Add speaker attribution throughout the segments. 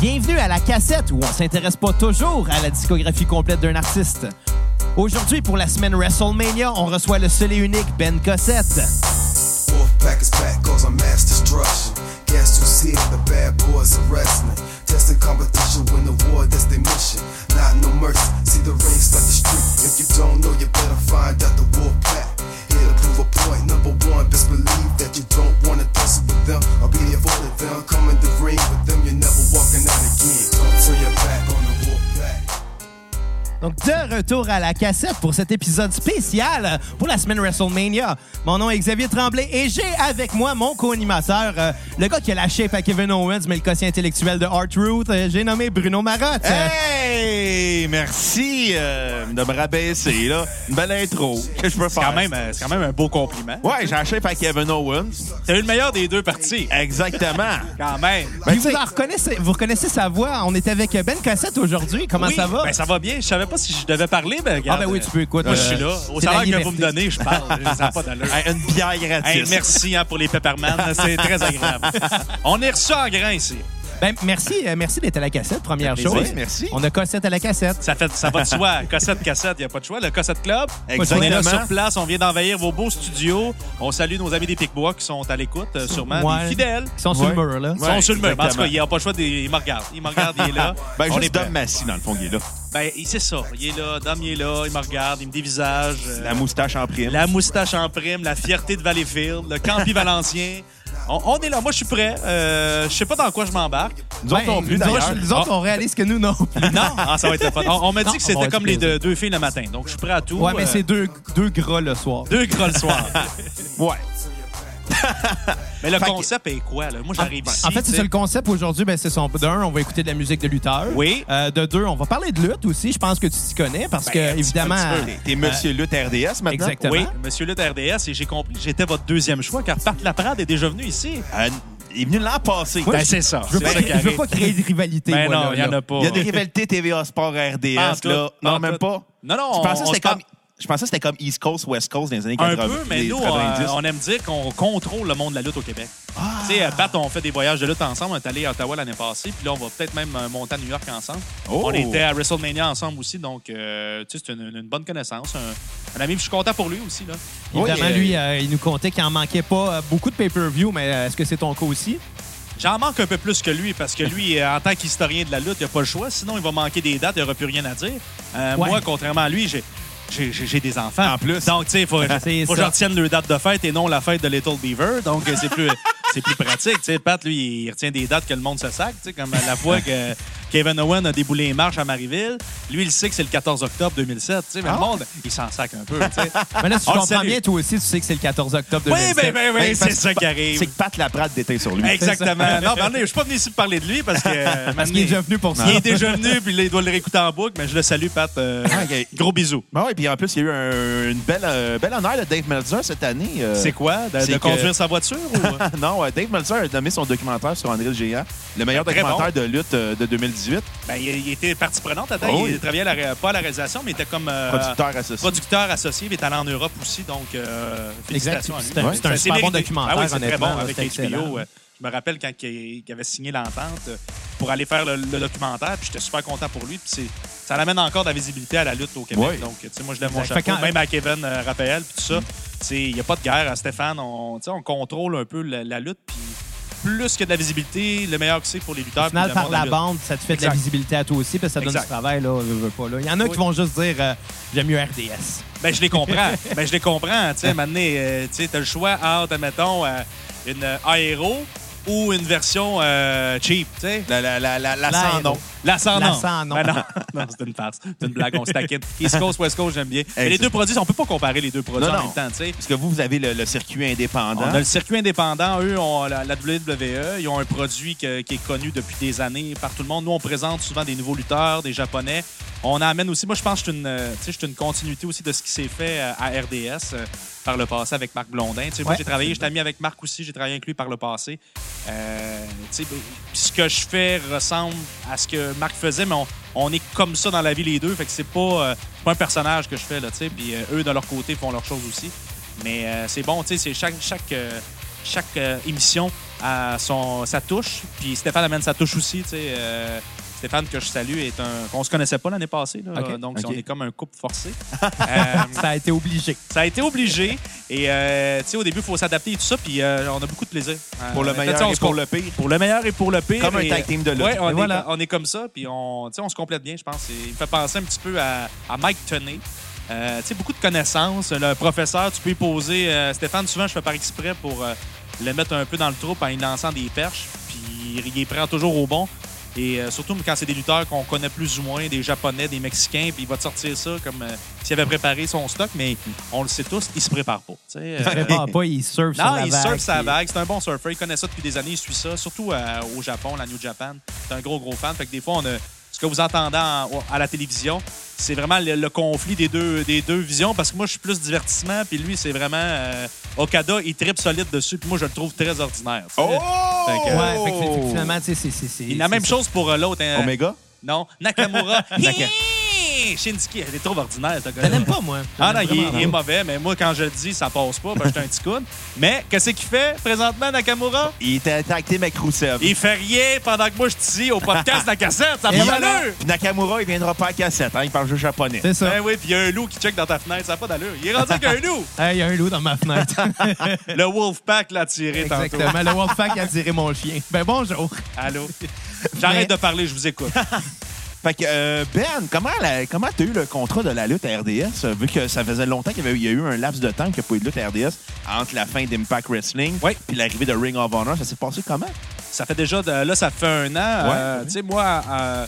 Speaker 1: Bienvenue à la cassette où on s'intéresse pas toujours à la discographie complète d'un artiste. Aujourd'hui, pour la semaine WrestleMania, on reçoit le seul et unique Ben Cossette.
Speaker 2: Wolfpack is back, cause I'm mass destruction. Guess you see it, the bad boys are wrestling. Testing competition, win the war, that's their mission. Not no mercy, see the ring like the street. If you don't know, you better find out the Wolfpack. Here to prove a point, number one, best believe that you don't wanna tussle with them. I'll be there for them. Come in the ring with them, you're never walking out again. Don't turn your back on the Wolfpack.
Speaker 1: Donc, de retour à la cassette pour cet épisode spécial pour la semaine WrestleMania. Mon nom est Xavier Tremblay et j'ai avec moi mon co-animateur, euh, le gars qui a la shape à Kevin Owens, mais le quotient intellectuel de Art Root. euh, j'ai nommé Bruno Marotte. Euh,
Speaker 3: Hey! Merci euh, de me rabaisser, là. Une belle intro que je peux
Speaker 4: C'est
Speaker 3: faire.
Speaker 4: quand, même, euh, c'est quand même un beau compliment.
Speaker 3: Ouais, j'achète à Kevin Owens.
Speaker 4: T'as eu le meilleur des deux parties.
Speaker 3: Exactement.
Speaker 4: Quand
Speaker 3: Ben,
Speaker 4: même.
Speaker 1: Puis
Speaker 3: tu
Speaker 1: vous,
Speaker 3: sais,
Speaker 1: en reconnaissez, vous reconnaissez sa voix. On est avec Ben Cossette aujourd'hui. Comment
Speaker 4: Oui,
Speaker 1: ça va?
Speaker 4: Ben, ça va bien. Je savais pas si je devais parler, mais
Speaker 1: ah,
Speaker 4: regarde.
Speaker 1: ben oui, tu peux. Écoute,
Speaker 4: Moi, je
Speaker 1: euh,
Speaker 4: suis là. Au
Speaker 1: c'est la
Speaker 4: salaire que vous me
Speaker 1: liberté.
Speaker 4: donnez, je parle. Ça n'a pas d'allure.
Speaker 3: hey, une bière gratis.
Speaker 4: Hey, merci hein, pour les peppermans. C'est très agréable. On est reçu en grain ici.
Speaker 1: Ben, merci euh, merci d'être à la cassette, première
Speaker 3: plaisir,
Speaker 1: chose.
Speaker 3: merci.
Speaker 1: On a Cossette à la cassette.
Speaker 4: Ça, fait, ça va de soi. Cossette, cassette, il n'y a pas de choix. Le Cossette Club. On est là
Speaker 3: Exactement.
Speaker 4: sur place. On vient d'envahir vos beaux studios. On salue nos amis des Picbois qui sont à l'écoute, euh, sûrement.
Speaker 1: Ouais.
Speaker 4: Des fidèles.
Speaker 1: Ils sont sur le
Speaker 3: Ouais.
Speaker 1: mur, là.
Speaker 4: Ils sont
Speaker 3: Ouais,
Speaker 4: sur le mur. En tout
Speaker 3: exactement.
Speaker 4: cas, il n'a pas le choix. des- Il me regarde. Il me regarde, il est là.
Speaker 3: Ben,
Speaker 4: On
Speaker 3: juste
Speaker 4: est prêt.
Speaker 3: Dom Massy, dans le fond, il est là.
Speaker 4: Ben, il- c'est ça. Il est là, Dom, il est là, il me regarde, il me dévisage. euh,
Speaker 3: La moustache en prime.
Speaker 4: la moustache en prime, la fierté de Valleyfield, le campi valencien. On, on est là. Moi, je suis prêt. Euh, je sais pas dans quoi je m'embarque.
Speaker 3: Nous autres
Speaker 1: Ben,
Speaker 3: non plus,
Speaker 1: nous autres,
Speaker 3: d'ailleurs.
Speaker 1: Nous autres, on réalise que nous, non.
Speaker 4: Non, ah, ça va être le fun. On, on m'a
Speaker 1: Non,
Speaker 4: dit que
Speaker 1: on va
Speaker 4: c'était
Speaker 1: être
Speaker 4: comme les
Speaker 1: plaisir.
Speaker 4: deux, deux filles le matin. Donc, je suis prêt à tout.
Speaker 1: Ouais, mais
Speaker 4: euh,
Speaker 1: c'est deux, deux gras le soir.
Speaker 4: deux gros le soir.
Speaker 3: Ouais.
Speaker 4: mais le
Speaker 3: Fait que-
Speaker 4: concept est quoi, là? Moi, j'arrive ici.
Speaker 1: En fait, c'est
Speaker 4: tu
Speaker 1: ça
Speaker 4: sais.
Speaker 1: le concept aujourd'hui. Ben, c'est son. D'un, on va écouter de la musique de lutteur.
Speaker 4: Oui.
Speaker 1: Euh, de deux, on va parler de lutte aussi. Je pense que tu t'y connais parce
Speaker 4: Ben,
Speaker 1: que,
Speaker 4: un petit
Speaker 1: évidemment.
Speaker 4: peu, un petit
Speaker 3: T'es- T'es Monsieur Lutte RDS maintenant?
Speaker 1: Exactement.
Speaker 4: Oui, monsieur Lutte RDS, et j'ai compris, j'étais votre deuxième choix, car Pat Laprade est déjà venu ici.
Speaker 3: Euh, il est venu l'an passé.
Speaker 4: Ben, c'est ça.
Speaker 1: Je veux,
Speaker 4: C'est
Speaker 1: pas,
Speaker 4: ça qui
Speaker 1: je veux
Speaker 4: arrive.
Speaker 1: pas créer de rivalité.
Speaker 4: Ben
Speaker 1: moi, là,
Speaker 4: non, il y en
Speaker 1: là.
Speaker 4: a pas.
Speaker 3: Il y a des rivalités TVA Sport RDS,
Speaker 4: Pas
Speaker 3: là.
Speaker 4: en tout, pas en
Speaker 3: non, même
Speaker 4: tout.
Speaker 3: pas.
Speaker 4: Non, non,
Speaker 3: Je pensais
Speaker 4: on-
Speaker 3: que c'était
Speaker 4: on se
Speaker 3: comme... Je pensais que c'était comme East Coast, West Coast dans les années
Speaker 4: Un
Speaker 3: 80.
Speaker 4: peu, mais
Speaker 3: les
Speaker 4: nous,
Speaker 3: 90.
Speaker 4: euh, on aime dire qu'on contrôle le monde de la lutte au Québec.
Speaker 3: Ah.
Speaker 4: Tu sais, euh, Pat, on fait des voyages de lutte ensemble. On est allé à Ottawa l'année passée, puis là, on va peut-être même euh, monter à New York ensemble.
Speaker 3: Oh!
Speaker 4: On était à WrestleMania ensemble aussi, donc euh, tu sais, c'est une, une bonne connaissance. Un, un ami, puis je suis content pour lui aussi. Là.
Speaker 1: Évidemment,
Speaker 3: Oui, euh,
Speaker 1: lui, euh, il nous comptait qu'il en manquait pas euh, beaucoup de pay-per-view, mais euh, est-ce que c'est ton cas aussi?
Speaker 4: J'en manque un peu plus que lui, parce que lui, euh, en tant qu'historien de la lutte, il n'a pas le choix. Sinon, il va manquer des dates, il n'aura plus rien à dire. Euh,
Speaker 1: Ouais.
Speaker 4: Moi, contrairement à lui, j'ai. J'ai j'ai- j'ai des enfants.
Speaker 3: En plus.
Speaker 4: Donc, tu sais, il faut, faut
Speaker 1: C'est
Speaker 4: que
Speaker 1: ça.
Speaker 4: j'en retienne leur date de fête et non la fête de Little Beaver. Donc, euh, c'est plus, c'est plus pratique. Tu sais, Pat, lui, il retient des dates que le monde se sac. tu sais, Comme la fois que Kevin Owen a déboulé les marches à Marieville. Lui, il sait que c'est le 14 octobre 2007. tu sais, Mais
Speaker 1: Ah.
Speaker 4: le monde, il s'en sac un peu. tu sais.
Speaker 1: Maintenant, si tu
Speaker 4: On le
Speaker 1: comprends
Speaker 4: salue.
Speaker 1: bien, toi aussi, tu sais que c'est le 14 octobre
Speaker 4: Ah, Oui,
Speaker 1: 2007.
Speaker 4: ben, ben,
Speaker 3: Ben,
Speaker 4: oui, c'est
Speaker 3: parce-
Speaker 4: ça qui arrive.
Speaker 3: C'est que Pat Laprade déteint sur lui.
Speaker 4: Exactement. Non, mais je suis pas venu ici pour parler de lui parce que. euh,
Speaker 1: Parce qu'il est déjà venu pour ça.
Speaker 4: Il est déjà venu, puis là, il doit le réécouter en boucle, mais je le salue, Pat. Euh,
Speaker 3: Ah, ok.
Speaker 4: Gros bisous.
Speaker 3: Ben ouais, puis en plus, il y a eu un une belle, euh, bel honneur de Dave Meltzer cette année. euh.
Speaker 4: C'est quoi? De,
Speaker 3: c'est
Speaker 4: de
Speaker 3: que-
Speaker 4: conduire sa voiture ou.
Speaker 3: non, euh, Dave Meltzer a nommé son documentaire sur André le Géant, le meilleur
Speaker 4: Très
Speaker 3: documentaire de lutte euh, de 2018,
Speaker 4: ben, il, il était partie prenante. Attends,
Speaker 3: Oh,
Speaker 4: il
Speaker 3: oui.
Speaker 4: travaillait à la ré- pas à la réalisation, mais il était comme. euh,
Speaker 3: producteur associé.
Speaker 4: producteur associé, mais est allé en Europe aussi, donc euh,
Speaker 1: Exact.
Speaker 4: félicitations à lui.
Speaker 1: C'est un-
Speaker 4: Ouais.
Speaker 1: c'est un super bon
Speaker 4: mérité.
Speaker 1: documentaire,
Speaker 4: Ah oui, c'est très
Speaker 1: honnêtement,
Speaker 4: bon avec
Speaker 1: c'est excellent.
Speaker 4: HBO. euh, Je me rappelle quand il il avait signé l'entente euh, pour aller faire le, le documentaire, puis j'étais super content pour lui. Puis c'est- ça ramène encore de la visibilité à la lutte au Québec.
Speaker 3: Oui.
Speaker 4: Donc, tu sais, moi, je lève mon
Speaker 1: Exact.
Speaker 4: chapeau,
Speaker 1: Fait Mm. quand-
Speaker 4: même à Kevin euh, Raphaël, puis tout ça. Tu sais, Il n'y a pas de guerre à Stéphane. On, tu sais, on contrôle un peu la, la lutte, puis plus que de la visibilité, le meilleur que c'est pour les lutteurs.
Speaker 1: Au final,
Speaker 4: puis le
Speaker 1: par
Speaker 4: monde
Speaker 1: la
Speaker 4: de lutte.
Speaker 1: bande, ça te fait de la
Speaker 4: Exact.
Speaker 1: visibilité à toi aussi, parce que ça donne
Speaker 4: Exact.
Speaker 1: du travail, là. je veux pas, là. Il y en a qui
Speaker 4: Oui.
Speaker 1: vont juste dire euh, j'aime mieux RDS.
Speaker 4: Ben, je les comprends. ben, je les comprends. Tu sais, maintenant, euh, tu sais, t'as le choix entre, mettons, euh, une aéro ou une version euh, cheap, tu sais.
Speaker 3: La, la, la, la, la
Speaker 1: La
Speaker 3: sans
Speaker 1: héros.
Speaker 3: nom.
Speaker 4: La sans
Speaker 1: La
Speaker 4: nom.
Speaker 1: sans nom.
Speaker 4: Ben non, non c'est une farce. C'est une blague, on se taquine. East Coast, West Coast, j'aime bien. Mais les
Speaker 3: Exact.
Speaker 4: deux produits, on peut pas comparer les deux produits
Speaker 3: Non,
Speaker 4: en
Speaker 3: non.
Speaker 4: même temps, tu sais.
Speaker 3: Parce que vous, vous avez le, le circuit indépendant.
Speaker 4: On a le circuit indépendant. Eux, ont la, la WWE, ils ont un produit que- qui est connu depuis des années par tout le monde. Nous, on présente souvent des nouveaux lutteurs, des Japonais. On amène aussi, moi, je pense que c'est une, euh, tu sais, c'est une continuité aussi de ce qui s'est fait euh, à RDS euh, par le passé avec Marc Blondin. Tu sais, moi,
Speaker 1: Ouais,
Speaker 4: j'ai travaillé, j'étais ami avec Marc aussi, j'ai travaillé avec lui par le passé. Euh, tu sais, ben, ce que je fais ressemble à ce que Marc faisait, mais on, on est comme ça dans la vie les deux. Fait que c'est pas, euh, c'est pas un personnage que je fais, là, tu sais. Puis euh, eux, de leur côté, font leurs choses aussi. Mais euh, c'est bon, tu sais, c'est chaque, chaque, euh, chaque euh, émission à son, sa touche. Puis Stéphane amène sa touche aussi. tu sais, euh, Stéphane, que je salue, est un. On se connaissait pas l'année passée, là,
Speaker 1: Ok.
Speaker 4: donc
Speaker 3: Ok.
Speaker 4: on est comme un couple forcé. Euh,
Speaker 1: Ça a été obligé.
Speaker 4: ça a été obligé. Et euh, tu sais, au début, il faut s'adapter et tout ça. Puis euh, on a beaucoup de plaisir. Euh,
Speaker 3: Pour le
Speaker 4: on a fait
Speaker 3: meilleur
Speaker 4: ça, on
Speaker 3: et
Speaker 4: se
Speaker 3: pour
Speaker 4: com-
Speaker 3: le pire.
Speaker 4: pour le meilleur et pour le pire.
Speaker 3: Comme un
Speaker 4: Et,
Speaker 3: tag team de lutte.
Speaker 4: Ouais, on,
Speaker 1: Et
Speaker 4: est,
Speaker 1: voilà.
Speaker 4: on est comme ça. Puis on, tu sais, on se complète bien, je pense. Et il me fait penser un petit peu à, à Mike Tenay. Euh, tu sais, beaucoup de connaissances. Le professeur, tu peux y poser. euh, Stéphane, souvent, je fais par exprès pour euh, le mettre un peu dans le trou en y lançant des perches. Puis il les prend toujours au bon. Et euh, surtout quand c'est des lutteurs qu'on connaît plus ou moins, des Japonais, des Mexicains, puis il va te sortir ça comme euh, s'il avait préparé son stock, mais on le sait tous, il se prépare pas. tu sais. Euh,
Speaker 1: Prépare pas, il surfe sur
Speaker 4: non,
Speaker 1: la
Speaker 4: il
Speaker 1: vague,
Speaker 4: surfe sa
Speaker 1: puis-
Speaker 4: vague. C'est un bon surfeur. Il connaît ça depuis des années. Il suit ça, surtout euh, au Japon, la New Japan. C'est un gros, gros fan. Fait que des fois, on a- ce que vous entendez en- à la télévision, c'est vraiment le, le conflit des deux, des deux visions. Parce que moi, je suis plus divertissement. Puis lui, c'est vraiment euh, Okada. Il tripe solide dessus. Puis moi, je le trouve très ordinaire. tu sais.
Speaker 3: Oh!
Speaker 4: Fait que,
Speaker 1: Ouais, fait que
Speaker 4: Oh!
Speaker 1: c'est- finalement, tu sais, c'est- c'est- c'est.
Speaker 4: Et la même
Speaker 1: c'est-
Speaker 4: chose pour euh, l'autre. hein.
Speaker 3: Omega?
Speaker 4: Non, Nakamura.
Speaker 1: Naka-
Speaker 4: Hi! Shinsuki, elle est trop ordinaire, ce
Speaker 1: Je
Speaker 4: gars-là.
Speaker 1: l'aime pas, moi. Je
Speaker 4: Ah non,
Speaker 1: l'aime
Speaker 4: il est,
Speaker 1: vraiment
Speaker 4: il est
Speaker 1: pas.
Speaker 4: mauvais, mais moi, quand je le dis, ça passe pas, parce que j'étais un petit coude. Mais qu'est-ce qu'il fait présentement, Nakamura?
Speaker 3: Il était tag team avec Rousseff.
Speaker 4: Il fait rien pendant que moi, je suis ici au podcast de la cassette. Ça
Speaker 1: Et
Speaker 4: n'a pas
Speaker 1: voilà.
Speaker 4: d'allure!
Speaker 3: Puis Nakamura, il viendra pas à cassette. hein, il parle juste japonais.
Speaker 1: C'est ça.
Speaker 4: Ben oui, puis il y a un loup qui check dans ta fenêtre. Ça n'a pas d'allure. Il est rendu avec un loup.
Speaker 1: Hey, Il y a un loup dans ma fenêtre.
Speaker 4: Le Wolfpack l'a tiré tantôt.
Speaker 1: Exactement. Le Wolfpack a tiré mon chien. Ben bonjour.
Speaker 4: Allô? J'arrête
Speaker 1: Mais-
Speaker 4: de parler, je vous écoute.
Speaker 3: Fait que, euh, Ben, comment la- comment t'as eu le contrat de la lutte à RDS, euh, vu que ça faisait longtemps qu'il y, avait- il y a eu un laps de temps qu'il n'y a pas eu de lutte à RDS entre la fin d'Impact Wrestling
Speaker 4: Oui.
Speaker 3: puis l'arrivée de Ring of Honor? Ça s'est passé comment?
Speaker 4: Ça fait déjà, de- là, ça fait un an. euh,
Speaker 3: oui.
Speaker 4: Tu sais, moi, euh,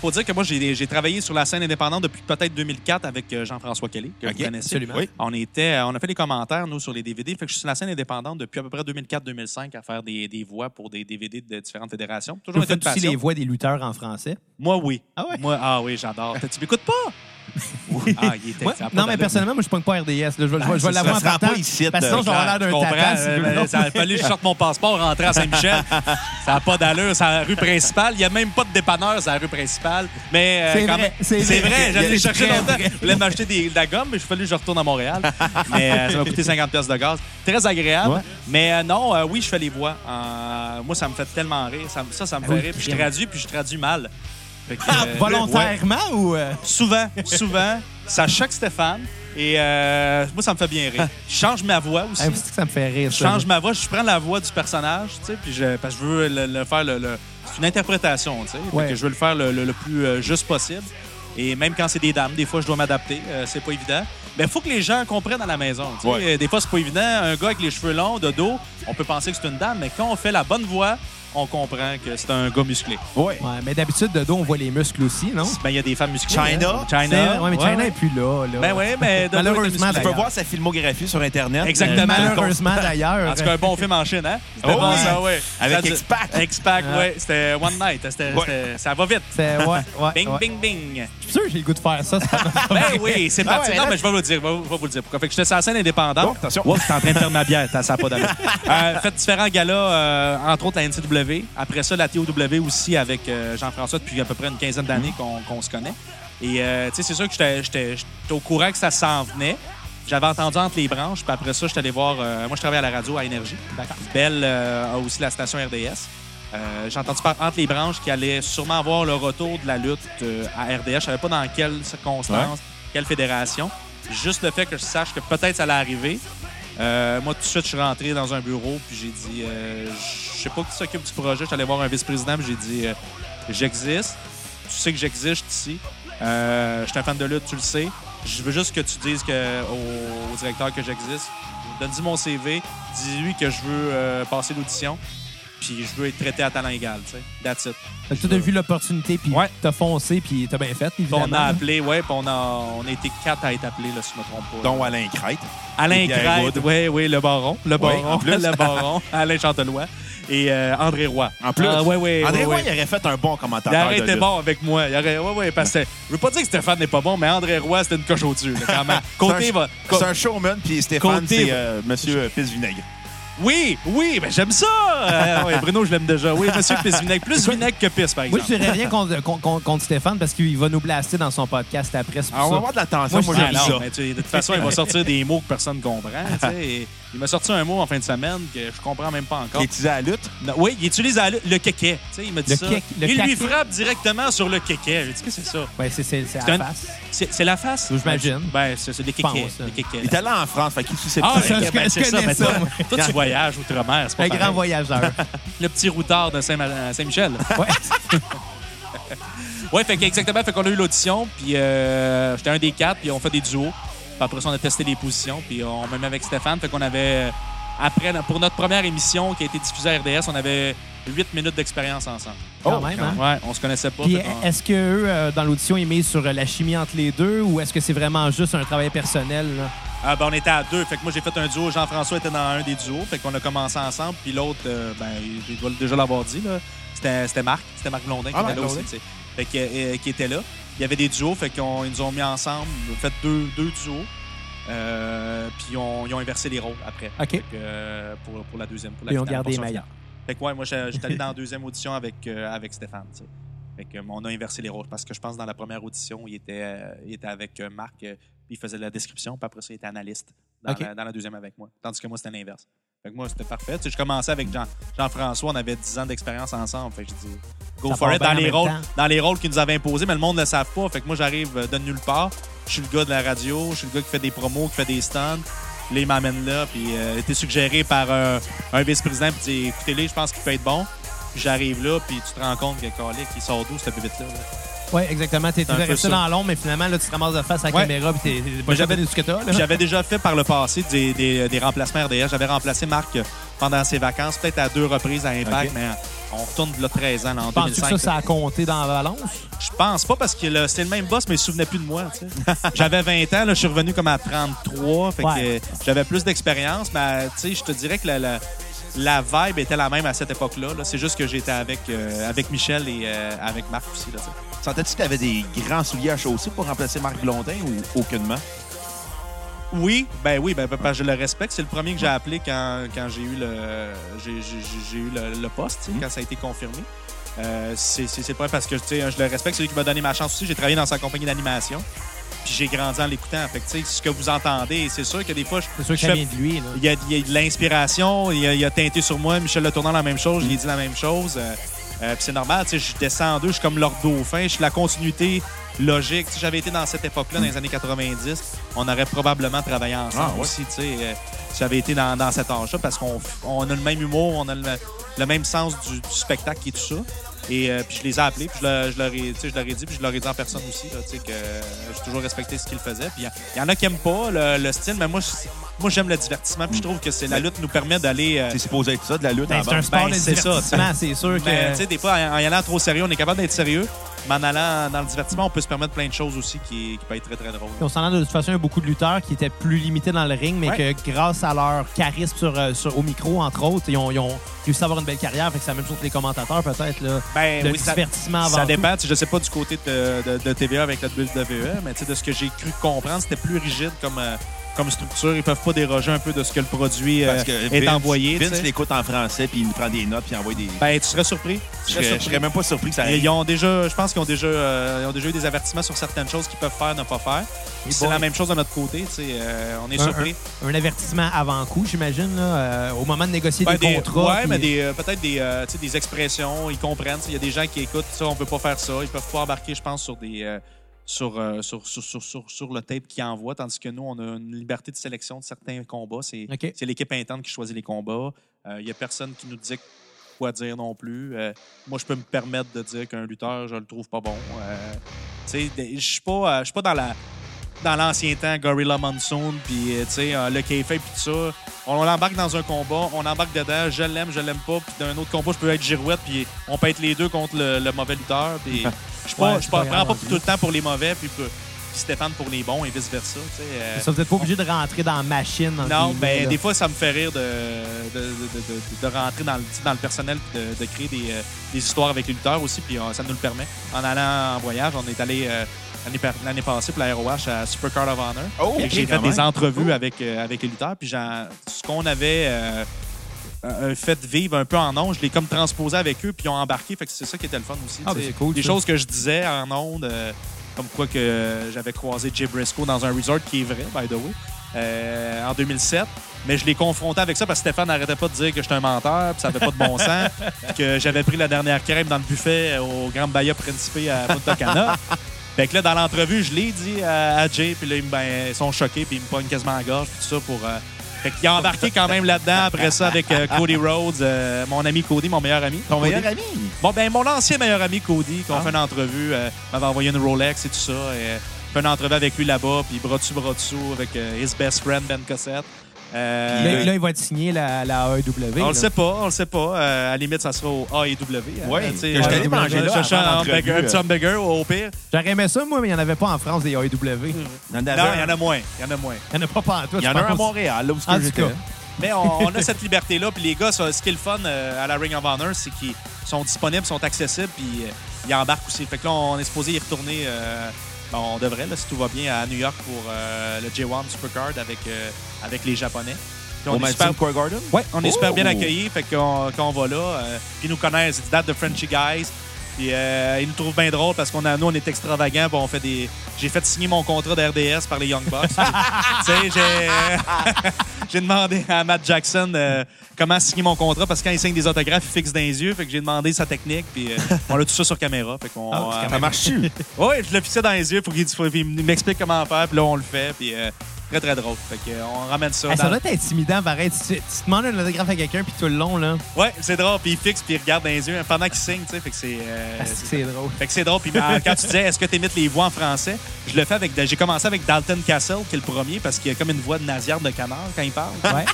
Speaker 4: pour dire que moi, j'ai j'ai travaillé sur la scène indépendante depuis peut-être 2004 avec euh, Jean-François Kelly, que
Speaker 3: Ok,
Speaker 4: vous connaissez.
Speaker 1: absolument. Oui.
Speaker 4: On, était, on a fait des commentaires, nous, sur les DVD. Fait que je suis sur la scène indépendante depuis à peu près 2004-2005 à faire des, des voix pour des DVD de différentes fédérations. Toujours
Speaker 1: Vous
Speaker 4: été une
Speaker 1: faites aussi
Speaker 4: passion.
Speaker 1: les voix des lutteurs en français.
Speaker 4: Moi, oui.
Speaker 1: Ah ouais?
Speaker 4: Moi, ah oui, j'adore. Tu m'écoutes pas? Oui. Ah, il était,
Speaker 1: Moi,
Speaker 4: ça a pas
Speaker 1: non, mais
Speaker 4: d'allure.
Speaker 1: personnellement, moi, je pogne pas RDS. là. Je vais, je vais- je vais
Speaker 3: ça
Speaker 1: l'avoir en
Speaker 3: se rend
Speaker 1: partant.
Speaker 3: pas ici,
Speaker 1: Parce que sinon,
Speaker 3: euh,
Speaker 1: je vais avoir
Speaker 4: Je
Speaker 1: l'air d'un
Speaker 4: comprends,
Speaker 1: tapin. si
Speaker 4: euh,
Speaker 1: je veux.
Speaker 4: mais ça a fallu que je sorte mon passeport, rentrer à Saint-Michel. ça n'a pas d'allure, c'est la rue principale. Il n'y a même pas de dépanneur, c'est la rue principale. Mais euh,
Speaker 1: C'est
Speaker 4: quand
Speaker 1: vrai,
Speaker 4: même-
Speaker 1: c'est
Speaker 4: c'est
Speaker 1: vrai.
Speaker 4: vrai,
Speaker 1: Il y a-
Speaker 4: j'allais chercher
Speaker 1: très
Speaker 4: longtemps.
Speaker 1: vrai.
Speaker 4: Je voulais m'acheter des- de la gomme, mais il a fallu que je retourne à Montréal. mais euh, ça m'a coûté 50$ piastres de gaz. Très agréable.
Speaker 1: Ouais.
Speaker 4: Mais euh, non, euh, oui, je fais les voix. Euh, moi, ça me fait tellement rire. Ça, me- ça, ça me fait
Speaker 1: Ah oui,
Speaker 4: rire. Puis je
Speaker 1: vraiment.
Speaker 4: traduis, puis je traduis mal. Fait que,
Speaker 1: Ah,
Speaker 4: euh,
Speaker 1: Volontairement ou. euh,
Speaker 4: Souvent, souvent, ça choque Stéphane. Et euh, moi, ça me fait bien
Speaker 1: Ah.
Speaker 4: rire. Je change ma voix aussi.
Speaker 1: hey, c'est Ah, que ça me fait rire.
Speaker 4: Je
Speaker 1: ça.
Speaker 4: change ma voix, je prends la voix du personnage, tu sais, puis je, parce que je veux le, le faire le, le- c'est une interprétation, tu sais, Fait
Speaker 1: Ouais.
Speaker 4: que je veux le faire le, le- le plus euh, juste possible. Et même quand c'est des dames, des fois je dois m'adapter, euh, c'est pas évident. Mais faut que les gens comprennent à la maison. tu sais. Euh,
Speaker 3: Ouais.
Speaker 4: Des fois c'est pas évident. Un gars avec les cheveux longs, de dos, on peut penser que c'est une dame, mais quand on fait la bonne voix, on comprend que c'est un gars musclé.
Speaker 3: Oui.
Speaker 1: Ouais, mais d'habitude, de dos, on voit les muscles aussi, non?
Speaker 4: Ben il y a des femmes musclées.
Speaker 3: China.
Speaker 4: hein.
Speaker 1: C'est-
Speaker 4: China.
Speaker 1: Ouais, mais
Speaker 4: Ouais,
Speaker 1: Ah. China
Speaker 4: ouais.
Speaker 1: est plus là. là.
Speaker 4: Ben oui, mais de-
Speaker 1: Malheureusement,
Speaker 3: Tu
Speaker 1: d'ailleurs.
Speaker 3: peux voir sa filmographie sur Internet.
Speaker 4: Exactement.
Speaker 3: Euh,
Speaker 1: Malheureusement, d'ailleurs. euh,
Speaker 4: En tout cas, un bon film en Chine, hein? C'était
Speaker 3: Oh
Speaker 4: bon,
Speaker 3: oui.
Speaker 4: ça, ouais.
Speaker 3: Avec
Speaker 4: Ça a du-
Speaker 3: X-Pac.
Speaker 4: X-Pac,
Speaker 1: Ah.
Speaker 4: ouais. C'était One Night. C'était-
Speaker 3: Ouais.
Speaker 4: c'était- Ça va vite.
Speaker 1: C'est- ouais, ouais,
Speaker 4: Bing,
Speaker 1: ouais. Ah,
Speaker 4: bing, bing.
Speaker 1: Je suis sûr que j'ai le goût de faire ça. ça m'a-
Speaker 4: Ben oui, c'est parti.
Speaker 3: ouais,
Speaker 4: non,
Speaker 3: là-
Speaker 4: mais je vais vous le dire. Je vais vous- je vais vous le dire. Pourquoi? Fait que j'étais sur la scène indépendante.
Speaker 3: Oh, attention.
Speaker 4: Wow, j'étais en train de faire ma bière. Ça n'a pas d'allure. Euh, fait différents galas, euh, entre autres la NCW. Après ça, la TOW aussi avec euh, Jean-François depuis à peu près une quinzaine d'années qu'on qu'on se connaît. Et euh, tu sais, c'est sûr que j'étais- j'étais j'étais au courant que ça s'en venait. J'avais entendu entre les branches, puis après ça, j'étais allé voir. euh, moi, je travaille à la radio à Énergie. Belle euh, a aussi la station RDS. Euh, J'ai entendu par entre les branches qu'il allait sûrement avoir le retour de la lutte euh, à RDS. Je savais pas dans quelles circonstances, quelle fédération. Juste le fait que je sache que peut-être ça allait arriver. Euh, moi, tout de suite, je suis rentré dans un bureau, puis j'ai dit, euh, je sais pas qui s'occupe du projet. Je suis allé voir un vice-président, puis j'ai dit, euh, j'existe. Tu sais que j'existe ici. Euh, je suis un fan de lutte, tu le sais. Je veux juste que tu dises que, au, au directeur que j'existe. Donne-lui mon CV, dis-lui que je veux euh, passer l'audition, puis je veux être traité à talent égal. Tu sais. That's it.
Speaker 1: Fait que tu as vu l'opportunité, puis
Speaker 4: Ouais.
Speaker 1: t'as foncé, puis t'as bien fait,
Speaker 4: Puis
Speaker 1: évidemment. hein.
Speaker 4: on a appelé, ouais, puis on a, on a été quatre à être appelés, là, si je me trompe pas.
Speaker 3: Dont Alain Crête.
Speaker 4: Alain
Speaker 3: Et Pierre
Speaker 4: Crête,
Speaker 3: Wood.
Speaker 4: oui, oui, le baron. Le baron,
Speaker 3: en plus.
Speaker 4: le baron. Alain Chantelois et euh, André Roy.
Speaker 3: En plus.
Speaker 4: Ah, oui, oui,
Speaker 3: André
Speaker 4: oui,
Speaker 3: Roy,
Speaker 4: oui.
Speaker 3: il aurait fait un bon commentateur.
Speaker 4: Il aurait
Speaker 3: de
Speaker 4: été
Speaker 3: lutte.
Speaker 4: bon avec moi. Il aurait... ouais, ouais, parce que je veux pas dire que Stéphane n'est pas bon, mais André Roy, c'était une coche au-dessus, là, quand même. Côté
Speaker 3: C'est un,
Speaker 4: va.
Speaker 3: c'est un showman, puis Stéphane,
Speaker 4: Côté-
Speaker 3: c'est euh, Monsieur euh, Pisse-Vinaigre.
Speaker 4: Oui, oui, mais j'aime ça. Euh, ouais, Bruno, je l'aime déjà. Oui, monsieur Pisse Vinaigre. Plus vinaigre que Pisse, par
Speaker 1: Moi,
Speaker 4: exemple.
Speaker 1: je dirais rien contre, contre- contre Stéphane parce qu'il va nous blaster dans son podcast après. c'est pour
Speaker 3: Ah, on va
Speaker 1: ça.
Speaker 3: avoir de l'attention.
Speaker 1: Moi,
Speaker 3: Moi,
Speaker 1: je
Speaker 3: j'aime
Speaker 4: Ah
Speaker 3: ça.
Speaker 4: non, mais tu- de toute façon, il va sortir des mots que personne comprend. tu sais, et Il m'a sorti un mot en fin de semaine que je comprends même pas encore.
Speaker 3: Il utilisait la lutte.
Speaker 4: Non, oui, il utilise la- le kéké. Tu sais, il m'a dit
Speaker 1: Le
Speaker 4: ça.
Speaker 1: kéké- le
Speaker 4: il lui
Speaker 1: kéké.
Speaker 4: frappe directement sur le kéké. J'ai dit, qu'est-ce que c'est ça?
Speaker 1: Ouais, c'est c'est- c'est à
Speaker 4: C'est
Speaker 1: la
Speaker 4: un-
Speaker 1: face.
Speaker 4: C'est c'est la face?
Speaker 1: Oui, j'imagine.
Speaker 4: Ben, c'est c'est des
Speaker 1: pense, hein.
Speaker 4: kékés.
Speaker 1: là.
Speaker 4: des kékés,
Speaker 3: Il
Speaker 4: là.
Speaker 3: est allé en France, fait qu'il suit ses
Speaker 4: Ah,
Speaker 3: petits-
Speaker 1: ça,
Speaker 4: ok,
Speaker 1: je-
Speaker 4: ben,
Speaker 1: je
Speaker 4: c'est ça,
Speaker 1: connais
Speaker 4: mais
Speaker 1: ça,
Speaker 4: toi-
Speaker 1: moi.
Speaker 4: Toi, tu voyages outre-mer, c'est pas
Speaker 1: Un
Speaker 4: pareil.
Speaker 1: grand voyageur.
Speaker 4: Le petit routard de Saint- à Saint-Michel.
Speaker 1: Ouais.
Speaker 4: Ouais, fait que exactement, fait qu'on a eu l'audition, puis euh, j'étais un des quatre, puis on fait des duos. Puis après ça, on a testé les positions, puis on même avec Stéphane, fait qu'on avait euh, après pour notre première émission qui a été diffusée à RDS, on avait 8 minutes d'expérience ensemble.
Speaker 1: Quand même, hein?
Speaker 4: Ouais, on se connaissait pas.
Speaker 1: Puis
Speaker 4: fait qu'on-
Speaker 1: est-ce que eux, euh, dans l'audition, ils misent sur euh, la chimie entre les deux ou est-ce que c'est vraiment juste un travail personnel? là?
Speaker 4: Ah, ben, on était à deux, fait que moi j'ai fait un duo, Jean-François était dans un des duos, fait qu'on a commencé ensemble, puis l'autre, euh, ben, je dois déjà l'avoir dit, là, c'était c'était Marc, c'était Marc Blondin qui
Speaker 3: Ah,
Speaker 4: était
Speaker 3: Marc
Speaker 4: là aussi,
Speaker 3: Blondin.
Speaker 4: tu sais. fait que, euh, qui était là. Il y avait des duos, fait qu'on ils nous ont mis ensemble, fait deux, deux duos, euh, puis on- ils ont inversé les rôles après.
Speaker 1: OK.
Speaker 4: Fait que, euh, pour, pour la deuxième, pour la
Speaker 1: Ils ont
Speaker 4: finale,
Speaker 1: gardé
Speaker 4: pour
Speaker 1: les
Speaker 4: son
Speaker 1: meilleurs.
Speaker 4: finale. Fait que ouais, moi j'ai- j'étais allé dans la deuxième audition avec, euh, avec Stéphane, tu sais. Fait que, euh, on a inversé les rôles parce que je pense que dans la première audition, il était, euh, il était avec euh, Marc, euh, puis il faisait de la description, puis après ça, il était analyste dans,
Speaker 1: OK.
Speaker 4: la, dans la deuxième avec moi. Tandis que moi, c'était l'inverse. Fait que moi, c'était parfait. Tu sais, je commençais avec Jean- Jean-François, on avait 10 ans d'expérience ensemble. Fait que je dis, go
Speaker 1: Ça
Speaker 4: for
Speaker 1: part
Speaker 4: it
Speaker 1: bien
Speaker 4: dans
Speaker 1: en
Speaker 4: les,
Speaker 1: même
Speaker 4: rôles,
Speaker 1: temps.
Speaker 4: dans les rôles qu'ils nous avaient imposés, mais le monde ne le savent pas. Fait que moi, j'arrive euh, de nulle part. Je suis le gars de la radio, je suis le gars qui fait des promos, qui fait des stands. Là, il m'amène là, puis euh, il était suggéré par un- un vice-président, puis il dit écoutez-les, je pense qu'il peut être bon. Puis j'arrive là, puis tu te rends compte que Calic, il sort d'où, cette bébête-là. là?
Speaker 1: Oui, exactement. T'es
Speaker 4: un peu
Speaker 1: t'es resté
Speaker 4: ça.
Speaker 1: dans l'ombre, mais finalement, là, tu te ramasses de face à la
Speaker 4: Ouais.
Speaker 1: caméra, puis t'es- t'es pas jamais
Speaker 4: Mais j'avais-
Speaker 1: de ce que t'as. là.
Speaker 4: Puis J'avais déjà fait par le passé des, des, des remplacements RDS. J'avais remplacé Marc euh, pendant ses vacances, peut-être à deux reprises à Impact,
Speaker 3: Ok.
Speaker 4: mais on retourne de là 13 ans, là, en
Speaker 1: Penses-tu que
Speaker 4: 2005.
Speaker 1: ça, ça a compté dans la balance?
Speaker 4: Je pense pas parce que là, c'était le même boss, mais il se souvenait plus de moi. tu sais. j'avais 20 ans, là, je suis revenu comme à 33, fait que
Speaker 1: Ouais.
Speaker 4: euh, j'avais plus d'expérience, mais euh, tu sais, je te dirais que la, la, la vibe était la même à cette époque-là. là. C'est juste que j'étais avec, euh, avec Michel et euh, avec Marc aussi. Là, tu sais.
Speaker 3: Sentais-tu que t'avais des grands souliers à chaussée pour remplacer Marc Blondin ou aucunement?
Speaker 4: Oui, ben oui, ben, parce que je le respecte. C'est le premier que j'ai appelé quand, quand j'ai eu le j'ai, j'ai- j'ai- j'ai eu le, le poste, tu sais,
Speaker 3: Mhm.
Speaker 4: quand ça a été confirmé. Euh, c'est, c'est, c'est pas parce que tu sais, hein, je le respecte, c'est lui qui m'a donné ma chance aussi. J'ai travaillé dans sa compagnie d'animation, puis j'ai grandi en l'écoutant. Fait que, tu sais, ce que vous entendez, c'est sûr que des fois, je,
Speaker 1: C'est sûr que
Speaker 4: je
Speaker 1: ça
Speaker 4: fais-
Speaker 1: vient de lui. Là.
Speaker 4: il y, a, il y a de l'inspiration, il y a, il y a teinté sur moi. Michel Le Tournant, la même chose, il a dit la même chose. Euh, euh, puis c'est normal, tu sais, je descends en deux, je suis comme leur dauphin, je suis la continuité logique. Si j'avais été dans cette époque-là, dans les années 90, on aurait probablement travaillé ensemble
Speaker 3: Ah, ouais.
Speaker 4: aussi, tu sais, euh, si j'avais été dans, dans cet âge-là, parce qu'on f- on a le même humour, on a le, le même sens du, du spectacle et tout ça. Et euh, puis je les ai appelés, puis je, leur- je leur ai, tu sais, je leur ai dit, puis je leur ai dit en personne aussi, là, tu sais, que euh, j'ai toujours respecté ce qu'ils faisaient. Puis il y a- il y, en a qui n'aiment pas le, le style, mais moi, je- moi j'aime le divertissement, puis je trouve que c'est la lutte nous permet d'aller... euh,
Speaker 3: C'est supposé être ça, de la lutte
Speaker 1: Ben,
Speaker 3: en
Speaker 1: c'est un
Speaker 3: bande.
Speaker 1: sport
Speaker 4: ben,
Speaker 1: de
Speaker 4: c'est ça,
Speaker 1: divertissement, c'est sûr que...
Speaker 4: ben, tu sais, des fois, en en y allant trop sérieux, on est capable d'être sérieux, mais en allant dans le divertissement, on peut se permettre plein de choses aussi qui, qui peuvent être très, très drôles.
Speaker 1: Puis on s'en a de toute façon, il y a beaucoup de lutteurs qui étaient plus limités dans le ring, mais
Speaker 4: Ouais.
Speaker 1: que grâce à leur charisme sur, euh, sur- au micro, entre autres, ils ont, ils ont réussi à avoir une belle carrière. Fait que c'est la même chose que les commentateurs, peut-être. là.
Speaker 4: Ben,
Speaker 1: le
Speaker 4: oui, ça-
Speaker 1: divertissement avant
Speaker 4: Ça
Speaker 1: tout.
Speaker 4: dépend. tu sais, Je sais pas du côté de, de- de TVA avec la WWE, E, mais tu sais, de ce que j'ai cru comprendre, c'était plus rigide comme, euh, comme structure. Ils peuvent pas déroger un peu de ce que le produit euh,
Speaker 3: Parce que
Speaker 4: est
Speaker 3: Vince-
Speaker 4: envoyé. tu
Speaker 3: Vince
Speaker 4: sais.
Speaker 3: l'écoute en français, puis il nous prend des notes, puis il envoie des.
Speaker 4: Ben, tu serais surpris.
Speaker 3: je,
Speaker 4: Tu serais
Speaker 3: serais, je
Speaker 4: surpris.
Speaker 3: serais même pas surpris que ça
Speaker 4: Et
Speaker 3: arrive.
Speaker 4: ils ont déjà, je pense qu'ils ont déjà, euh, ils ont déjà eu des avertissements sur certaines choses qu'ils peuvent faire, ne pas faire. Puis C'est
Speaker 1: boy.
Speaker 4: la même chose de notre côté, tu sais, euh, on est
Speaker 1: Un-
Speaker 4: surpris.
Speaker 1: Un avertissement avant coup, j'imagine, là, euh, au moment de négocier
Speaker 4: Ben,
Speaker 1: des,
Speaker 4: des-
Speaker 1: contrats.
Speaker 4: ouais,
Speaker 1: puis-
Speaker 4: mais des, euh, peut-être des, euh, tu sais, des expressions, ils comprennent. tu sais, Il y a des gens qui écoutent ça, on peut pas faire ça. Ils peuvent pas embarquer, je pense, sur des. euh, sur, euh, sur, sur, sur, sur, sur le tape qu'ils envoient, tandis que nous, on a une liberté de sélection de certains combats. C'est
Speaker 1: OK.
Speaker 4: c'est l'équipe interne qui choisit les combats. Euh, Il y a personne qui nous dit quoi dire non plus. Euh, moi, je peux me permettre de dire qu'un lutteur, je le trouve pas bon. Euh, tu sais, des- je suis pas, euh, je suis pas dans la dans l'ancien temps, Gorilla Monsoon, puis euh, tu sais, euh, le K-Fape, puis tout ça. On, on l'embarque dans un combat, on embarque dedans, je l'aime, je l'aime pas, puis d'un autre combat, je peux être girouette, puis on peut être les deux contre le, le mauvais lutteur, puis je suis pas-
Speaker 1: Ouais,
Speaker 4: je
Speaker 1: c'est pas
Speaker 4: prends
Speaker 1: grave hein.
Speaker 4: pas
Speaker 1: non plus.
Speaker 4: tout le temps pour les mauvais, puis pour- puis Stéphane pour les bons et vice-versa, tu sais. euh,
Speaker 1: Ça, vous n'êtes pas obligé de rentrer dans la machine. entre
Speaker 4: non,
Speaker 1: guillemets,
Speaker 4: ben
Speaker 1: là.
Speaker 4: des fois, ça me fait rire de, de, de- de- de- de rentrer dans le, dans le personnel et de, de créer des, euh, des histoires avec les lutteurs aussi, puis euh, ça nous le permet. En allant en voyage, on est allé euh, l'année par- l'année passée pour la ROH à Supercard of Honor.
Speaker 3: Oh,
Speaker 4: Fait que
Speaker 3: ok,
Speaker 4: j'ai fait
Speaker 3: quand même.
Speaker 4: des entrevues avec, euh, avec les lutteurs, puis j'en- ce qu'on avait euh, euh, fait vivre un peu en ondes, je l'ai comme transposé avec eux, puis ils ont embarqué, fait que c'est ça qui était le fun aussi.
Speaker 1: Ah,
Speaker 4: tu
Speaker 1: ben,
Speaker 4: sais.
Speaker 1: c'est cool,
Speaker 4: Des
Speaker 1: ça.
Speaker 4: choses que je disais en ondes, euh, comme quoi que j'avais croisé Jay Briscoe dans un resort qui est vrai, by the way. euh, en 2007. Mais je l'ai confronté avec ça parce que Stéphane n'arrêtait pas de dire que j'étais un menteur, puis ça n'avait pas de bon sens, puis que j'avais pris la dernière crème dans le buffet au Grand Bahia Principe à Punta Cana. Fait que là, dans l'entrevue, je l'ai dit à, à Jay, puis là, ils, me- ben, ils sont choqués, puis ils me pognent quasiment à gorge, puis tout ça pour. euh, Fait qu'il a embarqué quand même là-dedans après ça avec euh, Cody Rhodes, euh, mon ami Cody, mon meilleur ami.
Speaker 3: Ton
Speaker 4: Cody.
Speaker 3: meilleur ami.
Speaker 4: Bon, ben, mon ancien meilleur ami Cody, qu'on
Speaker 3: Ah.
Speaker 4: fait une entrevue, euh, m'avait envoyé une Rolex et tout ça. Et, euh, fait une entrevue avec lui là-bas, puis bras dessus, bras dessous, avec euh, his best friend Ben Cossette. Euh,
Speaker 1: Là, là, il va être signé la, la AEW.
Speaker 4: on
Speaker 1: là.
Speaker 4: le sait pas, on le sait pas. Euh, à la limite, ça sera au AEW.
Speaker 3: Ouais,
Speaker 4: tu sais,
Speaker 3: que
Speaker 1: je t'allais
Speaker 4: euh,
Speaker 1: manger là
Speaker 4: chercher
Speaker 3: avant
Speaker 4: un
Speaker 3: l'entrevue,
Speaker 4: hamburger, un petit
Speaker 3: euh.
Speaker 4: hamburger, au pire.
Speaker 1: J'aurais aimé ça, moi, mais il n'y en avait pas en France, des E AEW. Il
Speaker 4: Hmm.
Speaker 3: Il y en
Speaker 4: Non, il y en
Speaker 3: avait
Speaker 4: a moins. Il y en a moins.
Speaker 1: n'y en a pas partout.
Speaker 3: il y en a un à Montréal, là où est-ce
Speaker 1: En
Speaker 3: que
Speaker 1: tout
Speaker 3: j'étais.
Speaker 1: cas.
Speaker 4: Mais on, on a cette liberté-là. Puis les gars, ça, ce qui est le fun euh, à la Ring of Honor, c'est qu'ils sont disponibles, sont accessibles, puis euh, ils embarquent aussi. Fait que là, on est supposé y retourner. euh, ben, on devrait, là, si tout va bien, à New York pour euh, le J1 Supercard avec, euh, avec les Japonais. Puis
Speaker 3: Au
Speaker 4: on, est
Speaker 3: Madison
Speaker 4: super,
Speaker 3: Square Garden.
Speaker 4: ouais, on est super bien
Speaker 3: Oh!
Speaker 4: accueillis. Fait qu'on quand on va là, euh, puis ils nous connaissent. Ils datent de Frenchy Guys. Puis euh, ils nous trouvent bien drôles parce qu'on a, nous, on est extravagants. puis on fait des. J'ai fait signer mon contrat d'RDS par les Young Bucks. Tu sais, j'ai. J'ai demandé à Matt Jackson euh, comment signer mon contrat parce que quand il signe des autographes, il fixe dans les yeux. Fait que j'ai demandé sa technique. Puis euh, on a tout ça sur caméra. Fait qu'on.
Speaker 1: Ah, c'est
Speaker 4: euh,
Speaker 3: Ça marche-tu?
Speaker 4: ouais, je le fixais dans les yeux pour qu'il faut qu'il m'explique comment faire. Puis là, on le fait. Puis euh, très, très drôle. Fait que, euh, on ramène ça.
Speaker 1: Ah, ça
Speaker 4: dans-
Speaker 1: doit être intimidant, pareil. Tu, tu tu demandes un autographe à quelqu'un, puis tout le long, là. Ah,
Speaker 4: Ouais, c'est drôle. Puis il fixe, puis il regarde dans les yeux pendant qu'il signe. tu sais, Fait que c'est. euh,
Speaker 1: Ah, c'est que c'est drôle.
Speaker 4: Fait que c'est drôle. Puis euh, quand tu disais, est-ce que tu imites les voix en français, je le fais avec. ben, J'ai commencé avec Dalton Castle, qui est le premier, parce qu'il a comme une voix de nazière de canard quand il parle.
Speaker 1: Ouais.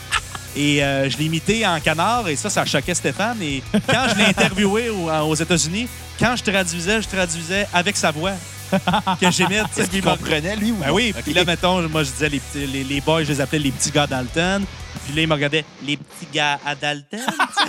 Speaker 4: Et euh, je l'ai imité en canard, et ça, ça choquait Stéphane. Et quand je l'ai interviewé au- en- aux États-Unis, quand je traduisais, je traduisais avec sa voix que j'imite. tu sais, puis
Speaker 3: Il
Speaker 4: il m'a-
Speaker 3: comprenait, lui, ou
Speaker 4: Ben
Speaker 3: non?
Speaker 4: oui,
Speaker 3: Ok.
Speaker 4: puis là, mettons, moi, je disais, les, petits, les, les boys, je les appelais les petits gars Dalton. Puis là, ils me regardaient, les petits gars à Dalton. tu sais.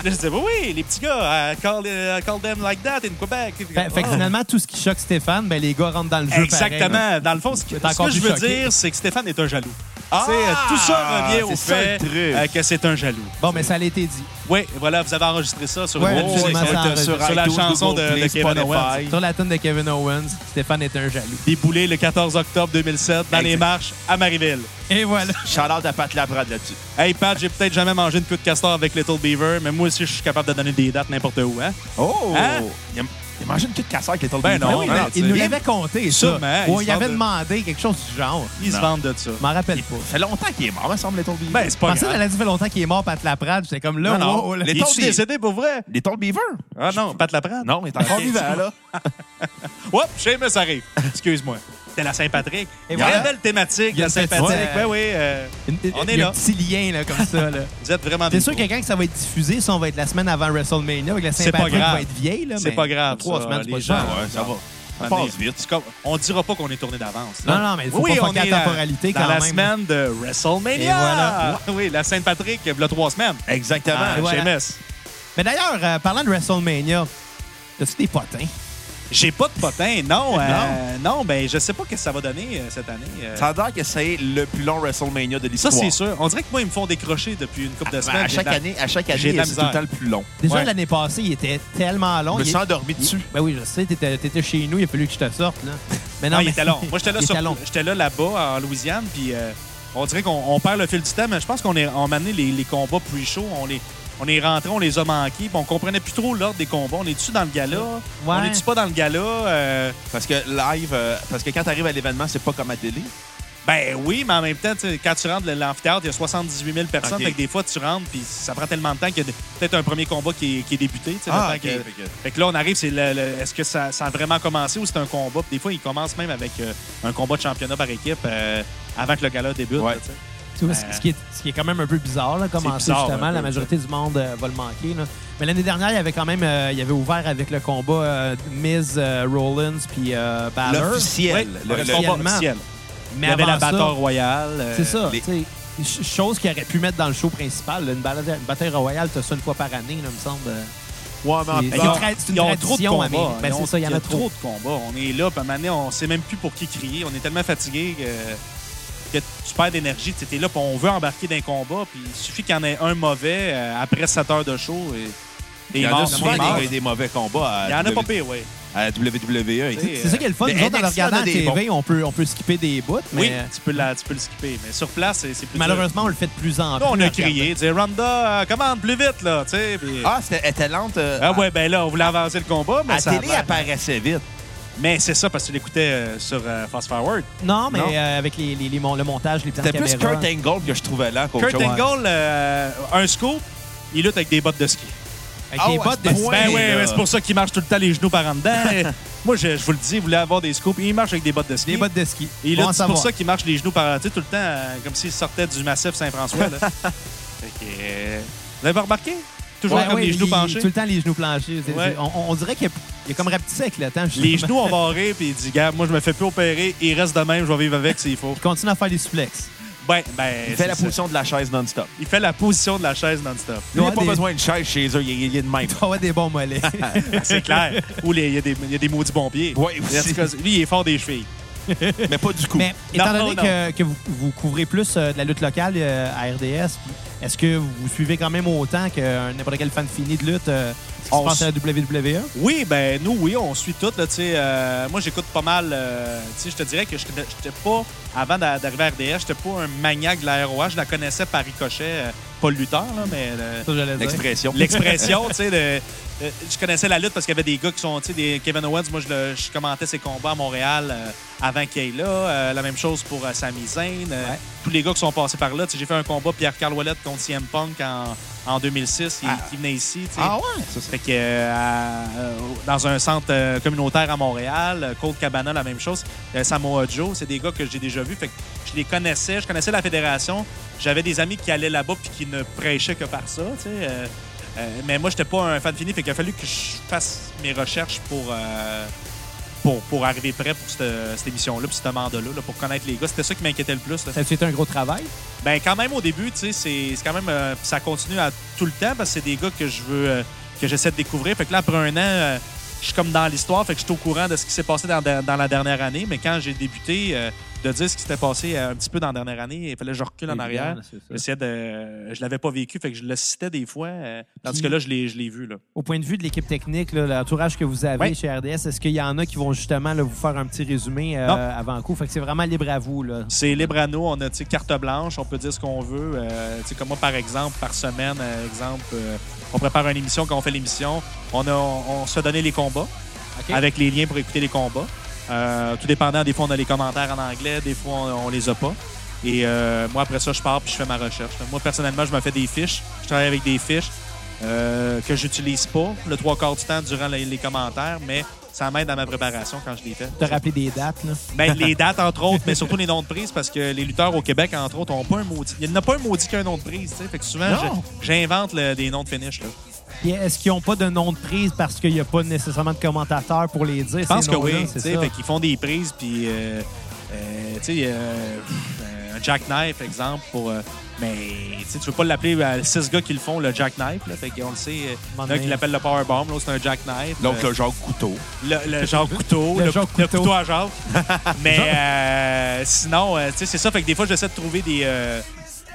Speaker 4: Puis là, je disais, oui, oui, les petits gars, I call, I call them like that in Quebec.
Speaker 1: Ben, Fait, fait que
Speaker 4: Oh.
Speaker 1: finalement, tout ce qui choque Stéphane, ben, les gars rentrent dans le jeu.
Speaker 4: Ah, Exactement.
Speaker 1: pareil,
Speaker 4: Dans le fond, ce que,
Speaker 1: T'es
Speaker 4: ce que
Speaker 1: encore
Speaker 4: je
Speaker 1: plus
Speaker 4: veux
Speaker 1: choqué.
Speaker 4: dire, c'est que Stéphane est un jaloux.
Speaker 3: Ah!
Speaker 4: Tu sais, euh, tout ça revient au
Speaker 3: C'est ça,
Speaker 4: fait
Speaker 3: le truc.
Speaker 4: euh, que c'est un jaloux.
Speaker 1: là. Bon, mais ça a été dit.
Speaker 4: Oui, voilà, vous avez enregistré ça sur,
Speaker 1: Ouais,
Speaker 4: une
Speaker 1: absolument,
Speaker 4: musique, ça va
Speaker 1: ça
Speaker 4: être, euh, sur,
Speaker 1: enregistre.
Speaker 4: sur la
Speaker 3: iTunes,
Speaker 4: chanson de,
Speaker 3: Google
Speaker 4: de
Speaker 3: Play,
Speaker 4: Kevin
Speaker 3: Spotify.
Speaker 4: Owens.
Speaker 1: Sur la tune de Kevin Owens, Stéphane est un jaloux.
Speaker 4: Déboulé le 14 octobre 2007 dans les
Speaker 3: Exact.
Speaker 4: marches à Marieville.
Speaker 1: Et voilà.
Speaker 3: Shout-out à Pat Laprade là-dessus.
Speaker 4: Hey Pat, j'ai peut-être jamais mangé une queue de castor avec Little Beaver, mais moi aussi je suis capable de donner des dates n'importe où, hein?
Speaker 3: Oh!
Speaker 4: Hein?
Speaker 3: Il, a, il a mangé une petite casseur qui est tombée.
Speaker 4: Ben
Speaker 3: dedans.
Speaker 1: Ben
Speaker 4: non,
Speaker 1: oui,
Speaker 4: non,
Speaker 1: mais
Speaker 4: tu
Speaker 1: il
Speaker 4: sais.
Speaker 1: nous l'avait compté, ça.
Speaker 4: Sûrement,
Speaker 1: Ou on
Speaker 4: il
Speaker 1: y
Speaker 4: se
Speaker 1: avait
Speaker 4: vante de-
Speaker 1: demandé quelque chose du genre.
Speaker 4: Ils se
Speaker 3: Non.
Speaker 4: vendent de ça.
Speaker 1: Je m'en rappelle pas.
Speaker 3: Ça fait longtemps qu'il est mort, me semble, les Told Beaver.
Speaker 4: Ben, c'est
Speaker 1: Je
Speaker 4: pas
Speaker 1: pensais
Speaker 4: grave.
Speaker 1: qu'elle a dit fait longtemps qu'il est mort, Pat Laprade. J'étais comme là,
Speaker 4: Non, non.
Speaker 1: wow, là.
Speaker 3: Les
Speaker 4: Il est-tu
Speaker 3: taux des-
Speaker 4: décédé pour vrai?
Speaker 3: les Told Beaver?
Speaker 4: Ah non, Pat Laprade?
Speaker 3: Non, il est encore
Speaker 4: Ok.
Speaker 3: vivant, là.
Speaker 4: Oups, Seamus arrive. Excuse-moi. C'était la Saint-Patrick.
Speaker 1: Et
Speaker 4: Très
Speaker 1: voilà.
Speaker 4: belle thématique,
Speaker 1: Il y a
Speaker 4: la
Speaker 1: le
Speaker 4: Saint-Patrick.
Speaker 1: Saint-Patrick.
Speaker 4: Ben oui, euh,
Speaker 1: Une- une-
Speaker 4: on
Speaker 1: il
Speaker 4: est
Speaker 1: y a
Speaker 4: là.
Speaker 1: un petit lien là, comme ça. Là.
Speaker 4: vous êtes vraiment
Speaker 1: C'est
Speaker 4: des
Speaker 1: sûr que
Speaker 4: pros.
Speaker 1: quand ça va être diffusé, si on va être la semaine avant WrestleMania, avec la
Speaker 4: C'est pas
Speaker 1: Saint-Patrick
Speaker 4: grave.
Speaker 1: va être vieille. là,
Speaker 4: C'est
Speaker 1: mais
Speaker 4: pas grave,
Speaker 1: Trois
Speaker 4: ça,
Speaker 1: semaines, c'est
Speaker 4: les
Speaker 1: pas de
Speaker 4: gens,
Speaker 1: temps.
Speaker 4: ouais, ça va.
Speaker 3: Ça
Speaker 4: Attendez,
Speaker 3: passe vite.
Speaker 4: tu com- On dira pas qu'on est tourné d'avance.
Speaker 1: Non,
Speaker 4: là.
Speaker 1: non, mais il faut
Speaker 4: oui,
Speaker 1: pas
Speaker 4: on
Speaker 1: fucker
Speaker 4: est
Speaker 1: la
Speaker 4: à-
Speaker 1: temporalité
Speaker 4: dans
Speaker 1: quand
Speaker 4: la
Speaker 1: même.
Speaker 4: semaine de
Speaker 1: Et
Speaker 4: WrestleMania.
Speaker 1: voilà.
Speaker 4: Oui, la Sainte-Patrick, il y a trois semaines.
Speaker 3: Exactement.
Speaker 1: Ah,
Speaker 4: Chez
Speaker 1: ouais. voilà.
Speaker 4: MS.
Speaker 1: Mais d'ailleurs, euh, parlant de WrestleMania, t'as-tu des potins?
Speaker 4: J'ai pas de potin, non. euh, non, ben je sais pas ce que ça va donner euh, cette année. euh.
Speaker 3: Ça a l'air que c'est le plus long WrestleMania de
Speaker 4: ça,
Speaker 3: l'histoire.
Speaker 4: c'est sûr. On dirait que moi, ils me font décrocher depuis une couple de
Speaker 3: Ben,
Speaker 4: semaines.
Speaker 3: à
Speaker 4: J'ai
Speaker 3: chaque
Speaker 4: de la-
Speaker 3: année, à chaque
Speaker 4: j'ai de
Speaker 3: année,
Speaker 4: la
Speaker 3: c'est tout
Speaker 4: misère.
Speaker 3: le temps le plus long.
Speaker 1: Déjà,
Speaker 4: Ouais.
Speaker 1: l'année passée, il était tellement long.
Speaker 3: Je me
Speaker 1: il-
Speaker 3: suis endormi dessus.
Speaker 1: Ben oui, je sais, t'étais étais chez nous, il a fallu que je te sorte. Là. Mais
Speaker 4: Non, il
Speaker 1: mais-
Speaker 4: était long. Moi, j'étais là,
Speaker 1: Il
Speaker 4: sur-
Speaker 1: était long.
Speaker 4: j'étais là là-bas, en Louisiane, puis euh, on dirait qu'on on perd le fil du temps, mais je pense qu'on est, on a amené les, les combats plus chauds. On les, on est rentrés, on les a manqués, puis on comprenait plus trop l'ordre des combats. On est-tu dans le gala? On est-tu pas dans le gala? Euh,
Speaker 3: Parce que live, euh, parce que quand t'arrives à l'événement, c'est pas comme à télé.
Speaker 4: ben oui, mais en même temps, tu sais, quand tu rentres dans l'amphithéâtre, il y a 78 000 personnes.
Speaker 3: Ok.
Speaker 4: Fait que des fois, tu rentres, puis ça prend tellement de temps qu'il y a de- peut-être un premier combat qui est, qui est débuté. tu sais,
Speaker 3: Ah,
Speaker 4: le temps que- Ah, Fait que là, on arrive, c'est le- le- est-ce que ça, ça a vraiment commencé ou c'est un combat? Puis des fois, ils commencent même avec euh, un combat de championnat par équipe euh, avant que le gala débute.
Speaker 3: Ouais.
Speaker 4: là, tu sais.
Speaker 1: Tu vois, ce, ce qui est, ce qui est quand même un peu bizarre, là, commencer
Speaker 4: Euh, bizarre,
Speaker 1: justement.
Speaker 4: un peu,
Speaker 1: la majorité du monde euh, va le manquer. là. Mais l'année dernière, il y avait quand même euh, il y avait ouvert avec le combat euh, Miz, euh, Rollins puis euh, Balor.
Speaker 3: L'officiel.
Speaker 4: Oui,
Speaker 3: le-
Speaker 4: le,
Speaker 3: le-
Speaker 4: combat
Speaker 1: officiellement.
Speaker 4: officiel.
Speaker 1: Mais
Speaker 4: Il y avait
Speaker 1: avant
Speaker 4: la
Speaker 1: ça,
Speaker 4: Battle Royale. euh,
Speaker 1: C'est ça.
Speaker 3: les-
Speaker 1: tu sais, ch- Chose qui aurait pu mettre dans le show principal. là, une, bataille, une bataille royale, t'as ça une fois par année, là, me semble. euh,
Speaker 3: Ouais, mais en
Speaker 1: C'est-
Speaker 4: Ben,
Speaker 3: plus
Speaker 4: ils ont,
Speaker 3: tard,
Speaker 1: tra- c'est une
Speaker 4: ils ont trop de
Speaker 1: tradition,
Speaker 4: combats. hein.
Speaker 1: Amérique. Ben,
Speaker 4: Ils
Speaker 1: c'est
Speaker 4: ont-
Speaker 1: ça, il y en a trop.
Speaker 4: de combats. On est là, puis à un moment donné, on sait même plus pour qui crier. On est tellement fatigué que, que tu perds d'énergie. Tu sais, t'es là, puis on veut embarquer dans un combat. Puis il suffit qu'il y en ait un mauvais euh, après 7 heures de show. Et, et
Speaker 3: il y en
Speaker 4: mort,
Speaker 3: a
Speaker 4: tout le
Speaker 3: souvent
Speaker 4: monde est mort.
Speaker 3: des, des mauvais combats. à
Speaker 4: Il y en a pas
Speaker 3: WWE.
Speaker 4: pire, oui.
Speaker 3: à E. la WWE.
Speaker 4: C'est-
Speaker 3: Tu sais,
Speaker 1: C'est ça qui est le fun.
Speaker 3: Mais
Speaker 1: Nous autres, en le
Speaker 3: NXT en a
Speaker 1: regardant à
Speaker 3: des
Speaker 1: TV, on, peut, on peut skipper des bouts, mais
Speaker 4: Oui,
Speaker 1: euh,
Speaker 4: tu peux, la, tu peux le skipper. Mais sur place, c'est c'est plus. dur.
Speaker 1: malheureusement, on le fait de plus en plus.
Speaker 4: Là, on
Speaker 1: à
Speaker 4: a
Speaker 1: regarder.
Speaker 4: crié, dire Ronda, euh, commande plus vite, là, tu sais. puis- Ah,
Speaker 3: Ah, c'était elle était lente. euh,
Speaker 4: ouais, ben là, on voulait avancer le combat, mais
Speaker 3: à
Speaker 4: ça
Speaker 3: télé, elle
Speaker 4: a l'air-
Speaker 3: apparaissait vite.
Speaker 4: Mais c'est ça, parce que tu l'écoutais euh, sur euh, Fast Forward.
Speaker 1: Non, mais
Speaker 4: Non.
Speaker 1: euh, avec les, les- les mon- le montage, les plans de
Speaker 3: C'était plus
Speaker 1: caméra.
Speaker 3: Kurt Angle que je trouvais lent qu'autre
Speaker 4: Kurt
Speaker 3: chose.
Speaker 4: Angle, euh, un scoop, il lutte avec des bottes de ski.
Speaker 1: Avec
Speaker 3: Ah
Speaker 1: des
Speaker 3: ouais,
Speaker 1: bottes de
Speaker 3: c'est
Speaker 1: ski.
Speaker 3: pas-
Speaker 4: Ben
Speaker 3: Ouais,
Speaker 4: oui,
Speaker 3: là.
Speaker 4: ouais, c'est pour ça qu'il marche tout le temps les genoux par en dedans. Moi, je, je vous le dis, il voulait avoir des scoops. Il marche avec des bottes de ski.
Speaker 1: Des bottes de ski.
Speaker 4: Et
Speaker 1: Bon
Speaker 4: là,
Speaker 1: à
Speaker 4: c'est pour
Speaker 1: savoir.
Speaker 4: ça qu'il marche les genoux par tu sais, tout le temps, euh, comme s'il sortait du massif Saint-François. là. Fait que, euh, Vous l'avez remarqué? Toujours
Speaker 1: Ouais,
Speaker 4: comme
Speaker 1: ouais,
Speaker 4: les genoux
Speaker 1: il-
Speaker 4: penchés.
Speaker 1: Tout le temps les genoux planchés. C'est-
Speaker 4: Ouais.
Speaker 1: c'est- On, on- on dirait qu'il a- il a comme rapetissé avec le temps. justement.
Speaker 4: Les genoux embarrés, puis il dit, gars, moi, je me fais plus opérer, il reste de même, je vais vivre avec s'il faut.
Speaker 1: Il continue à faire des suplexes.
Speaker 4: Ben, ben.
Speaker 3: Il
Speaker 4: c'est
Speaker 3: fait la
Speaker 4: ça.
Speaker 3: position de la chaise non-stop.
Speaker 4: Il fait la position de la chaise non-stop.
Speaker 3: Lui, Il
Speaker 1: Ouais,
Speaker 3: n'a pas
Speaker 1: des-
Speaker 3: besoin de chaise chez eux, il est, il est de même.
Speaker 1: Il doit avoir des bons mollets.
Speaker 4: C'est clair. Ou les- il y, a des- il y a des maudits bons pieds.
Speaker 3: Ouais, aussi.
Speaker 4: En tout cas, lui, il est fort des chevilles.
Speaker 3: Mais pas du coup.
Speaker 1: Mais étant
Speaker 4: Non,
Speaker 1: donné
Speaker 4: non.
Speaker 1: que, que vous, vous couvrez plus euh, de la lutte locale euh, à RDS, puis est-ce que vous suivez quand même autant que euh, n'importe quel fan fini de lutte euh, ce qui se
Speaker 4: On
Speaker 1: passe à la E? WWE?
Speaker 4: Oui, ben nous, oui, on suit tout. Là, tu sais, euh, moi, j'écoute pas mal. euh, tu sais, je te dirais que je n'étais pas, avant d'a- d'arriver à RDS, j'étais pas un maniaque de la ROH. Je la connaissais par ricochet, euh, pas le lutteur, là, mais euh,
Speaker 1: Ça, j'allais dire.
Speaker 3: L'expression.
Speaker 4: l'expression. tu sais, de- euh, je connaissais la lutte parce qu'il y avait des gars qui sont, tu sais, des Kevin Owens. Moi, je, le- je commentais ses combats à Montréal euh, avant qu'il aille là. Euh, la même chose pour euh, Sami Zayn. euh,
Speaker 1: Ouais.
Speaker 4: Tous les gars qui sont passés par là. Tu sais, J'ai fait un combat Pierre-Carl Ouellet contre CM Punk en, en 2006, qui,
Speaker 3: Ah.
Speaker 4: qui venait ici. tu sais.
Speaker 3: Ah ouais? Ça, c'est-
Speaker 4: Fait que euh, à- euh, dans un centre euh, communautaire à Montréal, euh, Cold Cabana, la même chose. Euh, Samoa Joe, c'est des gars que j'ai déjà vus. Fait que je les connaissais, je connaissais la fédération. J'avais des amis qui allaient là-bas puis qui ne prêchaient que par ça. tu sais, euh, euh, mais moi, j'étais pas un fan fini. Fait qu'il a fallu que je fasse mes recherches pour. euh, pour, pour arriver prêt pour cette, cette émission-là, puis ce mandat-là, là, pour connaître les gars. C'était ça qui m'inquiétait le plus. là.
Speaker 1: Ça a été un gros travail.
Speaker 4: Ben quand même au début, tu sais, c'est c'est quand même euh, ça continue à tout le temps parce que c'est des gars que je veux euh, que j'essaie de découvrir. Fait que là après un an, euh, je suis comme dans l'histoire, fait que je suis au courant de ce qui s'est passé dans, dans la dernière année. Mais quand j'ai débuté, euh, de dire ce qui s'était passé euh, un petit peu dans la dernière année, il fallait que je recule en arrière. J'essayais de, euh, je l'avais pas vécu, fait que je le citais des fois. euh, tandis
Speaker 1: Puis-
Speaker 4: que là, je l'ai je l'ai vu là.
Speaker 1: Au point de vue de l'équipe technique, là, l'entourage que vous avez
Speaker 4: Ouais.
Speaker 1: chez RDS, est-ce qu'il y en a qui vont justement là, vous faire un petit résumé euh,
Speaker 4: Non.
Speaker 1: avant coup? Fait que c'est vraiment libre à vous. Là.
Speaker 4: C'est libre à nous, on a tu sais, carte blanche, on peut dire ce qu'on veut. Euh, tu sais, comme moi, par exemple, par semaine, euh, exemple, euh, on prépare une émission, quand on fait l'émission, on, a- on, on se fait donner les combats
Speaker 1: OK.
Speaker 4: avec les liens pour écouter les combats. Euh, tout dépendant, des fois on a les commentaires en anglais, des fois on, on les a pas. Et euh, moi, après ça, je pars puis je fais ma recherche. Moi, personnellement, je me fais des fiches. Je travaille avec des fiches euh, que j'utilise pas le trois quarts du temps durant les, les commentaires, mais ça m'aide dans ma préparation quand je les fais.
Speaker 1: Te rappeler des dates. Là.
Speaker 4: Ben, les dates, entre autres, mais surtout les noms de prise, parce que les lutteurs au Québec, entre autres, ont pas un maudit. Il n'y en a pas un maudit qu'un nom de prise, tu sais. Fait que souvent,
Speaker 3: Non.
Speaker 4: je- j'invente le- des noms de finish, là.
Speaker 1: Puis est-ce qu'ils n'ont pas de nom de prise parce qu'il n'y a pas nécessairement de commentateur pour les dire?
Speaker 4: Je pense que oui, tu
Speaker 1: c'est
Speaker 4: sais.
Speaker 1: ça.
Speaker 4: Fait qu'ils font des prises, puis, euh, euh, tu sais, euh, euh, un jackknife, exemple, pour. euh, mais, tu sais, tu veux pas l'appeler euh, six gars qui le font, le jackknife, là. Fait qu'on le sait. euh,
Speaker 1: M'en
Speaker 4: L'un qui
Speaker 1: est.
Speaker 4: l'appelle le powerbomb, l'autre, c'est un jackknife.
Speaker 3: Donc,
Speaker 4: Euh,
Speaker 3: le genre couteau.
Speaker 4: le, le genre couteau,
Speaker 1: Le
Speaker 4: le,
Speaker 1: genre
Speaker 4: le
Speaker 1: couteau.
Speaker 4: couteau à Jacques. Mais euh, sinon, euh, tu sais, c'est ça. Fait que des fois, j'essaie de trouver des, euh,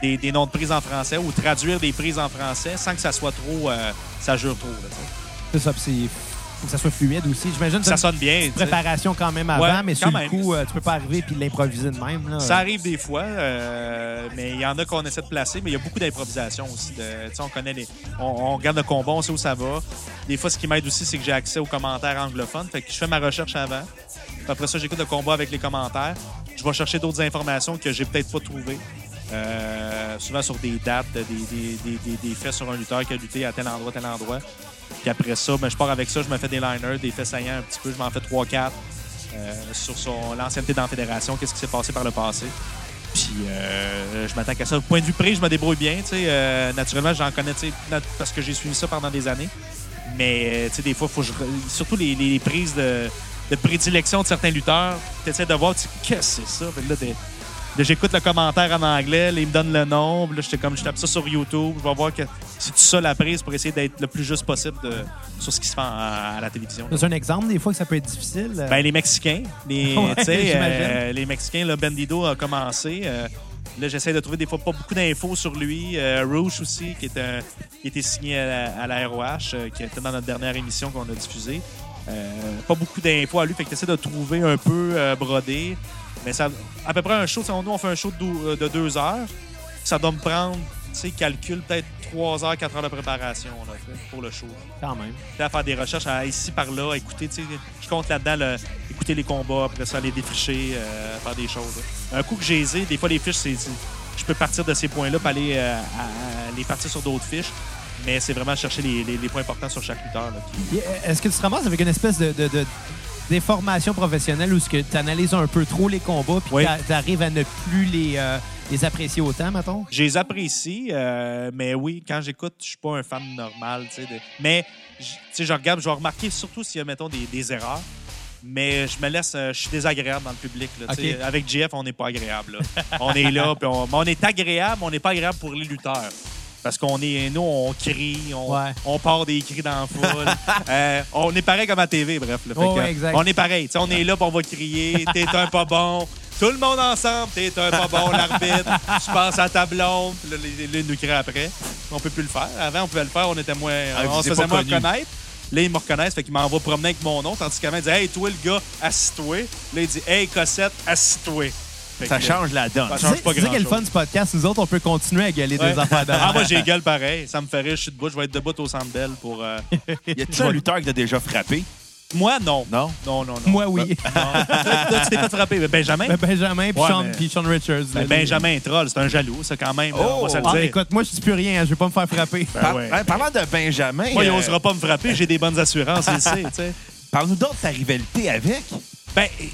Speaker 4: des, des noms de prises en français ou traduire des prises en français sans que ça soit trop. euh, ça jure trop. là, tu sais.
Speaker 1: C'est ça, puis c'est- faut que ça soit fluide aussi. J'imagine que
Speaker 4: ça
Speaker 1: ça
Speaker 4: sonne bien. tu sais.
Speaker 1: préparation quand même avant,
Speaker 4: Ouais,
Speaker 1: mais
Speaker 4: quand
Speaker 1: sur le
Speaker 4: même.
Speaker 1: coup, euh, tu peux pas arriver puis l'improviser de même. Là.
Speaker 4: Ça arrive des fois, euh, mais il y en a qu'on essaie de placer, mais il y a beaucoup d'improvisation aussi. de- tu sais, on connaît les. On, on regarde le combat, on sait où ça va. Des fois, ce qui m'aide aussi, c'est que j'ai accès aux commentaires anglophones. Fait que je fais ma recherche avant. Puis après ça, j'écoute le combat avec les commentaires. Je vais chercher d'autres informations que j'ai peut-être pas trouvées. Euh, souvent sur des dates, des, des- des- des- des faits sur un lutteur qui a lutté à tel endroit, tel endroit. Puis après ça, ben, je pars avec ça, je me fais des liners, des faits saillants un petit peu, je m'en fais 3-4 euh, sur son, l'ancienneté dans la fédération, qu'est-ce qui s'est passé par le passé. Puis euh, je m'attaque à ça. Point de vue prix, je me débrouille bien. tu sais, euh, naturellement, j'en connais tu sais, nat- parce que j'ai suivi ça pendant des années. Mais euh, tu sais, des fois, faut que je re- surtout les, les prises de, de prédilection de certains lutteurs, tu essaies de voir tu sais, qu'est-ce que c'est ça. Fait que là, t'es- là, J'écoute le commentaire en anglais, là, il me donne le nom. puis Là, j'étais comme, je tape ça sur YouTube. Je vais voir que c'est tout ça la prise pour essayer d'être le plus juste possible de- sur ce qui se fait en- à la télévision.
Speaker 1: C'est un exemple des fois que ça peut être difficile. euh,
Speaker 4: Ben, les Mexicains. Les,
Speaker 1: Ouais,
Speaker 4: tu sais, euh,
Speaker 1: j'imagine.
Speaker 4: les Mexicains, là, Bandido a commencé. euh, là, j'essaie de trouver des fois pas beaucoup d'infos sur lui. Euh, Rouge aussi, qui, est un- qui était signé à la, à la ROH, euh, qui était dans notre dernière émission qu'on a diffusée. euh, pas beaucoup d'infos à lui, fait que t'essaies de trouver un peu euh, brodé. Mais ça, à peu près un show, tu sais, nous on fait un show de, dou- euh, de deux heures, ça doit me prendre, tu sais, calcul peut-être trois heures, quatre heures de préparation là, tu sais, pour le show.
Speaker 1: Quand même.
Speaker 4: Puis à faire des recherches à ici par là, à écouter, tu sais, je compte là-dedans, le- écouter les combats, après ça, les défricher, euh, faire des choses. là. Un coup que j'ai aisé, des fois les fiches, c'est, c'est- je peux partir de ces points-là pour aller euh, à- à- les partir sur d'autres fiches, mais c'est vraiment chercher les, les- les points importants sur chaque lutteur. là, qui-
Speaker 1: Et, euh, Est-ce que tu te ramasses avec une espèce de, de, de- déformation professionnelle où tu analyses un peu trop les combats puis
Speaker 4: Oui.
Speaker 1: tu arrives à ne plus les, euh, les apprécier autant, mettons?
Speaker 4: Je les apprécie, euh, mais oui, quand j'écoute, je suis pas un fan normal. tu sais, de- Mais j- tu sais, je regarde, je vais remarquer surtout s'il y a, mettons, des, des erreurs. Mais je me laisse, euh, je suis désagréable dans le public. là, tu sais.
Speaker 1: Ok.
Speaker 4: Avec GF, on n'est pas agréable. là. on est là, puis on, mais on est agréable, mais on n'est pas agréable pour les lutteurs. Parce qu'on est, nous, on crie, on,
Speaker 1: Ouais.
Speaker 4: on part des cris dans la foule. Euh, on est pareil comme à TV, bref. là. Fait
Speaker 1: Oh,
Speaker 4: que,
Speaker 1: ouais, exact.
Speaker 4: On est pareil. tu sais, on est là, puis on va crier. T'es un pas bon. Tout le monde ensemble. T'es un pas bon, l'arbitre. Je passe à ta blonde. Puis là, les- les- les nous crient après. On peut plus le faire. Avant, on pouvait le faire. On était moins.
Speaker 3: Ah, vous
Speaker 4: on se
Speaker 3: étiez
Speaker 4: faisait
Speaker 3: pas
Speaker 4: moins
Speaker 3: connus.
Speaker 4: reconnaître. Là, ils me reconnaissent. Fait qu'ils m'envoient promener avec mon nom. Tandis qu'avant, ils disaient Hey, toi, le gars, assis-toi. Là, il dit Hey, Cossette, assis-toi. Fait
Speaker 3: Ça
Speaker 4: que-
Speaker 3: change la donne.
Speaker 4: Ça
Speaker 1: C'est
Speaker 4: change pas
Speaker 1: c'est ça qui est le fun
Speaker 4: grand-chose.
Speaker 1: du podcast. Nous autres, on peut continuer à gueuler
Speaker 4: Ouais.
Speaker 1: des affaires de
Speaker 4: Ah, moi, j'ai gueule pareil. Ça me fait rire. Je suis debout. Je vais être debout au centre belle pour. euh,
Speaker 3: Y a-tu un lutteur qui t'a déjà frappé?
Speaker 4: Moi, non.
Speaker 3: Non?
Speaker 4: Non, non, non.
Speaker 1: Moi, oui.
Speaker 4: Non. Toi, toi, tu t'es fait frapper. Mais Benjamin?
Speaker 1: Ben, Benjamin puis
Speaker 4: Ouais,
Speaker 1: Sean,
Speaker 4: mais-
Speaker 1: puis Sean Richards. là,
Speaker 4: Ben,
Speaker 1: lui.
Speaker 4: Benjamin est troll, c'est un jaloux, ça, quand même. là, on va se le
Speaker 3: Oh,
Speaker 1: Ah,
Speaker 4: dire.
Speaker 1: écoute, moi, je dis plus rien. hein, je vais pas me faire frapper.
Speaker 4: Ben
Speaker 3: Par-
Speaker 4: ouais.
Speaker 3: hein, parlant de Benjamin,
Speaker 4: Moi, il
Speaker 3: euh,
Speaker 4: n'osera pas me frapper, j'ai des bonnes assurances, il le sait, tu sais.
Speaker 3: parle-nous donc de ta rivalité avec.
Speaker 4: Ben, euh,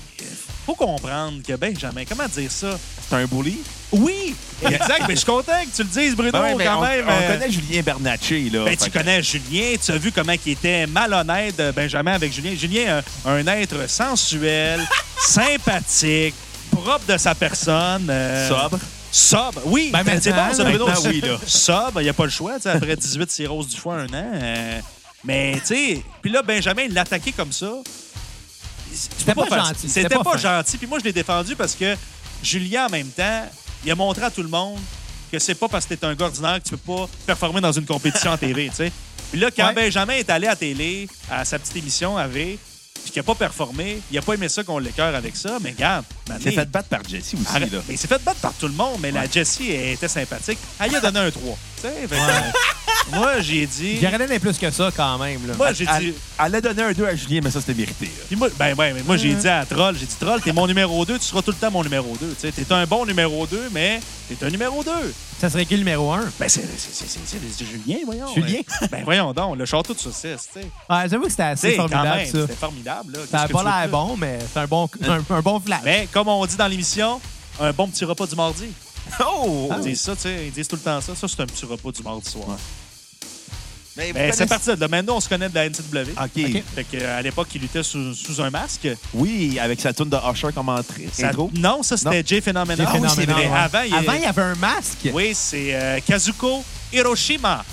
Speaker 4: faut comprendre que Benjamin, comment dire ça?
Speaker 3: C'est un bully.
Speaker 4: Oui! Exact, mais je suis content que tu le dises, Bruno,
Speaker 3: Ben ouais, mais
Speaker 4: quand
Speaker 3: on,
Speaker 4: même.
Speaker 3: on
Speaker 4: euh,
Speaker 3: connaît Julien Bernatchez, là.
Speaker 4: Ben,
Speaker 3: Fait
Speaker 4: tu
Speaker 3: que-
Speaker 4: connais Julien, tu as vu comment il était malhonnête, euh, Benjamin, avec Julien. Julien, un, un être sensuel, sympathique, propre de sa personne. euh,
Speaker 3: Sobre.
Speaker 4: Sobre, oui.
Speaker 1: Ben,
Speaker 4: mais c'est bon,
Speaker 1: maintenant,
Speaker 4: ça, Bruno.
Speaker 3: maintenant, oui, là.
Speaker 4: Sobre, il n'y a pas le choix. tu sais, Après 18 cirrhoses du foie, un an. euh, mais, tu sais, puis là, Benjamin, il l'attaquait comme ça.
Speaker 1: C'était pas,
Speaker 4: Pas facile.
Speaker 1: gentil.
Speaker 4: C'était pas,
Speaker 1: fin.
Speaker 4: gentil. Puis moi, je l'ai défendu parce que Julien, en même temps, il a montré à tout le monde que c'est pas parce que t'es un gars ordinaire que tu peux pas performer dans une compétition en TV, tu sais. Puis là, quand
Speaker 1: Ouais.
Speaker 4: Benjamin est allé à télé, à sa petite émission à V, puis qu'il a pas performé, il a pas aimé ça qu'on l'écœure avec ça, mais regarde,
Speaker 3: Il s'est
Speaker 4: mané,
Speaker 3: fait battre par Jesse aussi,
Speaker 4: arrête.
Speaker 3: là.
Speaker 4: Mais il s'est fait battre par tout le monde, mais la Jessie elle était sympathique. Elle lui a donné un 3. tu sais. Fait que, euh, moi, j'ai dit...
Speaker 1: Il y aurait rien plus que ça, quand même. Là.
Speaker 4: Moi, Ah, j'ai
Speaker 3: Elle,
Speaker 4: dit...
Speaker 3: elle a donné un 2 à Julien, mais ça, c'était mérité. là.
Speaker 4: Puis moi, ben, ben, mais moi j'ai
Speaker 1: Mm-hmm.
Speaker 4: dit à Troll, j'ai dit Troll, t'es mon numéro 2, tu seras tout le temps mon numéro 2. Tu sais, t'es un bon numéro 2, mais t'es un numéro 2.
Speaker 1: Ça serait qui le numéro un?
Speaker 4: Ben c'est c'est- c'est- c'est- c'est- c'est Julien, voyons.
Speaker 1: Julien?
Speaker 4: Ben, ben, voyons donc, le château de saucisse, tu sais.
Speaker 1: Ah, J'avoue que c'était
Speaker 4: Tu sais,
Speaker 1: assez
Speaker 4: quand
Speaker 1: formidable,
Speaker 4: même,
Speaker 1: ça.
Speaker 4: C'était formidable, là.
Speaker 1: Ça
Speaker 4: Qu'est-ce
Speaker 1: n'a
Speaker 4: que
Speaker 1: pas
Speaker 4: tu veux Hein? Ben,
Speaker 1: l'air
Speaker 4: plus?
Speaker 1: bon, mais c'est un bon, un, un bon flash.
Speaker 4: Mais comme on dit dans l'émission, un bon petit repas du mardi.
Speaker 3: Oh!
Speaker 4: Ils disent ça, tu sais, ils disent tout le temps ça. Ça, c'est un petit repas du mardi soir.
Speaker 3: Mais vous
Speaker 4: Ben, c'est
Speaker 3: connaissez-
Speaker 4: parti de là. Maintenant, on se connaît de la NCW.
Speaker 3: OK.
Speaker 1: OK.
Speaker 4: Fait qu'à l'époque, il luttait sous, sous un masque.
Speaker 3: Oui, avec sa tune de Usher comme entrée.
Speaker 4: Ça-
Speaker 3: Intro.
Speaker 4: non, ça, c'était Jay Phenomena. Ah
Speaker 1: C'était
Speaker 3: oui, c'est
Speaker 1: phénoménal,
Speaker 4: vrai.
Speaker 1: ouais.
Speaker 4: Avant, il-
Speaker 1: Avant, il y avait un masque.
Speaker 4: Oui, c'est euh, Kazuko Hiroshima,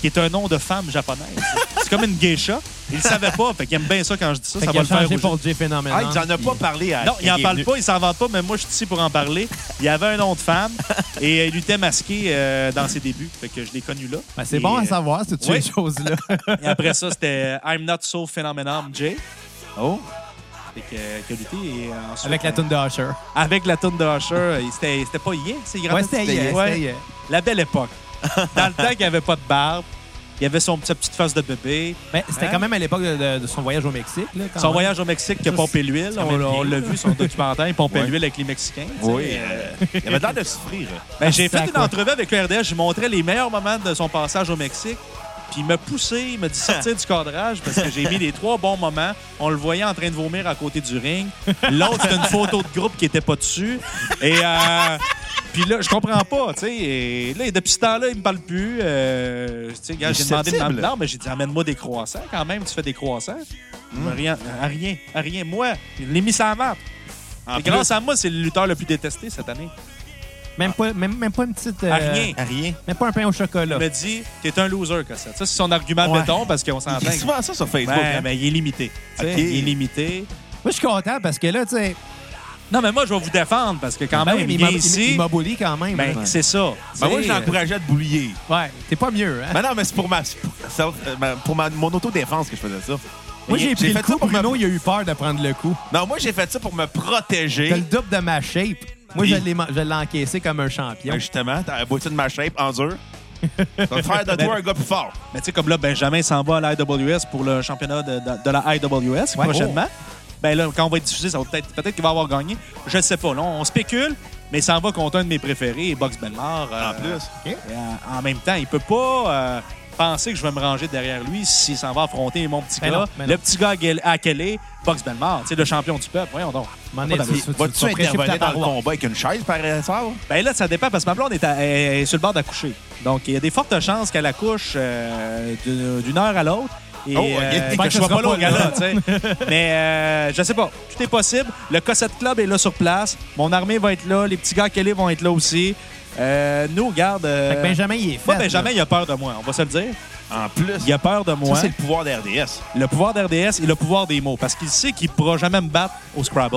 Speaker 4: qui est un nom de femme japonaise. c'est comme une geisha. Il le savait pas, fait qu'il aime bien ça quand je dis ça.
Speaker 1: Fait
Speaker 4: ça
Speaker 1: qu'il
Speaker 4: va
Speaker 1: a
Speaker 4: le faire
Speaker 1: changé
Speaker 4: rougir.
Speaker 1: pour Jay Phenomena.
Speaker 3: Ah, il n'en a pas parlé à.
Speaker 4: Non, il en
Speaker 3: est
Speaker 4: parle
Speaker 3: venu.
Speaker 4: pas, il s'en vante pas, mais moi, je suis ici pour en parler. Il avait un nom de femme et euh, il luttait masqué euh, dans ses débuts. Fait que je l'ai connu là.
Speaker 1: Ben, c'est
Speaker 4: Et,
Speaker 1: bon à
Speaker 4: euh,
Speaker 1: savoir, toutes
Speaker 4: oui.
Speaker 1: ces choses-là.
Speaker 4: Et après ça, c'était euh, I'm Not So Phenomenal Jay.
Speaker 3: Oh,
Speaker 4: Fait que, euh, qui a lutté. Et, euh, ensuite,
Speaker 1: Avec la
Speaker 4: euh,
Speaker 1: toune de Usher.
Speaker 4: Avec la toune de Usher. euh, C'était c'était pas hier, c'est
Speaker 1: Ouais, c'était hier, c'était hier.
Speaker 4: La belle époque. Dans le temps qu'il n'y avait pas de barbe, il avait son, sa petite face de bébé.
Speaker 1: Mais Ben, c'était
Speaker 4: Hein?
Speaker 1: quand même à l'époque de, de- de son voyage au Mexique. Là, quand
Speaker 4: Son
Speaker 1: même.
Speaker 4: voyage au Mexique qui a
Speaker 1: Ah Ça,
Speaker 4: pompé l'huile.
Speaker 1: c'est quand
Speaker 4: On,
Speaker 1: même
Speaker 4: on
Speaker 1: bien.
Speaker 4: l'a vu, son documentaire. Il pompait
Speaker 3: Ouais.
Speaker 4: l'huile avec les Mexicains. tu sais.
Speaker 3: oui. euh, il avait l'air de souffrir.
Speaker 4: Ben, j'ai
Speaker 1: Ah,
Speaker 4: fait
Speaker 1: sac,
Speaker 4: une
Speaker 1: ouais.
Speaker 4: entrevue avec le RDS. Je lui montrais les meilleurs moments de son passage au Mexique. Puis il m'a poussé, il m'a dit sortir du cadrage parce que j'ai mis les trois bons moments. On le voyait en train de vomir à côté du ring. L'autre, c'était une photo de groupe qui était pas dessus. Et euh, puis là, je comprends pas, tu sais. Et là, depuis ce temps-là, il me parle plus. Euh, tu sais, gars,
Speaker 3: Il est
Speaker 4: j'ai demandé de
Speaker 3: susceptible.
Speaker 4: non, mais j'ai dit amène-moi des croissants quand même. Tu fais des croissants.
Speaker 3: Hmm.
Speaker 4: Rien, à rien, à rien. Moi, il l'ai mis sur la map.
Speaker 3: En
Speaker 4: Et
Speaker 3: plus,
Speaker 4: grâce à moi, c'est le lutteur le plus détesté cette année.
Speaker 1: Même pas, même, même pas une petite. euh,
Speaker 4: À Ah, rien.
Speaker 3: à rien.
Speaker 1: Même pas un pain au chocolat.
Speaker 4: Il me dit, t'es un loser, Cossette. Ça, c'est son argument
Speaker 3: Ouais.
Speaker 4: de béton parce qu'on
Speaker 3: Il
Speaker 4: s'entend.
Speaker 3: dit souvent ça sur Facebook.
Speaker 4: Ouais,
Speaker 3: hein?
Speaker 4: mais il est limité. Tu sais,
Speaker 3: Ok.
Speaker 4: Il est limité.
Speaker 1: Moi, je suis content parce que là, tu sais.
Speaker 4: Non, mais moi, je vais vous défendre parce que quand
Speaker 1: ben oui,
Speaker 4: même,
Speaker 1: mais
Speaker 4: il
Speaker 1: il m'a-
Speaker 4: vient
Speaker 1: il m'a-
Speaker 4: ici.
Speaker 1: il m'a bully quand même.
Speaker 4: ben,
Speaker 1: là.
Speaker 4: c'est ça.
Speaker 3: Ben, moi,
Speaker 1: c'est-
Speaker 3: je l'encourageais à te boulier. Ben
Speaker 4: Ben,
Speaker 1: Ouais, t'es pas mieux, hein?
Speaker 3: euh, Mais non, mais c'est pour ma, c'est pour ma- pour ma- mon autodéfense que je faisais ça.
Speaker 1: Moi, j'ai pris le
Speaker 3: fait ça
Speaker 1: coup.
Speaker 3: pour me-
Speaker 1: Bruno, il a eu peur de prendre le coup.
Speaker 3: Non, moi, j'ai fait ça pour me protéger.
Speaker 1: T'as le double de ma shape. Moi, je
Speaker 3: Oui.
Speaker 1: l'ai ma- je l'ai encaissé comme un champion.
Speaker 3: Ben, justement, t'as boitu de ma shape en dur. Ça va te faire de toi un gars plus fort.
Speaker 4: Mais tu sais, comme là, Benjamin s'en va à la IWS pour le championnat de, de- de la IWS
Speaker 1: Ouais.
Speaker 4: prochainement. Ben là, quand on va être diffusé, ça va peut-être peut-être qu'il va avoir gagné. Je ne sais pas. Là, on spécule, mais il s'en va contre un de mes préférés, Box Belmar. euh,
Speaker 3: En plus.
Speaker 1: OK?
Speaker 4: et en, en même temps, il peut pas euh, penser que je vais me ranger derrière lui s'il s'en va affronter mon petit
Speaker 1: Ben
Speaker 4: gars.
Speaker 1: non, ben
Speaker 4: le
Speaker 1: non.
Speaker 4: petit gars à Guel- à Kelly, Box Belmar, tu sais, le champion du peuple. Voyons donc.
Speaker 1: M'en
Speaker 4: Pas
Speaker 1: est-
Speaker 4: d'abus.
Speaker 1: tu- tu- tu
Speaker 3: Vas-tu
Speaker 1: vas prêcher pour
Speaker 3: intervenir
Speaker 1: ta
Speaker 3: dans le
Speaker 1: parole.
Speaker 3: combat avec une chaise, par hasard?
Speaker 4: Ben là, ça dépend parce que ma blonde est, à- est- est sur le bord d'accoucher. Donc, il y a des fortes chances qu'elle accouche euh, d'une d'une heure à l'autre. Et
Speaker 3: Oh, ok.
Speaker 4: euh,
Speaker 3: Fait
Speaker 4: que
Speaker 1: que
Speaker 4: je
Speaker 1: ce
Speaker 4: sois
Speaker 1: sera
Speaker 4: pas là au
Speaker 1: pas là.
Speaker 4: gala, tu sais. Mais euh, je sais pas, tout est possible. Le Cossette Club est là sur place. Mon armée va être là. Les petits gars Kelly vont être là aussi. Euh, nous, garde. euh,
Speaker 1: Fait que Benjamin, il est fait.
Speaker 4: moi, Benjamin, il a peur de moi, on va se le dire.
Speaker 3: En plus.
Speaker 4: Il a peur de
Speaker 3: Ça,
Speaker 4: moi.
Speaker 3: c'est le pouvoir d'RDS.
Speaker 4: le pouvoir d'RDS et le pouvoir des mots. Parce qu'il sait qu'il pourra jamais me battre au Scrabble.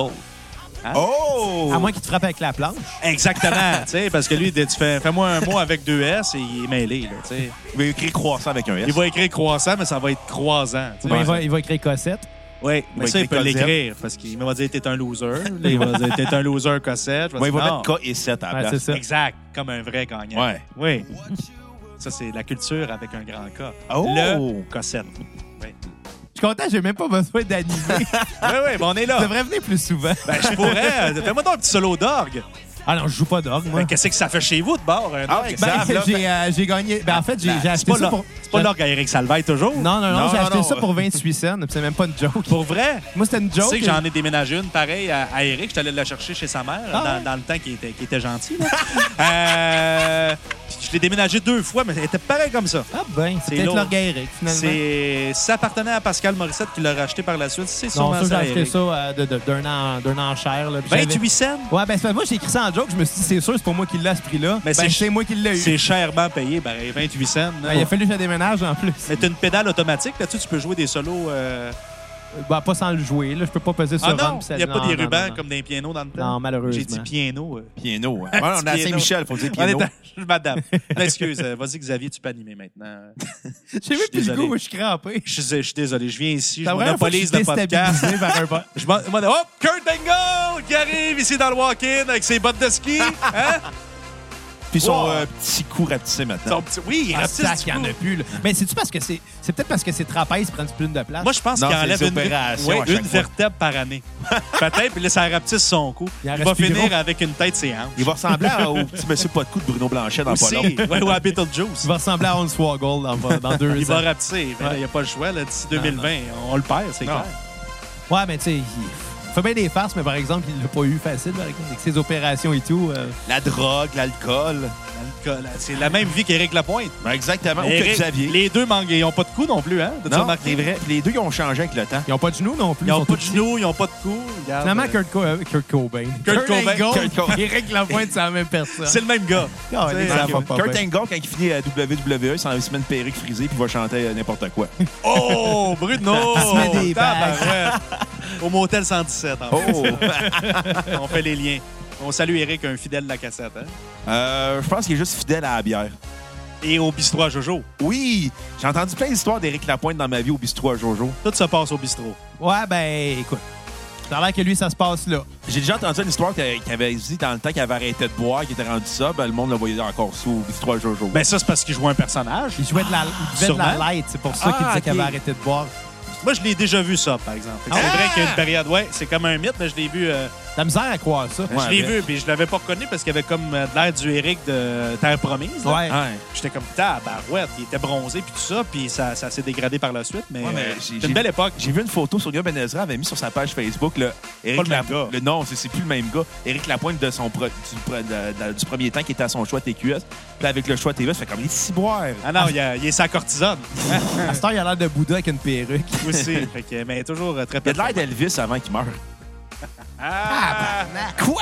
Speaker 3: Oh!
Speaker 1: là. À moins qu'il te frappe avec la planche.
Speaker 4: Exactement, tu sais, parce que lui, il dit, tu fais, fais-moi un mot avec deux S et il est mêlé, là, tu sais.
Speaker 3: Il va écrire croissant avec un S.
Speaker 4: Il va écrire croissant, mais ça va être croisant. tu sais.
Speaker 1: Ou bien Ben, il va, il va écrire Cossette.
Speaker 4: Oui, mais
Speaker 3: va
Speaker 4: ça, il
Speaker 3: écrire
Speaker 4: peut
Speaker 3: Cosette.
Speaker 4: l'écrire parce qu'il va dire t'es un loser. Là, il va dire t'es un loser, Cossette. Je vais
Speaker 3: Ouais, il
Speaker 4: dire,
Speaker 3: va
Speaker 4: non.
Speaker 3: mettre K et 7 à la
Speaker 1: Ouais,
Speaker 3: place.
Speaker 1: c'est ça.
Speaker 4: Exact, comme un vrai gagnant.
Speaker 3: Ouais.
Speaker 4: Oui. Ça, c'est la culture avec un grand K.
Speaker 3: Oh!
Speaker 4: Le Cossette. Oui,
Speaker 1: Je suis content, j'ai même pas besoin d'animer.
Speaker 4: oui, oui, ben, on est
Speaker 1: Ça
Speaker 4: là.
Speaker 1: devrait venir plus souvent.
Speaker 4: Ben, je pourrais. euh, Fais-moi donc un petit solo d'orgue.
Speaker 1: Ah non, je joue pas d'orgue, moi.
Speaker 4: Ben, Qu'est-ce que ça fait chez vous de bord? un
Speaker 3: Ah,
Speaker 4: orgue?
Speaker 3: exact.
Speaker 1: Ben,
Speaker 3: Zab, là,
Speaker 1: j'ai euh, j'ai gagné. Ben, en fait, j'ai j'ai
Speaker 4: C'est
Speaker 1: acheté
Speaker 4: pas
Speaker 1: ça
Speaker 4: l'or-
Speaker 1: pour.
Speaker 4: c'est pas l'orgue à Eric Salvaille, toujours?
Speaker 1: Non, non, non,
Speaker 3: Non,
Speaker 1: j'ai
Speaker 3: non,
Speaker 1: acheté
Speaker 3: non.
Speaker 1: ça pour 28 cents. puis C'est même pas une joke.
Speaker 4: Pour vrai?
Speaker 1: Moi, c'était une joke. hein.
Speaker 4: Tu sais que j'en ai déménagé une, pareil, à, à Eric. J'étais allé la chercher chez sa mère,
Speaker 1: Ah
Speaker 4: dans,
Speaker 1: ouais?
Speaker 4: dans le temps qu'il était, qu'il était gentil. là. Euh, puis je l'ai déménagé deux fois, mais elle était pareil comme ça.
Speaker 1: Ah ben, c'est
Speaker 4: C'est
Speaker 1: peut-être
Speaker 4: lourd.
Speaker 1: l'orgue à Eric, finalement.
Speaker 4: C'est, ça appartenait à Pascal Morissette qui l'a racheté par la suite. C'est
Speaker 1: Non,
Speaker 4: sûrement
Speaker 1: ça, j'ai
Speaker 4: ça, à
Speaker 1: acheté
Speaker 4: Eric.
Speaker 1: ça euh, de- de- d'un an, d'un an cher. Là, puis j'avais-
Speaker 4: 28 cents?
Speaker 1: Ouais, ben, c'est parce que moi, j'ai écrit ça en joke. Je me suis dit, c'est sûr, c'est pour moi qui l'a à ce prix-là.
Speaker 4: Mais
Speaker 1: Ben,
Speaker 4: c'est-
Speaker 1: c'est moi qui l'ai eu.
Speaker 4: C'est chèrement payé, pareil, 28 cents. là.
Speaker 1: Ben, il a fallu que je la déménage en plus.
Speaker 4: Mais t'as une pédale automatique, là-dessus, tu peux jouer des solos. euh,
Speaker 1: Ben, pas sans le jouer. Là. Je peux pas peser sur
Speaker 4: Ah
Speaker 1: le
Speaker 4: non, il n'y a pas des rubans comme des pianos dans le temps.
Speaker 1: Non, malheureusement.
Speaker 4: J'ai dit piano. euh.
Speaker 3: Piano. hein. Ouais, on est à
Speaker 4: Piano.
Speaker 3: Saint-Michel, faut dire
Speaker 4: On est
Speaker 3: piano.
Speaker 4: à- Je m'adapte. Excuse, euh, vas-y Xavier, tu peux animer maintenant.
Speaker 1: J'ai même plus le
Speaker 4: désolé.
Speaker 1: goût, moi, je suis crampé.
Speaker 4: Je suis, je suis désolé, je viens ici, je
Speaker 1: La première fois que je
Speaker 4: monopolise
Speaker 1: suis
Speaker 4: le podcast.
Speaker 1: déstabilisé par un bot.
Speaker 4: Je m'en- m'en- oh, Kurt Angle qui arrive ici dans le walk-in avec ses bottes de ski. Hein?
Speaker 3: Puis son
Speaker 4: Wow.
Speaker 3: euh, petit coup rapetissé maintenant.
Speaker 4: Son petit- oui, il
Speaker 1: Ah,
Speaker 4: ratisse
Speaker 1: sac,
Speaker 4: du
Speaker 1: il y en
Speaker 4: coup.
Speaker 1: a plus. Là. Mais c'est-tu parce que c'est. C'est peut-être parce que ces trapèzes prennent plus de place.
Speaker 4: Moi, je pense
Speaker 3: Non,
Speaker 4: qu'il
Speaker 3: c'est
Speaker 4: enlève
Speaker 3: des
Speaker 4: une,
Speaker 3: opérations
Speaker 4: ouais,
Speaker 3: à chaque
Speaker 4: une
Speaker 3: fois.
Speaker 4: vertèbre par année. Peut-être, puis là, ça rapetisse son cou.
Speaker 1: Il
Speaker 4: Il,
Speaker 1: en
Speaker 4: va
Speaker 1: reste plus
Speaker 4: finir
Speaker 1: gros.
Speaker 4: avec une tête séance.
Speaker 3: Il va ressembler à- au petit monsieur pas de coup de Bruno Blanchet dans
Speaker 4: Aussi,
Speaker 3: pas long.
Speaker 4: ouais, ou à Beetlejuice.
Speaker 1: tu vas ressembler à Hornswoggle dans, dans deux
Speaker 4: Il
Speaker 1: ans.
Speaker 4: va rapetisser. Mais là, Il n'y a pas le choix. là, D'ici 2020, on le perd, c'est
Speaker 3: Non.
Speaker 4: clair.
Speaker 1: Ouais, mais tu sais, il fait bien des farces, mais par exemple, il l'a pas eu facile par exemple, avec ses opérations et tout. euh.
Speaker 3: La drogue, l'alcool.
Speaker 4: L'alcool, C'est la même vie qu'Éric Lapointe.
Speaker 3: Ben, exactement. Ou que
Speaker 4: Éric,
Speaker 3: Xavier.
Speaker 4: Les deux mangues, ils n'ont pas de coups non plus, hein? T'as-tu
Speaker 3: Non,
Speaker 4: remarqué?
Speaker 3: c'est vrai. Puis Les deux, ils ont changé avec le temps.
Speaker 1: Ils ont pas de genoux non plus.
Speaker 4: Ils
Speaker 1: sont
Speaker 4: n'ont pas de
Speaker 1: tous-
Speaker 4: genoux, ils n'ont pas de coups. Regarde,
Speaker 1: Finalement,
Speaker 4: euh,
Speaker 1: Kurt, Co- euh, Kurt Cobain.
Speaker 4: Kurt Cobain.
Speaker 1: Angle,
Speaker 3: Kurt Cobain.
Speaker 1: Eric Lapointe, c'est la même personne.
Speaker 4: C'est le même gars.
Speaker 1: Ah, ouais,
Speaker 4: Tu sais,
Speaker 1: les enfants.
Speaker 4: euh,
Speaker 1: va pas
Speaker 3: Kurt
Speaker 1: bien.
Speaker 3: Angle, quand il finit euh, à WWE, E, il s'en va se mettre une perruque frisée puis il va chanter euh, n'importe quoi.
Speaker 4: Oh, Bruno!
Speaker 1: se met des
Speaker 4: Tabarouette. Au motel 117, en fait.
Speaker 3: Oh!
Speaker 4: On fait les liens. On salue Eric, un fidèle de la cassette. hein.
Speaker 3: Euh, je pense qu'il est juste fidèle à la bière.
Speaker 4: Et au bistrot à Jojo.
Speaker 3: Oui! J'ai entendu plein d'histoires d'Éric Lapointe dans ma vie au bistrot à Jojo.
Speaker 4: Tout se passe au bistrot.
Speaker 1: Ouais, ben, écoute. Ça a l'air que lui, ça se passe là.
Speaker 3: J'ai déjà entendu une histoire que- qu'il avait dit dans le temps qu'il avait arrêté de boire, qu'il était rendu ça, ben, le monde le voyait encore sous au bistrot à Jojo.
Speaker 4: Ben ça, c'est parce qu'il joue un personnage.
Speaker 1: Il jouait de la, il buvait de la
Speaker 4: Sûrement.
Speaker 1: light, c'est pour ça qu'il
Speaker 3: Ah,
Speaker 1: disait qu'il avait
Speaker 3: ok.
Speaker 1: arrêté de boire.
Speaker 4: Moi, je l'ai déjà vu ça, par exemple. Fait que C'est
Speaker 3: Ah!
Speaker 4: vrai qu'il y a une période, ouais, c'est comme un mythe, mais je l'ai vu, euh,
Speaker 1: La misère à croire ça.
Speaker 3: Ouais,
Speaker 4: je l'ai
Speaker 3: mais-
Speaker 4: vu, puis je l'avais pas reconnu parce qu'il avait comme euh, de l'air du Eric de Terre Promise. là.
Speaker 1: Ouais.
Speaker 3: Ouais.
Speaker 4: J'étais comme tabarouette, il était bronzé puis tout ça, puis ça, ça s'est dégradé par la suite, mais,
Speaker 3: Ouais, mais
Speaker 4: euh,
Speaker 3: j'ai-
Speaker 4: c'est
Speaker 3: j'ai-
Speaker 4: une belle époque.
Speaker 3: J'ai vu une photo, Sonia Benezra avait mis sur sa page Facebook le Éric
Speaker 4: Pas le même
Speaker 3: Lapo-
Speaker 4: gars.
Speaker 3: le- non, c'est- c'est plus le même gars. Éric Lapointe de son pro- du, pro- de- de- du premier temps qui était à son choix TQS. Puis avec le choix TQS, fait comme les ciboires.
Speaker 4: Ah non, il, y a- il est sa cortisone
Speaker 1: À cette heure, il a l'air de Bouddha avec une perruque.
Speaker 4: aussi, Fait que, mais toujours euh, très
Speaker 3: Il a de l'air d'Elvis avant qu'il meure.
Speaker 4: Ah!
Speaker 3: Quoi?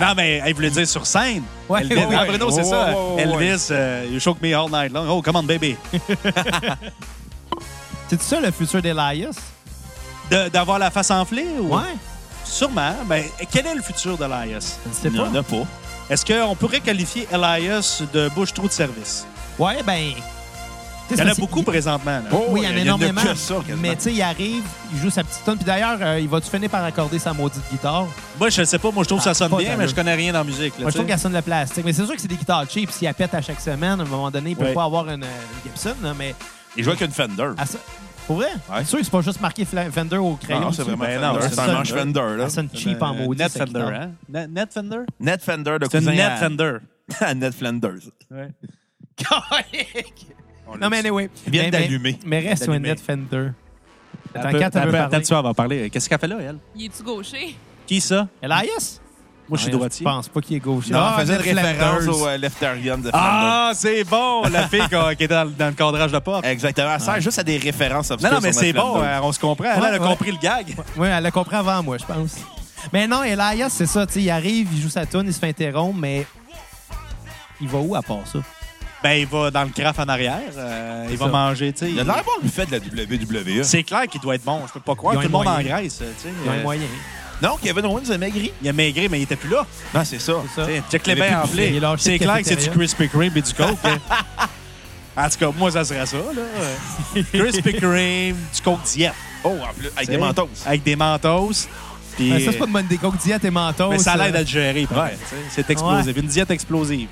Speaker 4: Non, mais elle voulait dire sur scène.
Speaker 1: Ouais,
Speaker 4: Elvis.
Speaker 1: ouais, ouais.
Speaker 4: Ah, Bruno, c'est
Speaker 3: Ouais,
Speaker 4: ça.
Speaker 3: ouais, ouais, ouais.
Speaker 4: Elvis, euh, you shook me all night long. Oh, come on, baby.
Speaker 1: C'est ça le futur d'Elias?
Speaker 4: De- D'avoir la face enflée? Ou...
Speaker 1: Ouais.
Speaker 4: Sûrement. Mais quel est le futur d'Elias?
Speaker 1: Je sais
Speaker 3: Il n'y
Speaker 1: pas.
Speaker 3: en a pas.
Speaker 4: Est-ce qu'on pourrait qualifier Elias de bouche-trou de service?
Speaker 1: Ouais, ben. Tu
Speaker 4: Il
Speaker 1: sais,
Speaker 4: y en a
Speaker 1: c'est-
Speaker 4: beaucoup présentement. là.
Speaker 3: Oh,
Speaker 1: Oui, il
Speaker 3: il
Speaker 1: y en a
Speaker 3: en
Speaker 1: énormément.
Speaker 3: que ça, quasiment.
Speaker 1: mais tu sais, il arrive, il joue sa petite tonne. Puis d'ailleurs, euh, il va-tu finir par accorder sa maudite guitare?
Speaker 4: Moi, je sais pas. Moi, je trouve que
Speaker 1: Ah,
Speaker 4: ça sonne
Speaker 1: pas
Speaker 4: bien, mais
Speaker 1: d'allure.
Speaker 4: je connais rien dans la musique. là,
Speaker 1: Moi, je trouve
Speaker 4: tu sais.
Speaker 1: qu'elle sonne le plastique. Mais c'est sûr que c'est des guitares cheap. S'il la pète à chaque semaine, à un moment donné, il peut
Speaker 4: Ouais.
Speaker 1: pas avoir une, euh, une Gibson. là, mais
Speaker 3: Il joue avec une Fender.
Speaker 4: Ah,
Speaker 1: à ça- Pour vrai?
Speaker 3: Ouais.
Speaker 1: C'est sûr que c'est pas juste marqué Fla- Fender au crayon.
Speaker 3: Non, c'est
Speaker 1: dessus.
Speaker 3: vraiment
Speaker 4: Ben
Speaker 3: Fender.
Speaker 4: non,
Speaker 3: C'est
Speaker 1: ça
Speaker 3: un
Speaker 1: sonne-
Speaker 3: manche Fender, là.
Speaker 1: Elle sonne cheap en
Speaker 4: Euh,
Speaker 1: maudit.
Speaker 4: Net
Speaker 1: cette
Speaker 4: Fender,
Speaker 1: guitare.
Speaker 4: hein? Ne- Net Fender?
Speaker 3: Net Fender de
Speaker 4: C'est une
Speaker 3: cousin
Speaker 4: Net
Speaker 3: à-
Speaker 4: Fender.
Speaker 3: à Net Flanders.
Speaker 4: Ouais.
Speaker 1: Non, mais anyway.
Speaker 3: Vient
Speaker 1: Mais-
Speaker 3: d'allumer.
Speaker 1: Mais mais reste sur une
Speaker 4: D'allumer.
Speaker 1: Net Fender. Attends,
Speaker 4: Attends,
Speaker 1: quand elle veut
Speaker 4: attends,
Speaker 1: parler.
Speaker 4: attends, elle va parler. Qu'est-ce qu'elle fait là, elle?
Speaker 5: Il est-tu gaucher?
Speaker 4: Qui ça?
Speaker 1: Elias?
Speaker 4: Moi, je suis droitier.
Speaker 1: Je pense pas qu'il est gaucher.
Speaker 3: Non,
Speaker 1: Ah,
Speaker 3: on faisait
Speaker 1: Net
Speaker 3: une référence
Speaker 1: Flanders.
Speaker 3: au euh, Leftarian de Fender.
Speaker 4: Ah, c'est bon! La fille qui qui est dans, dans le cadrage de porte.
Speaker 3: Exactement. Ça sert juste à des références obscures
Speaker 4: Non, non, mais
Speaker 3: sur Net
Speaker 4: c'est bon.
Speaker 3: Flanders.
Speaker 4: euh, On se comprend. Elle,
Speaker 1: Ouais,
Speaker 4: elle a
Speaker 1: ouais.
Speaker 4: compris le gag.
Speaker 1: Oui, elle le comprend avant moi, je pense. Mais non, Elias, c'est ça. tu sais, Il arrive, il joue sa tune, il se fait interrompre, mais il va où à part ça?
Speaker 4: Ben, il va dans le craft en arrière. euh, il va
Speaker 1: ça.
Speaker 4: manger, tu sais.
Speaker 3: Il a de l'air bon, le fait de la E. WWE.
Speaker 4: C'est clair qu'il doit être bon. Je peux pas croire.
Speaker 1: Ils
Speaker 4: Tout
Speaker 1: ont un
Speaker 4: le monde en
Speaker 1: moyen.
Speaker 4: Grèce, tu sais.
Speaker 1: Il y a un
Speaker 4: euh,
Speaker 1: moyen.
Speaker 3: Non, Kevin Owens a maigri.
Speaker 4: Il a maigri, mais il était plus là.
Speaker 3: Non, Ah, c'est ça.
Speaker 1: C'est ça.
Speaker 4: T'sais, Check les
Speaker 3: Il avait
Speaker 4: bains
Speaker 3: plus de
Speaker 1: poulet, il
Speaker 4: enflés.
Speaker 1: a lâché
Speaker 4: C'est
Speaker 1: le
Speaker 4: clair que c'est du
Speaker 1: cafétéria.
Speaker 4: Krispy Kreme et du Coke. hein. En tout cas, moi, ça serait ça. Là. ouais. Krispy Kreme, du Coke diète.
Speaker 3: Oh, en plus, avec des
Speaker 4: t'sais,
Speaker 3: mentos.
Speaker 4: Avec des mentos. Puis-
Speaker 1: Mais Ben, ça, c'est pas de bonne déco diète et mentos.
Speaker 4: mais ça l'aide à
Speaker 1: euh,
Speaker 4: le gérer. pareil, t'sais. C'est explosif. Une diète explosive.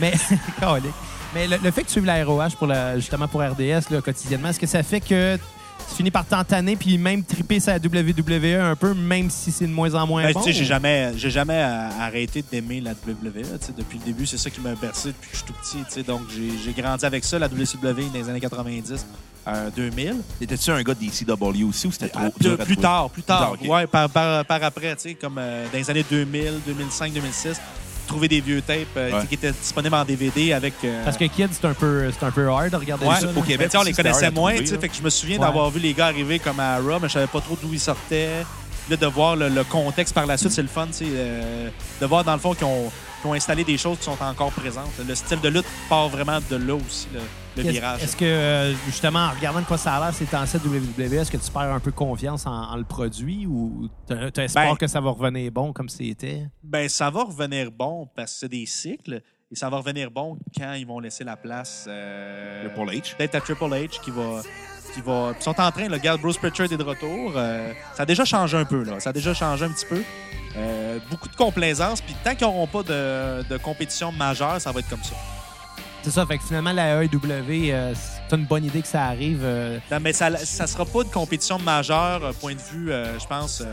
Speaker 1: Mais, Calique. mais le, le fait que tu suives la ROH pour la- justement pour RDS là, quotidiennement, est-ce que ça fait que tu finis par t'entaner puis même triper sa WWE un peu, même si c'est de moins en moins
Speaker 4: Ben,
Speaker 1: bon?
Speaker 4: tu sais, j'ai
Speaker 1: ou-
Speaker 4: jamais, j'ai jamais euh, arrêté d'aimer la WWE. tu sais, depuis le début, c'est ça qui m'a bercé depuis que je suis tout petit. tu sais. Donc, j'ai, j'ai grandi avec ça, la WCW, dans les années 90, euh, 2000.
Speaker 3: Étais-tu un gars d'ECW E aussi ou c'était trop
Speaker 4: Ah,
Speaker 3: dur
Speaker 4: de-
Speaker 3: à
Speaker 4: plus
Speaker 3: trouver?
Speaker 4: tard, plus tard.
Speaker 3: Plus tard, ok.
Speaker 4: Ouais, par, par, par après, tu sais, comme euh, dans les années 2000, 2005, 2006, trouver des vieux tapes euh, tu sais,
Speaker 3: Ouais.
Speaker 4: qui étaient disponibles en DVD avec. euh,
Speaker 1: Parce que Kid, c'est un peu, c'est un peu hard de regarder
Speaker 4: Ouais,
Speaker 1: ça.
Speaker 3: au
Speaker 1: là.
Speaker 3: Québec,
Speaker 4: mais tu sais, on
Speaker 3: aussi,
Speaker 4: les
Speaker 3: c'était
Speaker 4: connaissait
Speaker 3: hard à
Speaker 4: moins,
Speaker 3: trouver,
Speaker 4: tu sais,
Speaker 3: là.
Speaker 4: fait que je me souviens d'avoir vu les gars arriver comme à Raw, mais je savais pas trop d'où ils sortaient. Puis Là, de voir le, le contexte par la suite, c'est le fun, tu sais, euh, de voir dans le fond qu'ils ont, qu'ils ont installé des choses qui sont encore présentes. Le style de lutte part vraiment de là aussi, le, le
Speaker 1: Est-ce-
Speaker 4: virage.
Speaker 1: Est-ce que, euh, justement, en regardant de quoi ça a l'air ces temps-ci à WWE, est-ce que tu perds un peu confiance en, en le produit ou t'as t'as espoir
Speaker 4: Ben-
Speaker 1: que ça va revenir bon comme c'était?
Speaker 4: Ben, ça va revenir bon parce que c'est des cycles et ça va revenir bon quand ils vont laisser la place. euh,
Speaker 3: Triple H.
Speaker 4: Peut-être à Triple H qui va. Qui va ils sont en train, le gars, Bruce Pritchard est de retour. euh, ça a déjà changé un peu, là. Ça a déjà changé un petit peu. Euh, beaucoup de complaisance, puis tant qu'ils n'auront pas de, de compétition majeure, ça va être comme ça.
Speaker 1: C'est ça, fait que finalement, la AEW, euh, c'est une bonne idée que ça arrive. euh,
Speaker 4: Non, mais ça ne sera pas de compétition majeure, euh, point de vue, euh, je pense, euh,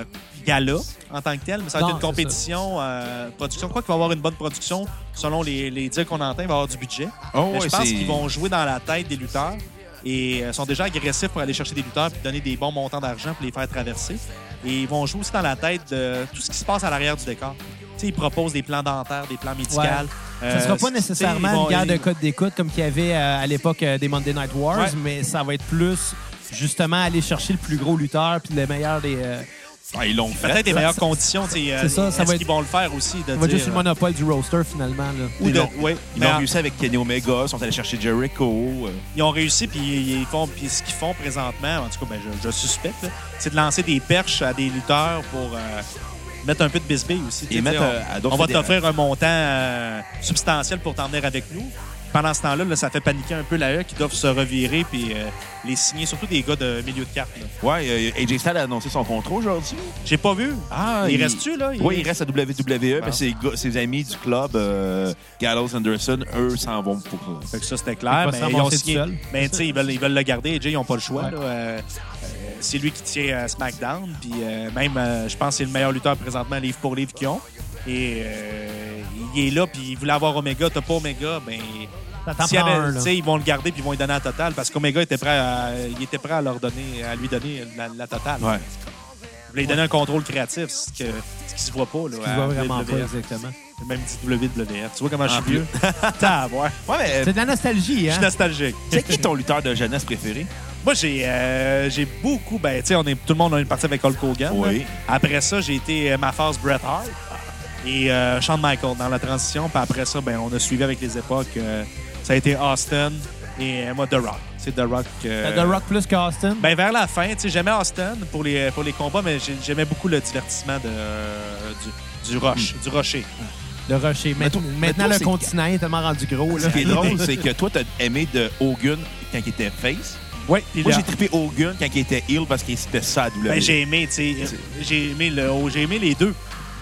Speaker 4: euh, gala en tant que tel, mais ça va
Speaker 1: Non,
Speaker 4: être une
Speaker 1: c'est
Speaker 4: compétition, euh, production. Quoi qu'il va y avoir une bonne production, selon les, les dires qu'on entend, il va y avoir du budget.
Speaker 3: Oh,
Speaker 4: Mais
Speaker 3: ouais,
Speaker 4: je pense
Speaker 3: c'est-
Speaker 4: qu'ils vont jouer dans la tête des lutteurs et euh, sont déjà agressifs pour aller chercher des lutteurs puis donner des bons montants d'argent pour les faire traverser. Et ils vont jouer aussi dans la tête de tout ce qui se passe à l'arrière du décor. Tu sais, ils proposent des plans dentaires, des plans médicaux. Euh,
Speaker 1: Ça ne sera pas nécessairement une guerre de code d'écoute comme qu'il y avait euh, à l'époque euh, des Monday Night Wars,
Speaker 4: Ouais.
Speaker 1: mais ça va être plus justement aller chercher le plus gros lutteur puis le meilleur des. euh,
Speaker 3: Ah, ils l'ont fait.
Speaker 4: Peut-être des
Speaker 1: Ça-
Speaker 4: meilleures
Speaker 1: ça-
Speaker 4: conditions. C'est
Speaker 1: C'est ça, ça va être-
Speaker 4: qu'ils vont le faire aussi. De
Speaker 1: on va
Speaker 4: dire, euh,
Speaker 1: juste sur le monopole du roster finalement. là.
Speaker 4: ou
Speaker 3: Ils
Speaker 4: de-
Speaker 3: l'ont-
Speaker 4: ouais,
Speaker 3: Ils
Speaker 4: mais
Speaker 3: l'ont
Speaker 4: en-
Speaker 3: réussi avec Kenny Omega, ils sont allés chercher Jericho. euh,
Speaker 4: ils ont réussi, puis ils ils font, puis ce qu'ils font présentement, en tout cas, ben, je, je suspecte, là, c'est de lancer des perches à des lutteurs pour euh, mettre un peu de bisbille aussi. tu
Speaker 3: Et
Speaker 4: sais,
Speaker 3: mettre,
Speaker 4: on-
Speaker 3: euh, à
Speaker 4: on,
Speaker 3: d'autres
Speaker 4: va
Speaker 3: fédérations.
Speaker 4: t'offrir un montant euh, substantiel pour t'emmener avec nous. Pendant ce temps-là, là, ça fait paniquer un peu la E qui doivent se revirer puis euh, les signer, surtout des gars de milieu de carte. là.
Speaker 3: Ouais, euh, AJ Styles a annoncé son contrat aujourd'hui.
Speaker 4: J'ai pas vu.
Speaker 3: Ah,
Speaker 4: il reste-tu, là?
Speaker 3: Oui, il Ah. reste à WWE,
Speaker 4: Bon.
Speaker 3: mais ses, gars- ses amis du club, euh, Gallows Anderson, eux s'en vont pour ça.
Speaker 4: Fait que ça, c'était
Speaker 1: Il
Speaker 4: clair.
Speaker 1: va
Speaker 4: Mais
Speaker 1: se
Speaker 4: ils ont
Speaker 1: ramasser
Speaker 4: signé.
Speaker 1: tout seul.
Speaker 4: Mais tu sais, ils veulent, ils veulent le garder. AJ, ils n'ont pas le choix.
Speaker 1: Ouais.
Speaker 4: là. Euh, euh, c'est lui qui tient euh, SmackDown. Puis euh, même, euh, je pense que c'est le meilleur lutteur présentement, livre pour livre, qu'ils ont. Et euh, il est là, puis il voulait avoir Omega. T'as pas Omega, ben.
Speaker 1: Ça t'en
Speaker 4: s'il y
Speaker 1: prend
Speaker 4: avait-
Speaker 1: un, là.
Speaker 4: tu sais, ils vont le garder puis ils vont lui donner la totale parce qu'Omega était prêt à, il était prêt à leur donner, à lui donner la, la totale.
Speaker 3: Ouais.
Speaker 4: Il voulait lui donner un contrôle créatif, ce, que, ce qui se voit pas. Là,
Speaker 1: Tu
Speaker 4: à
Speaker 1: vois vraiment pas
Speaker 4: WWF.
Speaker 1: exactement.
Speaker 4: Même dit WWF. Tu vois comment je
Speaker 3: En
Speaker 4: suis
Speaker 3: plus.
Speaker 4: vieux? T'as à voir.
Speaker 3: Ouais, mais euh,
Speaker 1: C'est de la nostalgie,
Speaker 4: Je
Speaker 1: hein?
Speaker 4: suis nostalgique.
Speaker 3: c'est qui ton lutteur de jeunesse préféré?
Speaker 4: Moi, j'ai euh, j'ai beaucoup. Ben, tu sais, on est- tout le monde a une partie avec Hulk Hogan.
Speaker 3: Oui.
Speaker 4: là. Après ça, j'ai été euh, ma phase Bret Hart et euh, Shawn Michaels dans la transition. Puis après ça, ben, on a suivi avec les époques. euh, ça a été Austin et euh, moi, The Rock. C'est The Rock. euh,
Speaker 1: Ben, The Rock plus qu'Austin.
Speaker 4: Ben, vers la fin, tu sais, j'aimais Austin pour les,
Speaker 3: Mm.
Speaker 4: pour les combats, mais j'ai- j'aimais beaucoup le divertissement de, euh, du, du rush, du rocher.
Speaker 1: de rusher.
Speaker 3: Mais toi-
Speaker 1: Maintenant,
Speaker 3: mais toi,
Speaker 1: le
Speaker 3: c'est-
Speaker 1: continent est tellement rendu gros.
Speaker 3: Ce
Speaker 1: Là.
Speaker 3: qui est drôle, c'est que toi, t'as aimé de Hogan quand il était face.
Speaker 4: Ouais, puis
Speaker 3: Moi,
Speaker 4: là-
Speaker 3: j'ai trippé Hogan quand il était heel parce qu'il c'était ça à E. WWE.
Speaker 4: Ben, j'ai aimé, tu sais, j'ai aimé, le haut, j'ai aimé les deux.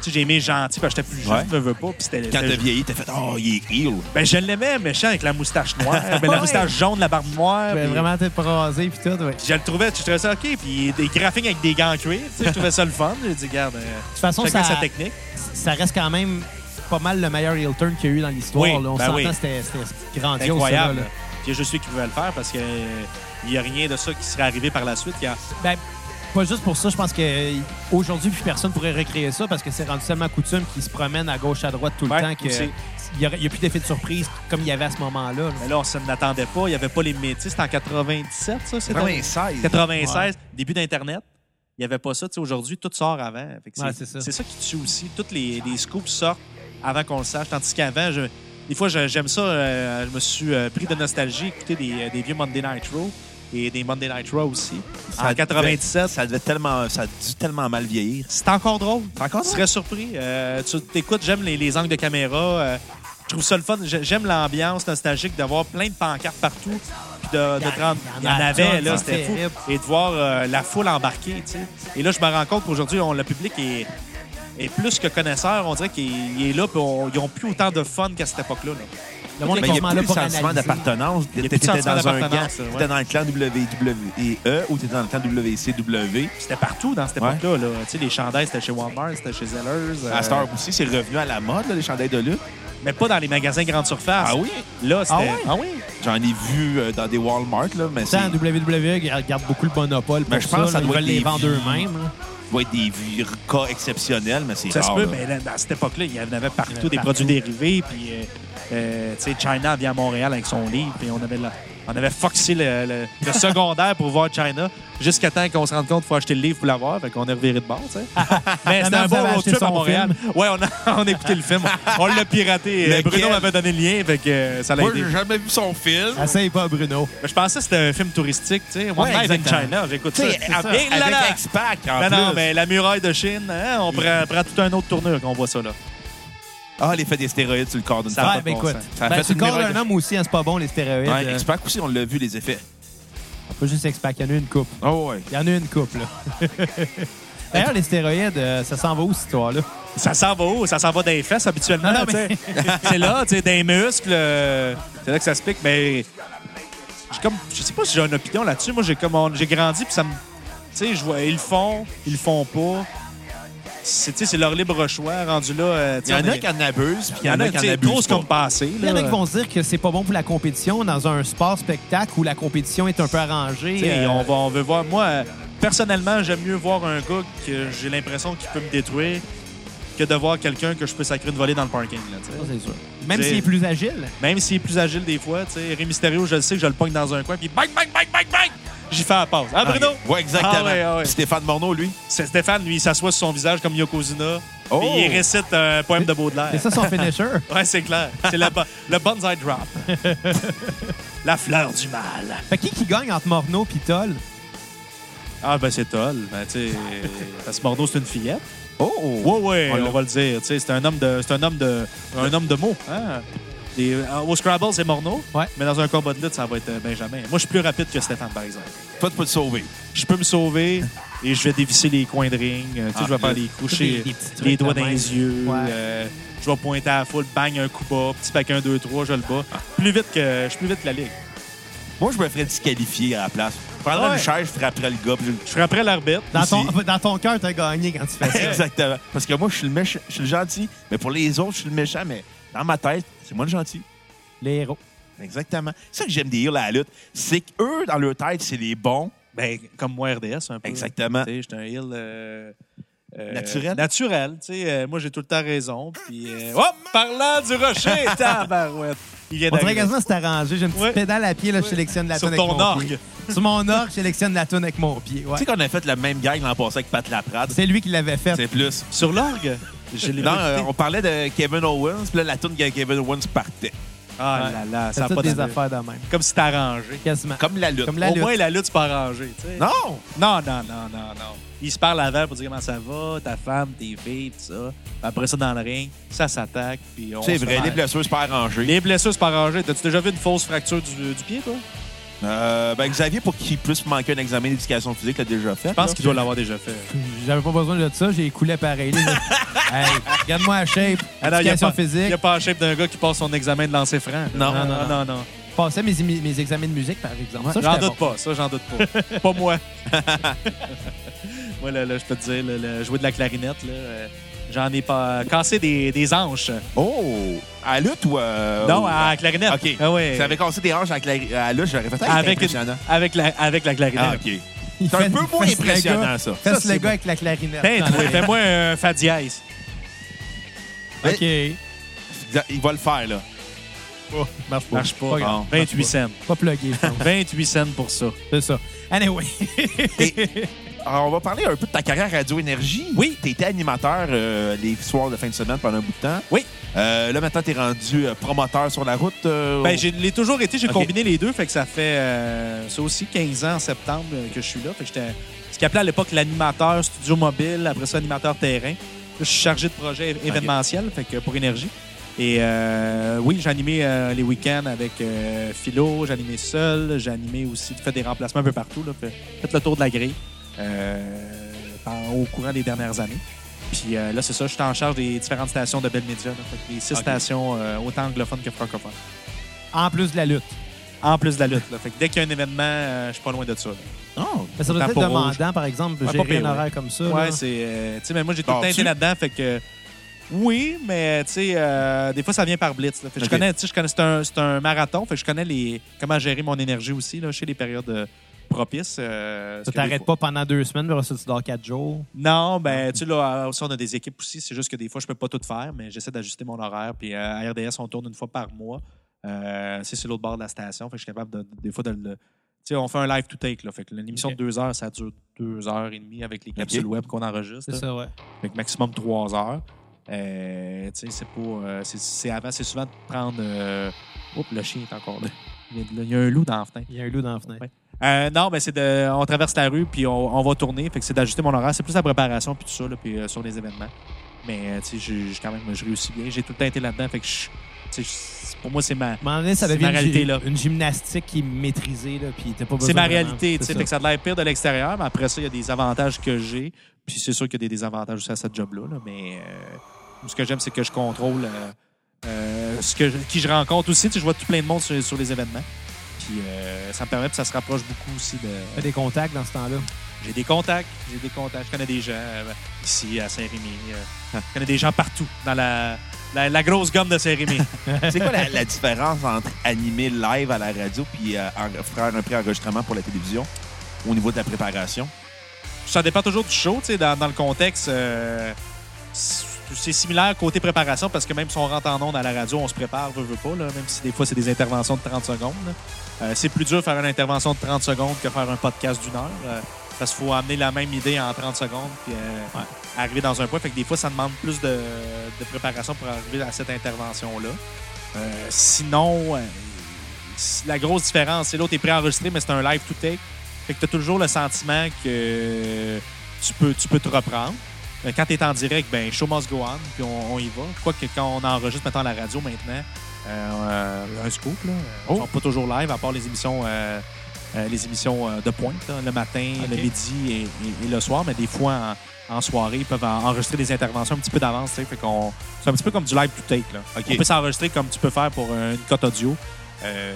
Speaker 4: Tu sais, j'ai aimé gentil parce que j'étais plus jeune,
Speaker 3: Ouais.
Speaker 4: je veux, veux pas. Puis c'était
Speaker 3: Quand t'as
Speaker 4: c'était-
Speaker 3: vieilli, t'as fait « Oh, il est heel!
Speaker 4: Ben, je l'aimais méchant avec la moustache noire, ben,
Speaker 1: Ouais.
Speaker 4: la moustache jaune, la barbe noire.
Speaker 1: Ben,
Speaker 4: puis-
Speaker 1: vraiment t'es rasé puis tout. ouais.
Speaker 4: puis je le trouvais, je trouvais ça OK. Puis des graphiques avec des gants en cuir, tu sais, je trouvais ça le fun. J'ai dit, regarde, euh,
Speaker 1: toute façon,
Speaker 4: chacun
Speaker 1: ça-
Speaker 4: sa technique.
Speaker 1: Ça reste quand même pas mal le meilleur heel turn qu'il y a eu dans l'histoire.
Speaker 4: Oui,
Speaker 1: là. On
Speaker 4: ben
Speaker 1: s'entend,
Speaker 4: oui.
Speaker 1: c'était c'était grandiose.
Speaker 4: incroyable.
Speaker 1: ça, là.
Speaker 4: Puis je suis qui pouvait le faire parce que euh, il n'y a rien de ça qui serait arrivé par la suite. Il y a-
Speaker 1: Ben, pas juste pour ça, je pense qu'aujourd'hui, plus personne pourrait recréer ça parce que c'est rendu tellement coutume qu'ils se promènent à gauche, à droite tout le
Speaker 4: Ouais,
Speaker 1: temps que
Speaker 4: aussi.
Speaker 1: il n'y a, il y a plus d'effet de surprise comme il y avait à ce moment-là. là.
Speaker 4: Mais là, on ne l'attendait pas. Il n'y avait pas les métis. C'était en 97, ça? » c'était-
Speaker 3: 96.
Speaker 4: 96, début d'Internet. Il n'y avait pas ça. Tu sais, Aujourd'hui, tout sort avant. Fait que
Speaker 1: Ouais, c'est ça.
Speaker 4: C'est ça qui tue aussi. Toutes les, les scoops sortent avant qu'on le sache. Tandis qu'avant, je- des fois, je- j'aime ça. euh, je me suis euh, pris de nostalgie, écouter des, euh, des vieux Monday Night Raw et des Monday Night Raw aussi.
Speaker 3: Ça
Speaker 4: en 97,
Speaker 3: devait- ça devait tellement, ça a dû tellement mal vieillir.
Speaker 4: c'est encore drôle.
Speaker 3: C'est encore
Speaker 4: Tu serais surpris. Euh, tu t'écoutes, j'aime les, les angles de caméra. euh, je trouve ça le fun. J'ai- J'aime l'ambiance nostalgique d'avoir plein de pancartes partout. Puis de, de te rendre-
Speaker 1: Il
Speaker 4: Il
Speaker 1: y
Speaker 4: y
Speaker 1: en
Speaker 4: en
Speaker 1: a
Speaker 4: avait,
Speaker 1: tout,
Speaker 4: là,
Speaker 1: c'est
Speaker 4: c'était fou.
Speaker 1: terrible.
Speaker 4: Et de voir euh, la foule embarquer, tu sais. Et là, je me rends compte qu'aujourd'hui, on- le public est, est plus que connaisseur. On dirait qu'il il est là, puis on- ils n'ont plus autant de fun qu'à cette époque-là. là.
Speaker 1: Le monde
Speaker 3: Mais
Speaker 1: est
Speaker 3: il n'y
Speaker 1: quasiment
Speaker 3: a plus
Speaker 1: là
Speaker 3: le
Speaker 1: pour
Speaker 3: sentiment
Speaker 1: analyser.
Speaker 3: d'appartenance.
Speaker 4: a plus de
Speaker 3: T'étais
Speaker 4: sentiment
Speaker 3: dans un camp,
Speaker 4: d'appartenance, ouais.
Speaker 3: t'étais dans le clan WWE ou t'étais dans le clan WCW.
Speaker 4: C'était partout dans cette
Speaker 3: Ouais.
Speaker 4: époque-là. là. Tu sais, les chandails, c'était chez Walmart, c'était chez Zellers. euh,
Speaker 3: À cette heure aussi, c'est revenu à la mode, là, les chandails de lutte.
Speaker 4: mais pas dans les magasins grande surface.
Speaker 3: Ah oui?
Speaker 4: Là, c'était...
Speaker 1: Ah ouais?
Speaker 3: J'en ai vu euh, dans des Walmart, là, mais
Speaker 1: Ça,
Speaker 3: ça
Speaker 1: en WWE, ils gardent E beaucoup le monopole. Pour
Speaker 3: Ben, je pense que ça
Speaker 1: là. Ils
Speaker 3: doit
Speaker 1: veulent
Speaker 3: être
Speaker 1: les
Speaker 3: des
Speaker 1: vendre
Speaker 3: vieux.
Speaker 1: eux-mêmes. hein. là.
Speaker 3: doit être des vieux cas exceptionnels, mais c'est
Speaker 4: Ça se
Speaker 3: rare.
Speaker 4: peut,
Speaker 3: là.
Speaker 4: mais là, dans cette époque-là, il y en avait
Speaker 1: Il y en
Speaker 4: partout
Speaker 1: avait
Speaker 4: des
Speaker 1: partout.
Speaker 4: produits dérivés. Puis, euh, euh, tu sais, China vient à Montréal avec son livre. Puis, on avait, la- on avait foxé le, le- le secondaire pour voir China jusqu'à temps qu'on se rende compte qu'il faut acheter le livre pour l'avoir. Fait qu'on est reviré de bord, tu sais. Mais c'était
Speaker 1: mais
Speaker 4: un
Speaker 1: vous
Speaker 4: beau
Speaker 1: avez
Speaker 4: road
Speaker 1: acheté
Speaker 4: trip à
Speaker 1: son
Speaker 4: Montréal. Ouais, on a, on a écouté le film. On l'a piraté. Euh,
Speaker 3: Lequel?
Speaker 4: Bruno m'avait donné le lien. Fait que euh, ça l'a
Speaker 3: Moi,
Speaker 4: aidé.
Speaker 3: j'ai jamais vu son film.
Speaker 1: Essaye pas, Bruno.
Speaker 4: Mais Je pensais que c'était un film touristique, tu sais. One
Speaker 3: Ouais,
Speaker 4: Night in
Speaker 3: exactement.
Speaker 4: China. J'écoute
Speaker 3: Tu
Speaker 4: ça. Ah,
Speaker 3: sais,
Speaker 4: C'est ça.
Speaker 3: avec,
Speaker 4: Et là, là.
Speaker 3: avec X-Pac, en
Speaker 4: Non,
Speaker 3: plus.
Speaker 4: non, mais la muraille de Chine, hein, on prend, prend tout un autre tournure quand on voit ça, là.
Speaker 3: Ah, l'effet des stéroïdes sur le corps d'une
Speaker 4: Ça
Speaker 3: femme.
Speaker 4: va,
Speaker 1: ben,
Speaker 4: bon
Speaker 1: écoute.
Speaker 4: sens.
Speaker 3: Ça a
Speaker 1: ben,
Speaker 3: fait
Speaker 1: c'est
Speaker 3: une
Speaker 1: le corps
Speaker 3: erreur
Speaker 1: d'un
Speaker 3: de-
Speaker 1: homme aussi, hein, c'est pas bon, les stéroïdes.
Speaker 3: Ouais,
Speaker 1: euh,
Speaker 3: X-Pac aussi, on l'a vu, les effets.
Speaker 1: pas juste X-Pac, il y en a une coupe.
Speaker 3: Oh, ouais.
Speaker 1: Il y en a une couple. là. D'ailleurs, les stéroïdes, euh, ça s'en va où, cette histoire-là?
Speaker 4: Ça s'en va où? Ça s'en va dans les fesses habituellement.
Speaker 1: Non, non, mais-
Speaker 4: tu sais. c'est là, tu sais, dans les muscles. euh, c'est là que ça se pique. Mais j'ai comme, je sais pas si j'ai une opinion là-dessus. Moi, j'ai comme, on- j'ai grandi, puis ça me. Tu sais, je vois, ils le font, ils le font pas. C'est tu sais, c'est leur libre choix rendu là. euh, tu
Speaker 3: Il y
Speaker 4: sais,
Speaker 3: en
Speaker 4: on
Speaker 3: a
Speaker 4: est-
Speaker 3: qui en abusent, puis
Speaker 4: il y en a
Speaker 3: qui
Speaker 4: tu
Speaker 3: en
Speaker 4: sais,
Speaker 3: abusent.
Speaker 4: grosses
Speaker 3: pas.
Speaker 4: comme passé.
Speaker 1: Il y en a qui vont se dire que c'est pas bon pour la compétition dans un sport spectacle où la compétition est un peu arrangée.
Speaker 4: T'sais,
Speaker 1: euh,
Speaker 4: on, va, on veut voir. Moi, euh, personnellement, j'aime mieux voir un gars que j'ai l'impression qu'il peut me détruire que de voir quelqu'un que je peux sacrer une volée dans le parking. Là, tu sais.
Speaker 1: ça, c'est sûr. Même
Speaker 4: T'sais-
Speaker 1: s'il est plus agile.
Speaker 4: Même s'il est plus agile des fois, tu sais, Ré Mysterio, je le sais que je le pogne dans un coin, puis bang, bang, bang, bang, bang! J'y fais la passe. Ah, Bruno?
Speaker 3: Ouais, exactement.
Speaker 4: Ah ouais, ah ouais.
Speaker 3: Stéphane Morneau, lui.
Speaker 4: C'est Stéphane, lui, il s'assoit sur son visage comme Yokozuna,
Speaker 3: Oh!
Speaker 4: puis il récite un poème de Baudelaire.
Speaker 1: C'est ça son finisher.
Speaker 4: Ouais, c'est clair. C'est le, ba- le bonsai drop. la fleur du mal.
Speaker 1: fait qui qui gagne entre Morneau et Toll?
Speaker 4: Ah, ben c'est Toll. Ben, tu sais, parce que Morneau, c'est une fillette.
Speaker 3: Oh!
Speaker 4: Ouais, ouais,
Speaker 3: On
Speaker 4: on,
Speaker 3: l'a.
Speaker 4: va le dire. Tu sais, c'est un homme de, c'est un homme de, un homme de mots. hein. Des- euh, au Scrabble, c'est Morneau.
Speaker 1: Ouais.
Speaker 4: Mais dans un combat de lutte, ça va être euh, Benjamin. Moi, je suis plus rapide que Stéphane, par exemple.
Speaker 3: Toi, tu peux te sauver.
Speaker 4: Je peux me sauver et je vais dévisser les coins de ring. Euh, Tu sais,
Speaker 3: Ah,
Speaker 4: je vais faire
Speaker 3: le-
Speaker 4: les couches,
Speaker 1: des-
Speaker 4: et-
Speaker 1: des petits trucs
Speaker 4: les doigts
Speaker 1: de
Speaker 4: dans
Speaker 1: même.
Speaker 4: les yeux.
Speaker 1: Ouais.
Speaker 4: euh, je vais pointer à la foule, bang, un coup bas, petit paquet 1, 2, 3, je le bats.
Speaker 1: Ah.
Speaker 4: Plus vite que, je suis plus vite que la ligue.
Speaker 3: Moi, je me ferais disqualifier à la place. Je prendrais
Speaker 4: Ouais.
Speaker 3: une chaise, je frapperais le gars. puis
Speaker 4: Je frapperais l'arbitre.
Speaker 1: Dans
Speaker 3: Aussi.
Speaker 1: ton, dans ton cœur, t'as gagné quand tu fais
Speaker 3: je-
Speaker 1: ça.
Speaker 3: Exactement. Parce que moi, je suis le méchant, je suis le gentil. Mais pour les autres, je suis le méchant. Mais dans ma tête, c'est moi le gentil.
Speaker 1: Les héros.
Speaker 3: Exactement. C'est ça que j'aime des heels à la lutte. C'est qu'eux, dans leur tête, c'est les bons.
Speaker 4: Ben, comme moi, RDS, un peu.
Speaker 3: Exactement.
Speaker 4: Tu sais, j'étais un heel. euh,
Speaker 3: Naturel.
Speaker 4: Naturel. Tu sais, euh, moi, j'ai tout le temps raison. Puis, euh, hop, parlant du rocher, tabarouette. Il vient
Speaker 1: On dirait
Speaker 4: d'arriver.
Speaker 1: quasiment que c'est arrangé. J'ai une petite
Speaker 4: Ouais.
Speaker 1: pédale à pied, là, je sélectionne la
Speaker 4: Sur
Speaker 1: toune avec
Speaker 4: ton
Speaker 1: mon
Speaker 4: orgue.
Speaker 1: pied. Sur mon orgue, je sélectionne la toune avec mon pied. ouais.
Speaker 3: Tu sais qu'on a fait le même gag l'an passé avec Pat Laprade.
Speaker 1: C'est lui qui l'avait fait.
Speaker 3: C'est plus.
Speaker 4: Sur l'orgue, je l'ai
Speaker 3: Non,
Speaker 4: pas
Speaker 3: euh,
Speaker 4: écouté.
Speaker 3: on parlait de Kevin Owens, puis là, la tourne que Kevin Owens partait.
Speaker 1: Ouais.
Speaker 4: Ah là là, ça
Speaker 1: C'est
Speaker 4: n'a pas
Speaker 1: toutes des
Speaker 4: d'allure.
Speaker 1: affaires de même.
Speaker 4: Comme si t'as arrangé.
Speaker 1: Quasiment.
Speaker 3: Comme la lutte.
Speaker 1: Comme la
Speaker 4: Au
Speaker 1: lutte.
Speaker 4: moins, la lutte, c'est pas arrangé. tu sais.
Speaker 3: Non!
Speaker 4: Non, non, non, non, non. Ils se parlent avant pour dire comment ça va, ta femme, tes filles, tout ça. Puis après ça, dans le ring, ça s'attaque. puis on
Speaker 3: C'est
Speaker 4: se
Speaker 3: vrai,
Speaker 4: parle.
Speaker 3: les blessures, c'est pas arrangé.
Speaker 4: Les blessures, c'est pas arrangé. T'as-tu déjà vu une fausse fracture du, du pied, toi?
Speaker 3: Euh, ben, Xavier, pour qu'il puisse manquer un examen d'éducation physique, l'a déjà fait.
Speaker 4: Je pense
Speaker 3: là.
Speaker 4: qu'il doit l'avoir déjà fait.
Speaker 1: J'avais pas besoin de ça, j'ai écoulé pareil. là. hey, regarde-moi la shape,
Speaker 4: il a
Speaker 1: éducation
Speaker 4: pas,
Speaker 1: physique.
Speaker 4: Ah y a pas la shape d'un gars qui passe son examen de lancer franc.
Speaker 3: Non.
Speaker 4: non,
Speaker 1: Non,
Speaker 4: non.
Speaker 1: non,
Speaker 4: non,
Speaker 1: Je passais mes, mes examens de musique, par exemple. Ça,
Speaker 4: J'en
Speaker 1: j'étais
Speaker 4: doute
Speaker 1: bon.
Speaker 4: pas, ça, j'en doute pas. pas moi. moi, là, là, je peux te dire, là, là, jouer de la clarinette, là, euh, j'en ai pas cassé des, des hanches.
Speaker 3: Oh! À la lutte ou.
Speaker 1: Ah
Speaker 3: euh,
Speaker 4: non,
Speaker 3: ou-
Speaker 4: à la clarinette.
Speaker 3: OK.
Speaker 4: Ah ouais.
Speaker 3: Si avait cassé des hanches à la, à la lutte, j'aurais fait ça.
Speaker 4: avec, une-
Speaker 3: Ah, impressionnant.
Speaker 4: avec, la, avec la clarinette.
Speaker 3: Ah, OK.
Speaker 1: Il
Speaker 3: C'est un
Speaker 1: fait-
Speaker 3: peu moins
Speaker 1: il fesse le
Speaker 3: impressionnant,
Speaker 1: gars-
Speaker 3: ça.
Speaker 1: Fesse
Speaker 3: Ça,
Speaker 1: le
Speaker 3: c'est
Speaker 1: gars avec la clarinette.
Speaker 4: Ben,
Speaker 1: Non, non,
Speaker 4: toi, fais-moi un fa dièse.
Speaker 1: OK.
Speaker 3: Il va le faire, là.
Speaker 1: Marche pas.
Speaker 4: Marche pas.
Speaker 1: Pas, grave.
Speaker 3: Bon.
Speaker 4: 28 cents.
Speaker 1: Pas plugué, je pense.
Speaker 4: 28 cents pour ça.
Speaker 1: C'est ça. Anyway.
Speaker 3: Et- Alors, on va parler un peu de ta carrière radio-énergie.
Speaker 4: Oui.
Speaker 3: Tu étais animateur euh, les soirs de fin de semaine pendant un bout de temps.
Speaker 4: Oui.
Speaker 3: Euh, là, maintenant, tu es rendu euh, promoteur sur la route. euh,
Speaker 4: Ben,
Speaker 3: au-
Speaker 4: je l'ai toujours été. J'ai
Speaker 3: Ok.
Speaker 4: combiné les deux. Fait que ça fait euh, ça aussi 15 ans en septembre euh, que je suis là. Fait que j'étais ce qu'il appelait à l'époque l'animateur studio mobile, après ça animateur terrain. Là, je suis chargé de projet é- événementiel fait que pour Énergie. Et euh, oui, j'ai animé euh, les week-ends avec euh, Philo, j'ai animé seul, j'ai animé aussi, fait des remplacements un peu partout, là, fait, fait le tour de la grille euh, en- au courant des dernières années. Puis euh, là, c'est ça, je suis en charge des différentes stations de Bell Media, là, fait que les six
Speaker 3: Ok.
Speaker 4: stations euh, autant anglophones que francophones.
Speaker 1: en plus de la lutte.
Speaker 4: En plus de la lutte. Là. Fait que dès qu'il y a un événement, euh, je suis pas loin de ça. là.
Speaker 3: Oh.
Speaker 1: Ah, Mais ça doit
Speaker 4: Autant
Speaker 1: être
Speaker 4: pour
Speaker 1: demandant,
Speaker 4: rouge.
Speaker 1: par exemple, de
Speaker 4: Ouais, pas
Speaker 1: gérer
Speaker 4: pire,
Speaker 1: un
Speaker 4: ouais.
Speaker 1: horaire comme ça.
Speaker 4: Ouais,
Speaker 1: là.
Speaker 4: c'est. euh, tu sais, mais moi, j'ai tout le temps
Speaker 3: Tordu.
Speaker 4: été là-dedans. Fait que. Oui, mais tu sais, euh, des fois, ça vient par blitz. là. Fait que
Speaker 3: Ok.
Speaker 4: je connais, tu sais, je connais, c'est un, c'est un marathon. Fait que je connais les, comment gérer mon énergie aussi, là, chez les périodes euh, propices.
Speaker 1: Ça
Speaker 4: euh, parce que des
Speaker 1: t'arrête
Speaker 4: fois-
Speaker 1: pas pendant deux semaines, mais ça, tu dors quatre jours.
Speaker 4: Non, ben, tu sais, là, aussi, on a des équipes aussi. C'est juste que des fois, je peux pas tout faire, mais j'essaie d'ajuster mon horaire. Puis euh, à RDS, on tourne une fois par mois. Euh, c'est sur l'autre bord de la station. Fait que je suis capable, de, des fois, de le. Tu sais, on fait un live to take, là. Fait que l'émission
Speaker 1: Ok.
Speaker 4: de deux heures, ça dure deux heures et demie avec les capsules web qu'on enregistre.
Speaker 1: C'est ça, ouais.
Speaker 4: Fait que maximum trois heures. Euh, tu sais, c'est pas. euh, c'est- c'est avant, c'est souvent de prendre. euh, Oups, le chien est encore là. Il y a, de- il y a un loup dans la fenêtre.
Speaker 1: Il y a un loup dans la fenêtre.
Speaker 4: Ouais. Euh, non, mais c'est de. On traverse la rue, puis on, on va tourner. Fait que c'est d'ajuster mon horaire. C'est plus la préparation, puis tout ça, là, puis euh, sur les événements. Mais, euh, tu sais, j'ai- j'ai quand même, je réussis bien. J'ai tout le temps été là-dedans. Fait que, je- tu sais, je- pour moi, c'est
Speaker 1: À
Speaker 4: ma.
Speaker 1: un moment donné, ça
Speaker 4: C'est
Speaker 1: devient
Speaker 4: ma
Speaker 1: une
Speaker 4: réalité,
Speaker 1: gy-
Speaker 4: là.
Speaker 1: une gymnastique qui est maîtrisée, là, puis t'as pas besoin
Speaker 4: C'est ma
Speaker 1: vraiment-
Speaker 4: réalité, tu sais.
Speaker 1: C'est
Speaker 4: Fait que
Speaker 1: ça.
Speaker 4: ça a l'air pire de l'extérieur, mais après ça, il y a des avantages que j'ai. Puis c'est sûr qu'il y a des désavantages aussi à ce job-là, là, mais euh, ce que j'aime, c'est que je contrôle euh, euh, ce que je- qui je rencontre aussi. Tu sais, je vois tout plein de monde sur, sur les événements. Puis euh, ça me permet, puis ça se rapproche beaucoup aussi
Speaker 1: T'as
Speaker 4: de.
Speaker 1: des contacts dans ce temps-là.
Speaker 4: J'ai des contacts, j'ai des contacts. Je connais des gens euh, ici à Saint-Rémy. euh, je connais des gens partout dans la, la, la grosse gomme de Saint-Rémy.
Speaker 3: C'est quoi la, la différence entre animer live à la radio puis euh, en- faire un pré-enregistrement pour la télévision au niveau de la préparation?
Speaker 4: Ça dépend toujours du show, tu sais, dans, dans le contexte. euh, c'est c'est similaire côté préparation parce que même si on rentre en onde à la radio, on se prépare, veut, veut pas, là, même si des fois c'est des interventions de 30 secondes. là. Euh, c'est plus dur de faire une intervention de 30 secondes que faire un podcast d'une heure. euh, parce qu'il faut amener la même idée en 30 secondes puis euh, arriver dans un point. Fait que des fois, ça demande plus de, de préparation pour arriver à cette intervention-là. Euh, sinon, euh, la grosse différence, c'est l'autre est préenregistré, mais c'est un live to take. Fait que t'as toujours le sentiment que tu peux, tu peux te reprendre. Euh, Quand t'es en direct, ben show must go on, puis on, on y va. Quoique quand on enregistre maintenant la radio maintenant, euh, euh, un scoop, là.
Speaker 3: Oh.
Speaker 4: Ils sont pas toujours live, à part les émissions euh, euh, les émissions euh, de pointe, là, le matin, le midi et, et- et le soir, mais des fois en, en soirée, ils peuvent en- enregistrer des interventions un petit peu d'avance. tu sais. Fait qu'on- C'est un petit peu comme du live to take. Là.
Speaker 3: OK.
Speaker 4: On peut s'enregistrer comme tu peux faire pour euh, une cote audio. euh,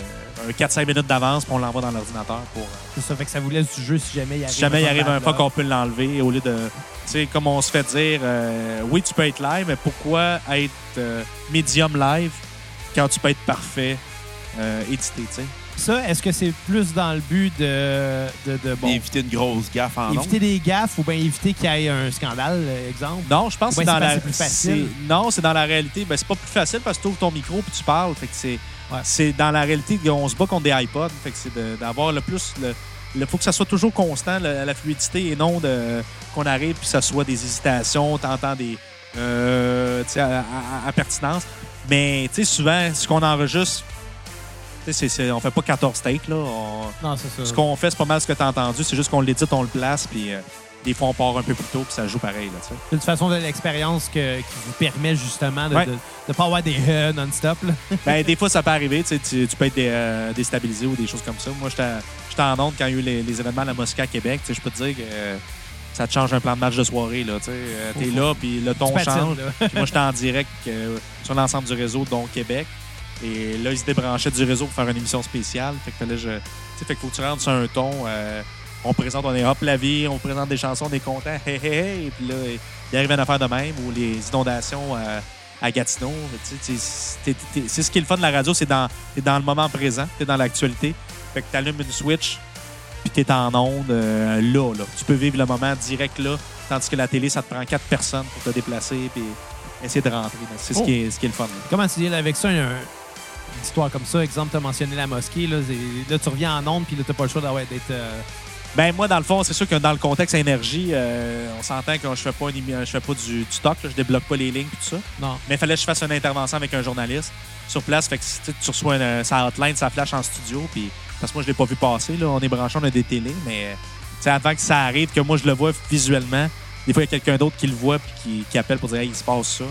Speaker 4: un 4-5 minutes d'avance, puis on l'envoie dans l'ordinateur pour. euh,
Speaker 1: C'est ça, fait que ça vous laisse du jeu si jamais il arrive.
Speaker 4: si jamais il arrive un
Speaker 1: pas
Speaker 4: fuck, on peut l'enlever au lieu de. Tu sais, comme on se fait dire, euh, oui, tu peux être live, mais pourquoi être euh, medium live quand tu peux être parfait euh, édité, tu sais?
Speaker 1: Ça, est-ce que c'est plus dans le but de, de, de, bon,
Speaker 3: Éviter une grosse gaffe en ondes?
Speaker 1: éviter des gaffes ou bien éviter qu'il y ait un scandale, euh, exemple?
Speaker 4: Non, je pense
Speaker 1: Ouais,
Speaker 4: que c'est
Speaker 1: c'est pas-
Speaker 4: dans la.
Speaker 1: c'est plus facile.
Speaker 4: c'est- Non, c'est dans la réalité. Ben, c'est pas plus facile parce que tu ouvres ton micro puis tu parles. Fait que c'est.
Speaker 1: Ouais.
Speaker 4: C'est dans la réalité qu'on se bat contre des iPods. Fait que c'est de- d'avoir le plus. Le, le- faut que ça soit toujours constant, le- la fluidité, et non de qu'on arrive puis que ça soit des hésitations, t'entends des. euh, tu sais, à, à- à pertinence. Mais tu sais, souvent, ce qu'on enregistre, tu sais, c'est- c'est- on fait pas 14 takes. Là. On-
Speaker 1: Non, c'est
Speaker 4: Ce
Speaker 1: ça.
Speaker 4: qu'on fait, c'est pas mal ce que tu as entendu. C'est juste qu'on l'édite, on le place, puis euh, des fois, on part un peu plus tôt, puis ça joue pareil. Là, tu sais.
Speaker 1: De toute façon, de l'expérience que- qui vous permet justement de ne
Speaker 4: Ouais.
Speaker 1: pas avoir des euh, non-stop. là.
Speaker 4: Ben, des fois, ça peut arriver. Tu, sais, tu- tu peux être dé- euh, déstabilisé ou des choses comme ça. Moi, j'étais à- j'étais en onde quand il y a eu les, les événements à la Mosca à Québec. Tu sais, Je peux te dire que euh, ça te change un plan de match de soirée. Là, tu sais. Euh, T'es
Speaker 1: Ouf.
Speaker 4: là, puis le
Speaker 1: Tu
Speaker 4: ton
Speaker 1: patines,
Speaker 4: change.
Speaker 1: là.
Speaker 4: Puis moi, j'étais en direct euh, sur l'ensemble du réseau, dont Québec. Et là, ils se débranchaient du réseau pour faire une émission spéciale. Fait que, fallait que je- tu sais, fait que faut que tu rentres sur un ton. euh, on présente, on est hop la vie, on présente des chansons, on est content. Hey, hey, hey. Et puis là, il arrive une affaire de même ou les inondations euh, à Gatineau. Tu sais, tu sais, c'est- t'es- t'es- C'est ce qui est le fun de la radio, c'est dans, t'es dans le moment présent, t'es dans l'actualité. Fait que t'allumes une switch, puis t'es en onde euh, là, là. Tu peux vivre le moment direct là, tandis que la télé, ça te prend quatre personnes pour te déplacer puis essayer de rentrer. Donc, C'est
Speaker 1: Oh.
Speaker 4: ce, qui est, ce qui est le fun. là.
Speaker 1: Comment tu deals avec ça, un- une, histoire comme ça? Exemple, tu as mentionné la mosquée. Là, c'est- là, tu reviens en onde, puis là, tu pas le choix d'avoir d'être... euh,
Speaker 4: Ben moi, dans le fond, c'est sûr que dans le contexte énergie, euh, on s'entend que je fais pas, une émi- je fais pas du, du talk, là, je débloque pas les lignes et tout ça.
Speaker 1: Non.
Speaker 4: Mais il fallait que je fasse une intervention avec un journaliste sur place. Fait que si tu sais, tu reçois une- sa hotline, sa flash en studio. Puis, parce que moi, je l'ai pas vu passer. Là. On est branché, on a des télés. Mais euh, tu sais, avant que ça arrive, que moi, je le vois visuellement, des fois, il y a quelqu'un d'autre qui le voit puis qui, qui appelle pour dire hey, il se passe ça.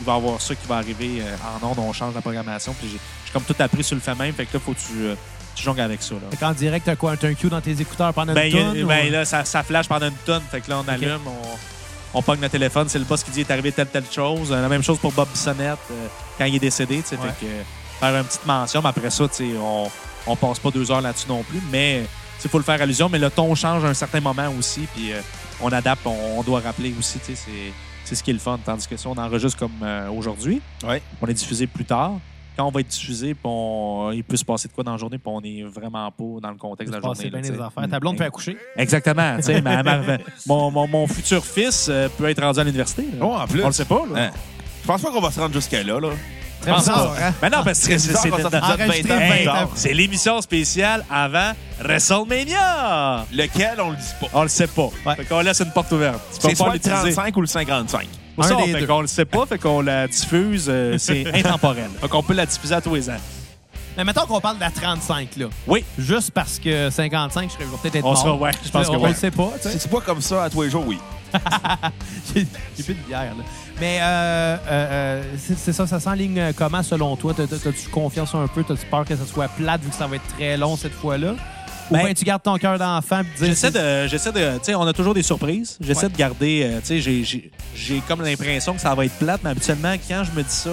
Speaker 4: Il va y avoir ça qui va arriver euh, en ondes. On change la programmation. Puis, j'ai j'ai comme tout appris sur le fait même. Fait que là, faut que tu, euh, tu jongles avec ça. Là.
Speaker 1: Fait qu'en direct, t'as quoi? T'as un cue dans tes écouteurs pendant
Speaker 4: Ben,
Speaker 1: une
Speaker 4: il y a-
Speaker 1: toune,
Speaker 4: ben,
Speaker 1: ou- euh,
Speaker 4: là, ça, ça flash pendant une tonne. Fait que là, on allume, on, on pogne le téléphone. C'est le boss qui dit est arrivé telle, telle chose. Euh, La même chose pour Bob Bissonnette euh, quand il est décédé. tu sais.
Speaker 1: Ouais.
Speaker 4: Fait que euh, faire une petite mention, mais après ça, tu sais, on, on passe pas deux heures là-dessus non plus. Mais il faut le faire allusion. Mais le ton change à un certain moment aussi. Puis euh, on adapte, on, on doit rappeler aussi. tu sais, C'est, c'est ce qui est le fun. Tandis que si on enregistre comme euh, aujourd'hui,
Speaker 3: Ouais.
Speaker 4: on est diffusé plus tard. Quand on va être diffusé, puis on- il peut se passer de quoi dans la journée, puis on est vraiment pas dans le contexte de la
Speaker 1: Passer
Speaker 4: journée.
Speaker 1: bien
Speaker 4: là, tu
Speaker 1: les
Speaker 4: sais.
Speaker 1: affaires. Ta blonde
Speaker 4: Mm.
Speaker 1: peut accoucher.
Speaker 4: Exactement. tu sais, ma- ma- mon, mon, mon futur fils euh, peut être rendu à l'université. là.
Speaker 3: Oh, en plus.
Speaker 4: On le sait pas. Là.
Speaker 3: Hein. Je pense pas qu'on va se rendre jusqu'à là. là.
Speaker 1: Très
Speaker 4: pense
Speaker 1: bizarre, hein?
Speaker 4: Ben non, parce que c'est-
Speaker 3: bizarre
Speaker 4: c'est-
Speaker 3: qu'on sorte
Speaker 4: c'est-
Speaker 3: ça de 20 ans
Speaker 1: Enregistré
Speaker 3: plus tard.
Speaker 1: vingt
Speaker 4: c'est l'émission spéciale avant WrestleMania.
Speaker 3: Lequel, on le dit pas.
Speaker 4: On le sait pas.
Speaker 1: Ouais.
Speaker 4: Fait qu'on laisse une porte ouverte. Tu
Speaker 3: C'est
Speaker 4: peux pas
Speaker 3: soit le
Speaker 4: l'utiliser.
Speaker 3: 35 ou le 55.
Speaker 4: Pour
Speaker 1: Un
Speaker 4: ça, on,
Speaker 1: des
Speaker 4: fait
Speaker 1: deux.
Speaker 4: qu'on le sait pas, fait qu'on la diffuse, euh, c'est intemporel. Fait qu'on peut la diffuser à tous les ans.
Speaker 1: Mais mettons qu'on parle de la 35, là.
Speaker 4: Oui.
Speaker 1: Juste parce que 55, je serais je vais peut-être être
Speaker 4: On
Speaker 1: mort.
Speaker 4: sera- ouais, je pense
Speaker 1: on,
Speaker 4: que
Speaker 1: on
Speaker 4: ouais.
Speaker 1: le sait pas, tu
Speaker 3: Si
Speaker 1: sais.
Speaker 3: tu bois comme ça à tous les jours, oui.
Speaker 1: J'ai j'ai plus de bière, là. Mais euh, euh, euh, c'est c'est ça, ça s'enligne euh, comment selon toi? T'as- t'as- T'as-tu confiance un peu? T'as-tu peur que ça soit plate vu que ça va être très long cette fois-là? Ou
Speaker 4: Ben,
Speaker 1: bien tu gardes ton cœur d'enfant pis dis-
Speaker 4: J'essaie de. J'essaie de. Tu sais, on a toujours des surprises. J'essaie
Speaker 1: Ouais.
Speaker 4: de garder. euh, tu sais, j'ai- j'ai- j'ai comme l'impression que ça va être plate, mais habituellement, quand je me dis ça,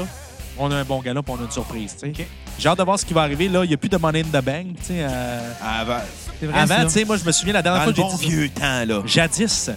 Speaker 4: on a un bon galop on a une surprise. tu sais. J'ai hâte de voir ce qui va arriver. Là, il n'y a plus de money in the bank. tu sais, euh,
Speaker 3: Avant.
Speaker 1: C'est vrai,
Speaker 4: avant,
Speaker 1: ça.
Speaker 4: tu sais, moi, je me souviens la dernière
Speaker 3: Dans le
Speaker 4: fois
Speaker 3: bon
Speaker 4: que j'ai dit ça.
Speaker 3: vieux temps, là.
Speaker 4: Jadis.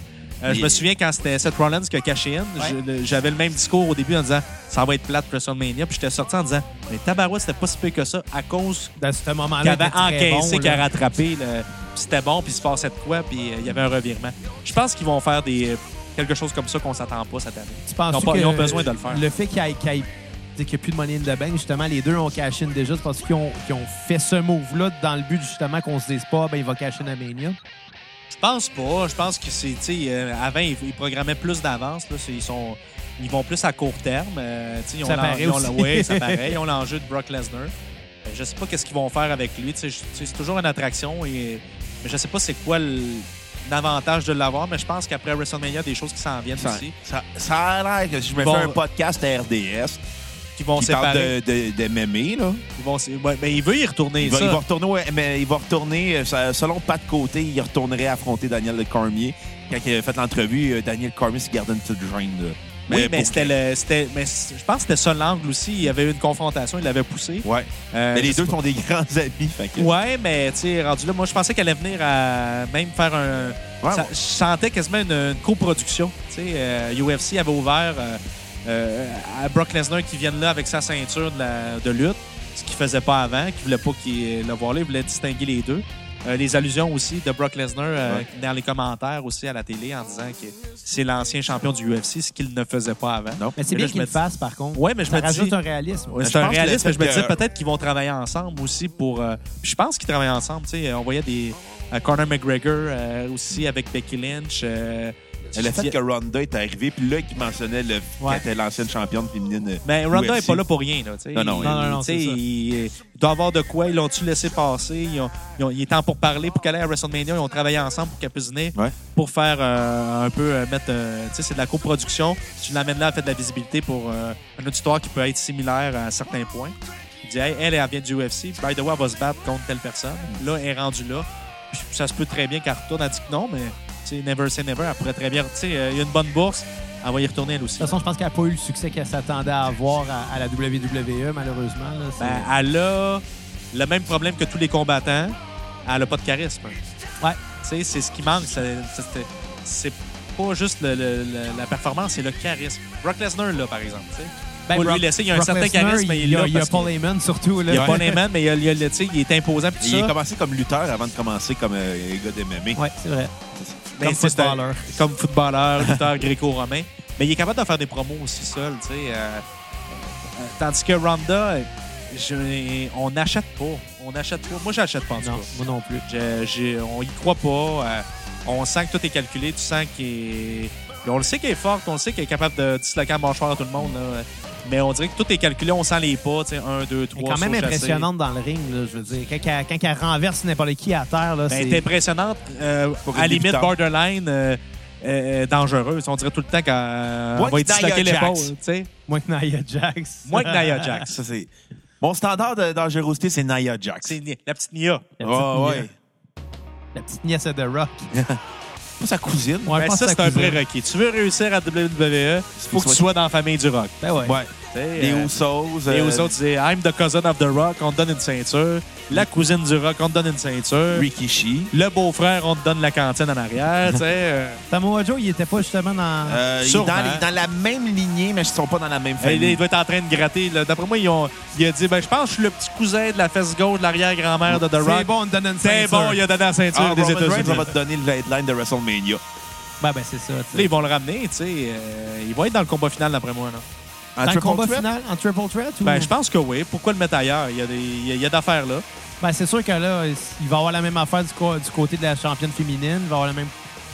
Speaker 4: euh, je
Speaker 3: Mais-
Speaker 4: me souviens quand c'était Seth Rollins qui a caché in, je- le- j'avais le même discours au début en disant ça va être plate WrestleMania, puis j'étais sorti en disant mais Tabarouette c'était pas si pire que ça à cause
Speaker 1: Dans ce
Speaker 4: qui
Speaker 1: moment-là,
Speaker 4: avait
Speaker 1: t'es très bon,
Speaker 4: encaissé, qui
Speaker 1: là.
Speaker 4: a rattrapé. là. Puis C'était bon, puis il se passait de quoi, puis euh, il y avait un revirement. Je pense qu'ils vont faire des, quelque chose comme ça qu'on s'attend pas cette année.
Speaker 1: Tu penses
Speaker 4: Ils ont pas-
Speaker 1: que
Speaker 4: ils ont besoin de le faire.
Speaker 1: Le fait qu'il y ait- qu'il y ait- tu sais, qu'il y a plus de money in the bank, justement, les deux ont cash in déjà. Tu penses qu'ils ont, qu'ils ont fait ce move-là dans le but, justement, qu'on se dise pas, ben, il va cash in à Mania?
Speaker 4: Je pense pas. Je pense que c'est, tu sais, euh, avant, ils, ils programmaient plus d'avance. là. C'est- Ils sont, ils vont plus à court terme. euh, tu sais, ils ont
Speaker 1: Ça
Speaker 4: l'en-
Speaker 1: paraît
Speaker 4: ils ont
Speaker 1: aussi.
Speaker 4: le- ouais, ça paraît. Ils ont l'enjeu de Brock Lesnar. Euh, Je sais pas qu'est-ce qu'ils vont faire avec lui. Tu sais, je- tu sais, c'est toujours une attraction. Et, mais je sais pas c'est quoi le- l'avantage de l'avoir. Mais je pense qu'après WrestleMania, il y a des choses qui s'en viennent
Speaker 3: Ça,
Speaker 4: aussi,
Speaker 3: ça- ça a l'air que si je me
Speaker 4: Bon.
Speaker 3: fais un podcast à RDS,
Speaker 4: qui vont
Speaker 3: qui
Speaker 4: séparer.
Speaker 3: parle de, de, de mémé, là.
Speaker 4: Ils vont s- ouais, ben, il veut y retourner.
Speaker 3: Il va,
Speaker 4: ça.
Speaker 3: il va retourner, au- mais il va retourner euh, ça- selon Pat Côté, il retournerait affronter Daniel Cormier. Quand il a fait l'entrevue, euh, Daniel Cormier se gardait une petite gêne. là.
Speaker 4: Oui,
Speaker 3: Euh,
Speaker 4: mais
Speaker 3: pour-
Speaker 4: c'était le- c'était- mais c- je pense que c'était ça l'angle aussi. Il y avait eu une confrontation, il l'avait poussé.
Speaker 3: Ouais.
Speaker 4: Euh,
Speaker 3: mais les
Speaker 4: je
Speaker 3: deux
Speaker 4: sais
Speaker 3: sont des grands amis. Fait que...
Speaker 4: pas. Ouais, mais tu sais, rendu là, moi je pensais qu'elle allait venir à même faire un.
Speaker 3: Ouais,
Speaker 4: ça-
Speaker 3: ouais.
Speaker 4: Je sentais quasiment une, une coproduction. Tu sais, euh, UFC avait ouvert euh, euh, à Brock Lesnar qui vienne là avec sa ceinture de, la- de lutte, ce qu'il faisait pas avant, qu'il voulait pas qu'il le voir là, il voulait distinguer les deux. Euh, les allusions aussi de Brock Lesnar euh,
Speaker 3: Ouais.
Speaker 4: dans les commentaires aussi à la télé en disant que c'est l'ancien champion du UFC, ce qu'il ne faisait pas avant.
Speaker 3: Non.
Speaker 1: Mais c'est
Speaker 4: Mais là,
Speaker 1: bien
Speaker 4: je
Speaker 1: qu'il
Speaker 4: me
Speaker 1: le
Speaker 4: dis-
Speaker 1: fasse, par contre.
Speaker 4: Ouais, mais je
Speaker 1: Ça
Speaker 4: me dis.
Speaker 1: rajoute un réalisme.
Speaker 4: Ouais,
Speaker 3: Mais
Speaker 4: c'est
Speaker 3: Ben, je
Speaker 4: un
Speaker 3: pense que
Speaker 4: réaliste,
Speaker 3: le
Speaker 4: mais je me
Speaker 3: fait
Speaker 4: disais
Speaker 3: que-
Speaker 4: peut-être qu'ils vont travailler ensemble aussi pour. euh, puis je pense qu'ils travaillent ensemble. tu sais, on voyait des euh, Conor McGregor euh, aussi avec Becky Lynch. euh,
Speaker 3: Le fait
Speaker 4: Si-
Speaker 3: que Ronda est arrivée, puis là, qui mentionnait le...
Speaker 4: Ouais.
Speaker 3: qu'elle était l'ancienne championne féminine. euh,
Speaker 4: Mais Ben, Ronda n'est
Speaker 3: UFC.
Speaker 4: pas là pour rien. Là, tu sais.
Speaker 3: Non, non,
Speaker 4: il,
Speaker 3: non,
Speaker 1: non, non,
Speaker 4: tu sais,
Speaker 1: c'est ça.
Speaker 4: il, il doit avoir de quoi. Ils l'ont-tu laissé passer? Ils, ont, ils, ont- il est temps pour parler, pour qu'elle aille à WrestleMania. Ils ont travaillé ensemble pour qu'elle puisse venir,
Speaker 3: Ouais.
Speaker 4: pour faire euh, un peu euh, mettre. euh, tu sais, c'est de la coproduction. Tu l'amènes là, elle fait de la visibilité pour euh, un auditoire qui peut être similaire à certains points. Il dit, Hey, elle, elle vient du UFC. By the way, elle va se battre contre telle personne. Là, elle est rendue là. Puis ça se peut très bien qu'elle retourne. Elle dit que non, mais tu sais, never say never. Elle pourrait très bien. Tu sais, euh, il y a une bonne bourse. Elle va y retourner, elle aussi.
Speaker 1: toute façon, je pense qu'elle n'a pas eu le succès qu'elle s'attendait à avoir à, à la WWE, malheureusement. là. C'est-
Speaker 4: Ben, elle a le même problème que tous les combattants. Elle n'a pas de charisme.
Speaker 1: Ouais.
Speaker 4: Tu sais, c'est ce qui manque. C'est- c'est- C'est pas juste le- le- le- la performance, c'est le charisme. Brock Lesnar, là, par exemple. tu sais.
Speaker 1: Ben,
Speaker 4: faut lui
Speaker 1: Brock-
Speaker 4: laisser, il y a un
Speaker 1: Brock
Speaker 4: certain
Speaker 1: Lesnar,
Speaker 4: charisme, mais il est
Speaker 1: y a-
Speaker 4: là
Speaker 1: Il y a
Speaker 4: parce
Speaker 1: Paul
Speaker 4: que-
Speaker 1: Heyman, surtout. Là.
Speaker 4: Il y a pas Heyman, mais il, y a- il, y a le- tu sais, il est imposant. Puis tout
Speaker 3: Il
Speaker 4: ça.
Speaker 3: a commencé comme lutteur avant de commencer comme euh, gars de MMA.
Speaker 1: Ouais, c'est vrai.
Speaker 4: Mais
Speaker 1: Comme
Speaker 4: Ben, c'est un-
Speaker 1: footballeur.
Speaker 4: Comme footballeur, lutteur gréco-romain. Mais il est capable de faire des promos aussi seul, tu sais. euh, euh, tandis que Ronda, euh, je- on n'achète pas. On n'achète pas. Moi, j'achète pas, en tout
Speaker 1: Non,
Speaker 4: cas.
Speaker 1: moi non plus.
Speaker 4: Je- j'ai- on y croit pas. euh, on sent que tout est calculé. Tu sens qu'il est- On le sait qu'elle est forte. On le sait qu'elle est capable de disloquer la mâchoire à tout le monde. là. Mais on dirait que tout est calculé. On sent les pas. tu sais, Un, deux,
Speaker 1: Elle est
Speaker 4: trois.
Speaker 1: quand même
Speaker 4: sauts chassés.
Speaker 1: impressionnante dans le ring, là, je veux dire. Quand elle, quand elle renverse n'importe qui à terre, là,
Speaker 4: Ben,
Speaker 1: c'est...
Speaker 4: Elle est impressionnante. euh,
Speaker 3: Pour une
Speaker 4: à limite,
Speaker 3: débutante.
Speaker 4: borderline. euh, euh, dangereuse. On dirait tout le temps qu'elle euh,
Speaker 3: Moins
Speaker 4: va y
Speaker 3: que Nia
Speaker 4: disloquer l'épaule.
Speaker 3: Jax.
Speaker 4: tu sais.
Speaker 1: Moins que Nia Jax.
Speaker 4: Moins que
Speaker 3: Ah,
Speaker 4: Nia Jax.
Speaker 3: Ça, c'est... Mon standard de dangerosité, c'est Nia Jax.
Speaker 4: C'est Ni- la petite Nia.
Speaker 1: La petite
Speaker 3: Ah
Speaker 1: nièce-
Speaker 3: ouais.
Speaker 1: La petite nièce de Rock.
Speaker 3: Pas sa cousine.
Speaker 1: Ouais, je
Speaker 4: Ben,
Speaker 1: pense
Speaker 4: ça,
Speaker 1: que
Speaker 4: c'est un
Speaker 1: cousine.
Speaker 4: prérequis. Tu veux réussir à WWE, il faut que tu sois dans la famille du rock.
Speaker 1: Ben ouais.
Speaker 3: Ouais.
Speaker 4: tu sais,
Speaker 3: Les
Speaker 4: euh,
Speaker 3: Usos.
Speaker 4: Et
Speaker 3: euh,
Speaker 4: aux autres, c'est I'm the cousin of the rock, on te donne une ceinture. La cousine du rock, on te donne une ceinture.
Speaker 3: Rikishi.
Speaker 4: Le beau-frère, on te donne la cantine en arrière. tu sais, euh.
Speaker 1: Samoa Joe, il était pas justement dans...
Speaker 3: Euh, il est dans,
Speaker 4: Sûrement.
Speaker 3: les- dans la même lignée, mais ils sont pas dans la même
Speaker 4: Et il,
Speaker 3: famille.
Speaker 4: doit être en train de gratter. là. D'après moi, ils ont- il a dit ben, Je pense que je suis le petit cousin de la fesse gauche de l'arrière-grand-mère de The
Speaker 1: C'est
Speaker 4: Rock.
Speaker 1: bon, on te donne une
Speaker 4: C'est
Speaker 1: ceinture.
Speaker 4: bon, il a donné la ceinture
Speaker 3: Ah,
Speaker 4: des
Speaker 3: Roman Reigns,
Speaker 4: États-Unis.
Speaker 3: on va te donner le headline de WrestleMania.
Speaker 1: Ben, ben, c'est ça. tu sais.
Speaker 4: Là, ils vont le ramener. tu sais, euh, il va être dans le combat final, d'après moi. là.
Speaker 3: En
Speaker 1: Dans le
Speaker 3: triple
Speaker 1: combat
Speaker 3: threat?
Speaker 1: final, en triple threat? Ou...
Speaker 4: Ben, je pense que oui. Pourquoi le mettre ailleurs Il y a, des- il y a- il y a d'affaires là.
Speaker 1: Ben, c'est sûr que là, il va avoir la même affaire du, co- du côté de la championne féminine. Il va avoir la même...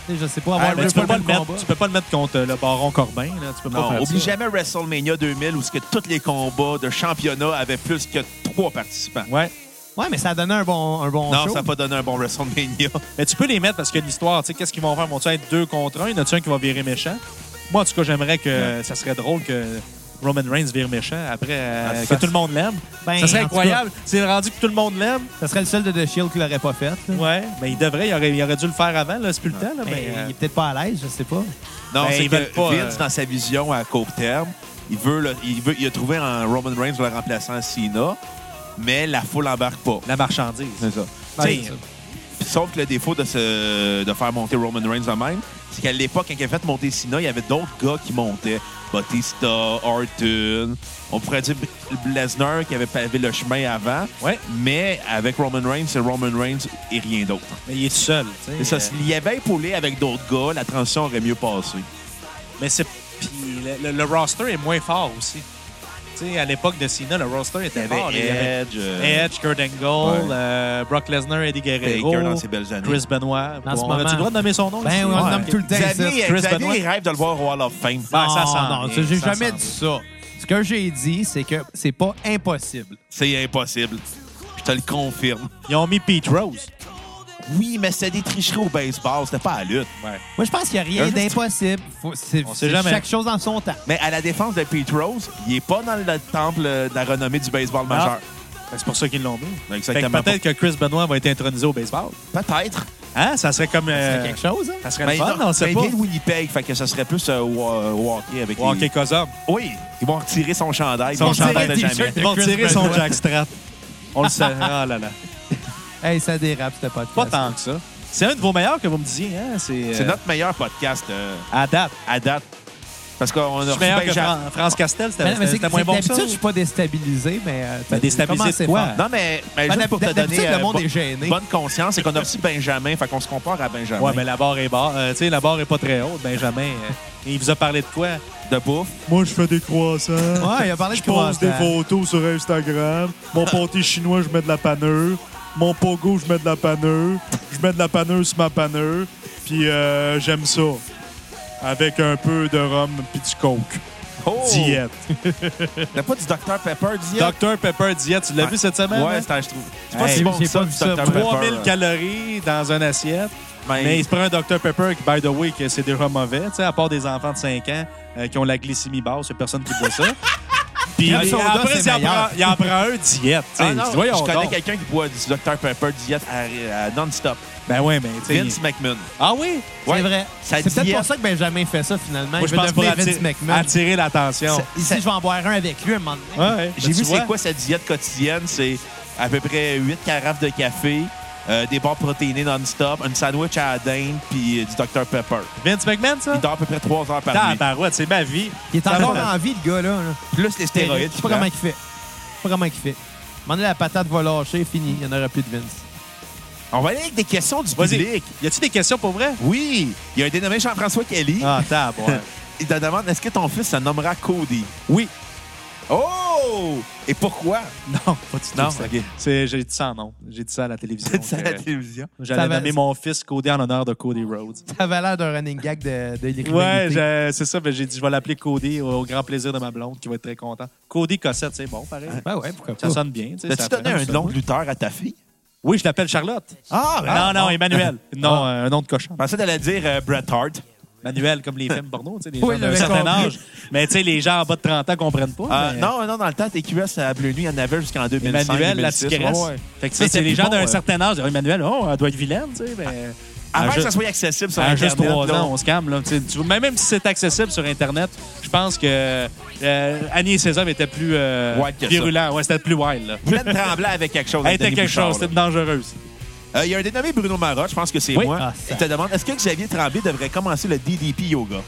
Speaker 1: tu sais, Je sais pas, avoir
Speaker 4: Ah, mais
Speaker 1: le-
Speaker 4: tu, peux
Speaker 1: le
Speaker 4: pas le
Speaker 1: même
Speaker 4: mettre,
Speaker 1: combat.
Speaker 4: tu peux pas le mettre contre euh, le baron Corbin. Là. Tu peux pas
Speaker 3: Non,
Speaker 4: faire
Speaker 3: oublie
Speaker 4: ça.
Speaker 3: jamais WrestleMania 2000 où ce que tous les combats de championnat avaient plus que trois participants.
Speaker 4: Ouais.
Speaker 1: Ouais, mais ça a donné un bon, un bon
Speaker 3: non,
Speaker 1: show.
Speaker 3: ça n'a pas donné un bon WrestleMania.
Speaker 4: Mais tu peux les mettre parce que l'histoire, tu sais, qu'est-ce qu'ils vont faire? Vont-tu être deux contre un? Y en a-tu un qui va virer méchant? Moi, en tout cas, j'aimerais que ça serait drôle que Roman Reigns vire méchant après euh,
Speaker 3: Ah,
Speaker 4: que
Speaker 3: ça-
Speaker 4: tout le monde l'aime.
Speaker 1: Ben,
Speaker 4: ça serait
Speaker 1: en tout
Speaker 4: incroyable. C'est rendu que tout le monde l'aime.
Speaker 1: Ça serait le seul de The Shield qui l'aurait pas fait. là.
Speaker 4: Ouais. Ben, il devrait. Il aurait, il aurait dû le faire avant. Là, c'est plus le temps. Là,
Speaker 1: Mais
Speaker 4: mais, euh,
Speaker 1: il est peut-être pas à l'aise, je sais pas.
Speaker 3: Non,
Speaker 4: Ben,
Speaker 3: c'est
Speaker 4: ils
Speaker 3: que
Speaker 4: veulent pas,
Speaker 3: Vince,
Speaker 4: euh,
Speaker 3: dans sa vision à court terme, il veut, le- il veut, il a trouvé un Roman Reigns pour le remplaçant à Cena, mais la foule embarque pas.
Speaker 4: la marchandise.
Speaker 3: C'est ça.
Speaker 4: Ouais,
Speaker 3: T'sais,
Speaker 1: Ben,
Speaker 4: c'est ça.
Speaker 3: Sauf que le défaut de, ce, de faire monter Roman Reigns de même, c'est qu'à l'époque, quand il a fait monter Cena, il y avait d'autres gars qui montaient. Batista, Orton. On pourrait dire Lesnar qui avait pavé le chemin avant.
Speaker 4: Ouais.
Speaker 3: Mais avec Roman Reigns, c'est Roman Reigns et rien d'autre.
Speaker 4: Mais il est seul. tu sais,
Speaker 3: Et ça,
Speaker 4: euh,
Speaker 3: s'il y avait épaulé avec d'autres gars, la transition aurait mieux passé.
Speaker 4: Mais c'est. Puis le, le- le roster est moins fort aussi. Tu sais, à l'époque de Cena, le roster
Speaker 3: Il y
Speaker 4: était
Speaker 3: avait
Speaker 4: fort. là. Il y avait
Speaker 3: Edge. euh,
Speaker 4: Edge, Kurt Angle,
Speaker 3: Ouais.
Speaker 4: euh, Brock Lesnar, Eddie Guerrero,
Speaker 3: Baker dans ses belles années.
Speaker 4: Chris Benoit.
Speaker 1: Dans ce
Speaker 4: on a
Speaker 1: moment-
Speaker 4: le droit de nommer son nom.
Speaker 1: Ben
Speaker 4: ici?
Speaker 1: oui, on le
Speaker 4: Ouais.
Speaker 1: nomme tout le temps.
Speaker 3: Xavier,
Speaker 1: ça.
Speaker 4: Chris
Speaker 3: Xavier,
Speaker 4: Benoit.
Speaker 3: il rêve de le voir au Hall of Fame.
Speaker 4: Ben, ça
Speaker 1: Non,
Speaker 4: sent
Speaker 1: non,
Speaker 4: bien,
Speaker 1: Ah, ça, j'ai
Speaker 4: ça
Speaker 1: jamais
Speaker 4: sent
Speaker 1: dit ça. Ce que j'ai dit, c'est que c'est pas impossible.
Speaker 3: C'est impossible. Je te le confirme.
Speaker 4: Ils ont mis Pete Rose.
Speaker 3: Oui, mais c'était des tricheries au baseball. C'était pas à la lutte.
Speaker 1: Moi, je pense qu'il n'y a rien
Speaker 3: Un jour, tu-
Speaker 1: d'impossible. Faut- C'est
Speaker 4: On sait
Speaker 1: c'est
Speaker 4: jamais.
Speaker 1: chaque chose en son temps.
Speaker 3: Mais à la défense de Pete Rose, il est pas dans le temple euh, de la renommée du baseball majeur.
Speaker 4: Fait que C'est pour ça qu'ils l'ont mis. Fait que
Speaker 3: Ben, Exactement.
Speaker 4: Peut-être que Chris Benoit va être intronisé au baseball.
Speaker 3: Peut-être.
Speaker 4: Hein? Ça serait comme.
Speaker 1: C'est
Speaker 4: euh,
Speaker 1: quelque chose, hein?
Speaker 4: ça serait le fun, on sait
Speaker 3: mais
Speaker 4: pas.
Speaker 3: il vient de Winnipeg, fait que ça serait plus euh, wa- euh, walker avec
Speaker 4: Ou hockey
Speaker 3: les...
Speaker 4: Cosum.
Speaker 3: Oui, ils vont retirer son chandail.
Speaker 4: Son
Speaker 3: Ils vont
Speaker 1: tirer
Speaker 4: chandail
Speaker 1: le
Speaker 3: retirer le
Speaker 4: de
Speaker 1: t-shirt.
Speaker 4: jamais. Ils vont tirer son
Speaker 1: Benoit.
Speaker 4: jackstrap. On le sait. Ah là là.
Speaker 1: Hey, ça dérape, ce podcast.
Speaker 4: Pas tant que ça. C'est un de vos meilleurs que vous me disiez. Hein? C'est euh,
Speaker 3: C'est notre meilleur podcast euh,
Speaker 4: à date.
Speaker 3: à date. Parce qu'on a
Speaker 4: Je suis
Speaker 3: reçu
Speaker 4: meilleur que
Speaker 3: Benjamin-
Speaker 4: Fran- France Castel. C'était
Speaker 1: Ben Mais, mais c'est
Speaker 4: c'était moins bon que ça.
Speaker 1: D'habitude, je suis pas déstabilisé, mais. euh, t'as-
Speaker 4: Ben, déstabilisé
Speaker 1: comment
Speaker 4: de
Speaker 1: c'est
Speaker 4: quoi?
Speaker 1: fort?
Speaker 3: Non, mais, mais
Speaker 1: Ben,
Speaker 3: juste pour te
Speaker 1: d'hab- d'habitude,
Speaker 3: donner euh,
Speaker 1: le monde
Speaker 3: bo-
Speaker 1: est gêné.
Speaker 3: bonne conscience, c'est qu'on a reçu Benjamin, fait qu'on se compare à Benjamin.
Speaker 4: Ouais, mais la barre est barre. Euh, tu sais, la barre est pas très haute, Benjamin. euh, il vous a parlé de quoi?
Speaker 3: De bouffe.
Speaker 4: Moi, je fais des croissants.
Speaker 1: Ouais, il a parlé de croissants.
Speaker 4: photos sur Instagram. Mon pâté chinois, je mets de la panure. Mon pogo, je mets de la panure. Je mets de la panure sur ma panure. Puis j'aime euh, ça. avec un peu de rhum puis du coke.
Speaker 3: Oh!
Speaker 4: Diète.
Speaker 3: T'as pas du Dr Pepper diète?
Speaker 4: Dr Pepper diète, tu l'as
Speaker 3: Ouais.
Speaker 4: vu cette semaine?
Speaker 3: Ouais,
Speaker 4: hein?
Speaker 3: c'est un- je trouve. C'est pas
Speaker 1: Hey,
Speaker 3: si bon
Speaker 1: j'ai
Speaker 3: que ça,
Speaker 1: pas
Speaker 3: du
Speaker 1: vu ça.
Speaker 3: Dr Pepper. euh,
Speaker 4: 3000 calories dans une assiette.
Speaker 3: Mais,
Speaker 4: Mais il se prend un Dr Pepper qui, by the way, que c'est déjà mauvais, tu sais, à part des enfants de 5 ans euh, qui ont la glycémie basse, il n'y a personne qui boit ça. Puis
Speaker 1: Le soda,
Speaker 4: après,
Speaker 1: c'est
Speaker 4: il en, prend,
Speaker 1: meilleur.
Speaker 4: il en prend un diète. tu sais.
Speaker 3: Ah non,
Speaker 4: Il dit, Voyons
Speaker 3: je connais
Speaker 4: donc.
Speaker 3: quelqu'un qui boit du Dr Pepper diète à- à non-stop.
Speaker 4: Ben ouais, mais tu sais,
Speaker 3: Vince McMahon.
Speaker 4: Ah oui?
Speaker 1: C'est vrai.
Speaker 3: Ça
Speaker 1: C'est peut-être
Speaker 3: diète.
Speaker 1: pour ça que Benjamin fait ça finalement.
Speaker 4: Moi,
Speaker 1: il
Speaker 4: je
Speaker 1: veut
Speaker 4: pense pour
Speaker 1: devenir Vince
Speaker 4: attirer,
Speaker 1: McMahon.
Speaker 4: attirer l'attention.
Speaker 1: Ça- Ici, je vais en boire un avec lui un moment donné.
Speaker 4: Ouais,
Speaker 3: J'ai
Speaker 4: ben,
Speaker 3: vu
Speaker 4: tu vois.
Speaker 3: c'est quoi sa diète quotidienne. C'est à peu près 8 carafes de café, euh, des barres protéinées non-stop, un sandwich à la dinde, puis euh, du Dr Pepper.
Speaker 4: Vince McMahon, ça?
Speaker 3: Il dort à peu près 3 heures par nuit.
Speaker 4: Tabarouette, c'est ma vie.
Speaker 1: Il est
Speaker 4: Ça
Speaker 1: encore
Speaker 4: va.
Speaker 1: en vie, le gars, là. là.
Speaker 3: Plus les stéroïdes
Speaker 1: Je
Speaker 3: qu'il
Speaker 1: sais pas comment
Speaker 3: prend.
Speaker 1: il fait. Je sais pas comment il fait. À un moment donné, la patate va lâcher, fini. Il n'y en aura plus de Vince.
Speaker 3: On va aller avec des questions du
Speaker 4: Vas-y.
Speaker 3: public.
Speaker 4: Y a-tu des questions pour vrai?
Speaker 3: Oui, il y a un dénommé Jean-François Kelly.
Speaker 4: Ah, tabarouette.
Speaker 3: Il te demande est-ce que ton fils se nommera Cody
Speaker 4: oui.
Speaker 3: Oh Et pourquoi
Speaker 4: Non, pas du tout.
Speaker 3: Non,
Speaker 4: ça.
Speaker 3: ok.
Speaker 4: C'est- J'ai dit ça en nom. J'ai dit ça à la télévision.
Speaker 3: C'est ça à la
Speaker 4: que
Speaker 3: télévision.
Speaker 1: Ça
Speaker 4: J'allais
Speaker 1: va-
Speaker 4: nommer mon fils Cody en honneur de Cody Rhodes.
Speaker 1: Ça avait l'air d'un running gag de, de l'irrégularité.
Speaker 4: Ouais, j'ai- c'est ça. ben, j'ai dit, je vais l'appeler Cody au, au grand plaisir de ma blonde qui va être très content. Cody Cossette, c'est bon, pareil.
Speaker 1: Ben ouais, pourquoi
Speaker 4: Ça
Speaker 1: pas.
Speaker 4: sonne bien. sais,
Speaker 3: T'as-tu
Speaker 4: ça
Speaker 3: donné
Speaker 4: fait
Speaker 3: un
Speaker 4: ça.
Speaker 3: nom de lutteur à ta fille
Speaker 4: Oui, je l'appelle Charlotte.
Speaker 3: Ah,
Speaker 4: non, non, Emmanuel. Non, euh, un nom de cochon.
Speaker 3: Je pensais d'aller dire euh, Bret Hart.
Speaker 4: Manuel, comme les films porno, tu sais, les
Speaker 1: Oui,
Speaker 4: gens
Speaker 1: j'avais
Speaker 4: d'un certain
Speaker 1: compris.
Speaker 4: âge. Mais tu sais, les gens en bas de 30 ans comprennent pas.
Speaker 3: Euh,
Speaker 4: mais-
Speaker 3: non, non, dans le temps, TQS à euh, Bleu Nuit, il y en avait jusqu'en 2005.
Speaker 4: Emmanuel, la
Speaker 3: 2006.
Speaker 4: tigresse.
Speaker 3: Ouais, ouais.
Speaker 4: Fait que
Speaker 3: Ça,
Speaker 4: tu sais,
Speaker 3: c'est
Speaker 4: c'est les
Speaker 3: plus
Speaker 4: gens
Speaker 3: bon,
Speaker 4: d'un
Speaker 3: ouais.
Speaker 4: certain âge. Oh, Emmanuel, oh, elle doit être vilaine, tu sais. Ben,
Speaker 3: Avant
Speaker 4: à
Speaker 3: que
Speaker 4: ju-
Speaker 3: ça soit accessible sur
Speaker 4: à
Speaker 3: Internet.
Speaker 4: juste 3
Speaker 3: là,
Speaker 4: ans, on se calme. Là. Tu sais, tu vois, même, même si c'est accessible sur Internet, je pense que euh, Annie et ses hommes étaient plus euh,
Speaker 3: Wild que ça.
Speaker 4: virulents. Ouais, c'était plus wild. là.
Speaker 3: on voulait me trembler avec quelque chose.
Speaker 4: Elle
Speaker 3: avec
Speaker 4: était
Speaker 3: Denis
Speaker 4: quelque
Speaker 3: Bouchard,
Speaker 4: chose,
Speaker 3: là.
Speaker 4: c'était dangereuse.
Speaker 3: Euh, Il y a un dénommé Bruno Marotte, je pense que c'est
Speaker 4: Oui.
Speaker 3: moi.
Speaker 1: Ah,
Speaker 3: il
Speaker 1: ça.
Speaker 3: te demande est-ce que Xavier Tremblay devrait commencer le DDP yoga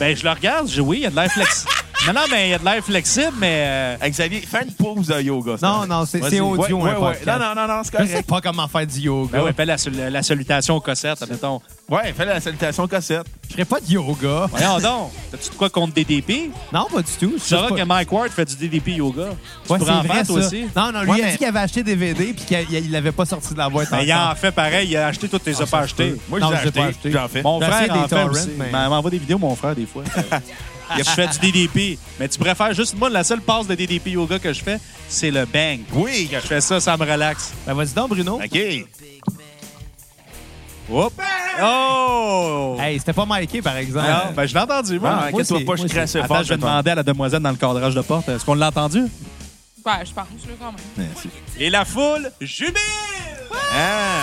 Speaker 4: Ben, je le regarde, je dis oui, il y a de l'air flexible. non, non, mais il y a de l'air flexible, mais. euh,
Speaker 3: Euh, Xavier, fais une pause de yoga. c'est
Speaker 1: Non,
Speaker 3: vrai.
Speaker 1: non, c'est
Speaker 4: Vas-y.
Speaker 1: c'est audio,
Speaker 3: Ouais, ouais,
Speaker 1: un
Speaker 3: ouais.
Speaker 1: podcast.
Speaker 3: Non, non, non, non, c'est
Speaker 1: Je sais
Speaker 3: correct.
Speaker 1: pas comment faire du yoga.
Speaker 4: Ben ouais, fais la, sol- la salutation Cossette, admettons.
Speaker 3: Ouais, fais la salutation Cossette.
Speaker 1: Je ferais pas de yoga.
Speaker 4: Voyons donc, t'as-tu de quoi contre DDP?
Speaker 1: Non, pas du tout.
Speaker 4: Tu sauras que Mike Ward fait du DDP yoga. Tu pourrais en faire, toi aussi?
Speaker 1: Non, non, lui,
Speaker 3: Ouais,
Speaker 1: il a
Speaker 3: mais-
Speaker 1: dit qu'il avait acheté des VD puis qu'il il l'avait pas sorti de la boîte
Speaker 4: Mais il en
Speaker 1: encore.
Speaker 4: fait pareil, il a acheté toutes tes
Speaker 1: Ah, ça
Speaker 4: affaires pas
Speaker 1: se peut.
Speaker 4: achetées.
Speaker 3: Moi,
Speaker 1: Non,
Speaker 3: je
Speaker 1: je l'ai
Speaker 3: l'ai
Speaker 1: pas
Speaker 3: acheté.
Speaker 1: acheté.
Speaker 3: J'en fais.
Speaker 4: Mon
Speaker 1: J'ai
Speaker 4: frère
Speaker 1: essayé
Speaker 4: en
Speaker 1: des
Speaker 4: fait
Speaker 1: torrents,
Speaker 4: aussi.
Speaker 1: mais-
Speaker 4: Ben, elle m'envoie des vidéos, mon frère, des fois. je fais du DDP. Mais tu préfères juste... Moi, la seule passe de DDP yoga que je fais, c'est le bang.
Speaker 3: Oui,
Speaker 4: Je fais ça, ça me relaxe.
Speaker 1: Ben, vas-y donc, Bruno.
Speaker 3: OK.
Speaker 4: Hop! Oh!
Speaker 1: Hey, c'était pas Mikey, par exemple.
Speaker 4: Non, ben, je l'ai entendu, moi.
Speaker 3: Ah,
Speaker 1: moi
Speaker 3: Inquiète-toi
Speaker 1: aussi,
Speaker 3: pas, je
Speaker 1: moi
Speaker 3: crache assez
Speaker 4: Attends,
Speaker 3: fort.
Speaker 4: je vais
Speaker 3: t'entends.
Speaker 4: demander à la demoiselle dans le cadrage de porte. Est-ce qu'on l'a entendu?
Speaker 5: Ben, je pense, là, quand même.
Speaker 3: Merci.
Speaker 4: Et la foule jubile!
Speaker 3: Ah!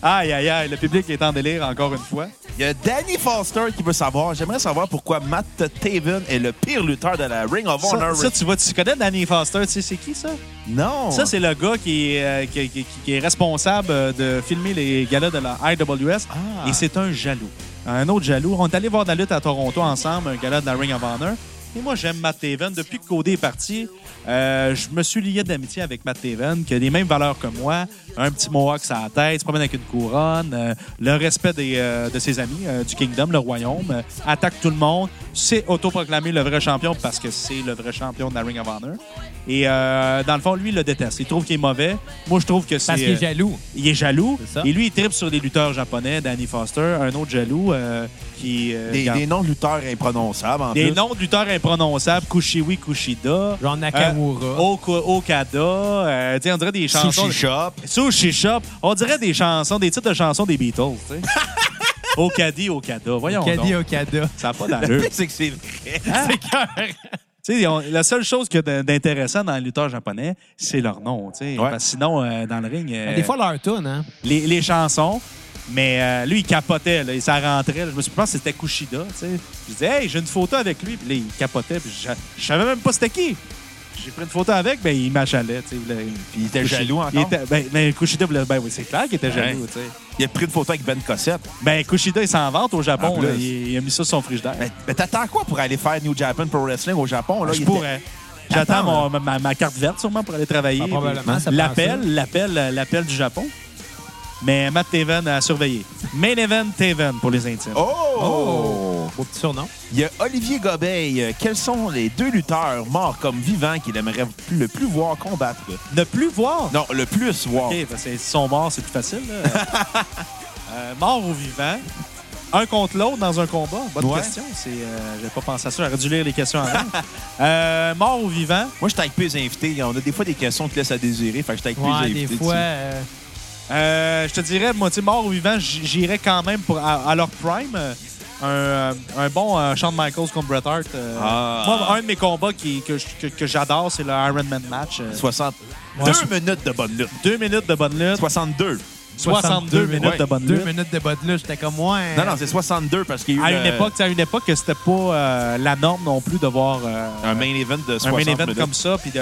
Speaker 4: Aïe, aïe, aïe, le public est en délire encore une fois.
Speaker 3: Il y a Danny Foster qui veut savoir. J'aimerais savoir pourquoi Matt Taven est le pire lutteur de la Ring of
Speaker 4: Ça,
Speaker 3: Honor.
Speaker 4: ça, tu vois, tu connais Danny Foster, tu sais, c'est qui ça?
Speaker 3: non.
Speaker 4: Ça, c'est le gars qui est, euh, qui, qui- qui est responsable euh, de filmer les galas de la IWS.
Speaker 3: Ah.
Speaker 4: Et c'est un jaloux. Un autre jaloux. On est allé voir de la lutte à Toronto ensemble, un gala de la Ring of Honor. Et moi, j'aime Matt Taven. Depuis que Cody est parti, euh, je me suis lié d'amitié avec Matt Taven, qui a les mêmes valeurs que moi. Un petit mohawk sur la tête, se promène avec une couronne, euh, le respect des, euh, de ses amis euh, du Kingdom, le royaume, euh, attaque tout le monde, c'est autoproclamé le vrai champion parce que c'est le vrai champion de la Ring of Honor. Et euh, dans le fond, lui, il le déteste. Il trouve qu'il est mauvais. Moi, je trouve que c'est...
Speaker 1: Parce qu'il est
Speaker 4: euh,
Speaker 1: jaloux.
Speaker 4: il est jaloux.
Speaker 1: C'est ça.
Speaker 4: Et lui, il tripe sur les lutteurs japonais, Danny Foster, un autre jaloux euh, qui. euh,
Speaker 3: Des,
Speaker 4: regarde-
Speaker 3: des noms de lutteurs imprononçables, en
Speaker 4: des
Speaker 3: plus.
Speaker 4: noms de lutteurs imprononçables, Kushiwi, Kushida, euh,
Speaker 1: Genre Nakamura.
Speaker 4: Oka- Okada, euh, tu sais, on dirait des chansons.
Speaker 3: Sushi Shop.
Speaker 4: Sushi Shop. On dirait des chansons, des titres de chansons des Beatles, tu sais. Okadi, Okada. Voyons.
Speaker 1: Caddy
Speaker 4: donc.
Speaker 1: Okada.
Speaker 4: Ça n'a pas
Speaker 3: Le
Speaker 4: d'allure. Hein?
Speaker 3: pire, c'est que c'est vrai.
Speaker 4: Tu sais, on- la seule chose que d'intéressant dans les lutteurs japonais, c'est leur nom. tu sais.
Speaker 3: Ouais.
Speaker 4: Parce que sinon, euh, dans le ring. euh,
Speaker 1: Des fois, leur tune, hein.
Speaker 4: les, les chansons. Mais euh, lui, il capotait, là, il s'en rentrait. là. Je me suis pensé que c'était Kushida. tu sais. Je disais, hey, j'ai une photo avec lui. Puis là, il capotait. Puis je, je savais même pas c'était qui. J'ai pris une photo avec, ben il m'achalait. tu sais. Il voulait-
Speaker 3: Puis il était
Speaker 4: Kushi-
Speaker 3: jaloux encore.
Speaker 4: il était- ben, ben, Kushida, voulait- ben oui, c'est clair qu'il était jaloux.
Speaker 3: Ouais.
Speaker 4: tu sais.
Speaker 3: Il a pris une photo avec Ben Cossette.
Speaker 4: Ben Kushida, il s'en vante au
Speaker 3: En
Speaker 4: Japon.
Speaker 3: plus.
Speaker 4: là. il, il a mis ça sur son frigidaire.
Speaker 3: Mais, mais t'attends quoi pour aller faire New Japan Pro Wrestling au Japon? Là?
Speaker 4: je
Speaker 3: Il
Speaker 4: pourrais. J'attends
Speaker 3: Attends,
Speaker 4: mon- ma, ma- ma carte verte sûrement pour aller travailler.
Speaker 1: Ah, probablement, ça prend ça.
Speaker 4: L'appel, l'appel, euh, l'appel du Japon. Mais Matt Taven à surveiller. Main event Taven pour les intimes.
Speaker 3: était- Oh!
Speaker 1: Beau petit surnom.
Speaker 3: Il y a Olivier Gobeil. Euh, Quels sont les deux lutteurs morts comme vivants qu'il aimerait plus- le plus voir combattre?
Speaker 4: Ne plus voir.
Speaker 3: Non, le plus voir.
Speaker 4: OK, parce que s'ils sont morts, c'est plus facile. là. Euh, morts ou vivants. un contre l'autre dans un combat? Bonne
Speaker 3: Ouais.
Speaker 4: question. C'est, euh, j'avais pas pensé à ça. J'aurais dû lire les questions avant. Euh, mort ou vivant?
Speaker 3: Moi, je tague pas les invités. On a des fois des questions qui laissent à désirer. Fait que je tague plus
Speaker 1: Ouais,
Speaker 3: les invités.
Speaker 1: des
Speaker 3: tu sais.
Speaker 1: fois. euh,
Speaker 4: Euh, je te dirais, moi, tu sais, mort ou vivant, j- j'irais quand même pour, à, à leur prime. euh, Un, euh, un bon euh, Shawn Michaels contre Bret Hart. euh,
Speaker 3: Ah.
Speaker 4: Moi, un de mes combats qui, que, je- que- que j'adore, c'est le Iron Man match. euh,
Speaker 3: 60.
Speaker 1: Ouais.
Speaker 3: Deux minutes de bonne lutte.
Speaker 4: deux minutes de bonne lutte,
Speaker 3: 62.
Speaker 4: 62 minutes
Speaker 3: ouais.
Speaker 4: de bonne
Speaker 1: Deux
Speaker 4: lutte.
Speaker 1: minutes de bas de lutte, j'étais comme moi.
Speaker 3: Non, non, c'est 62 parce qu'il y a
Speaker 4: À
Speaker 3: eu
Speaker 4: une
Speaker 3: le-
Speaker 4: époque, tu sais, à une époque que c'était pas euh, la norme non plus de voir euh,
Speaker 3: un main event de 60
Speaker 4: un main event
Speaker 3: minutes.
Speaker 4: comme ça, puis de,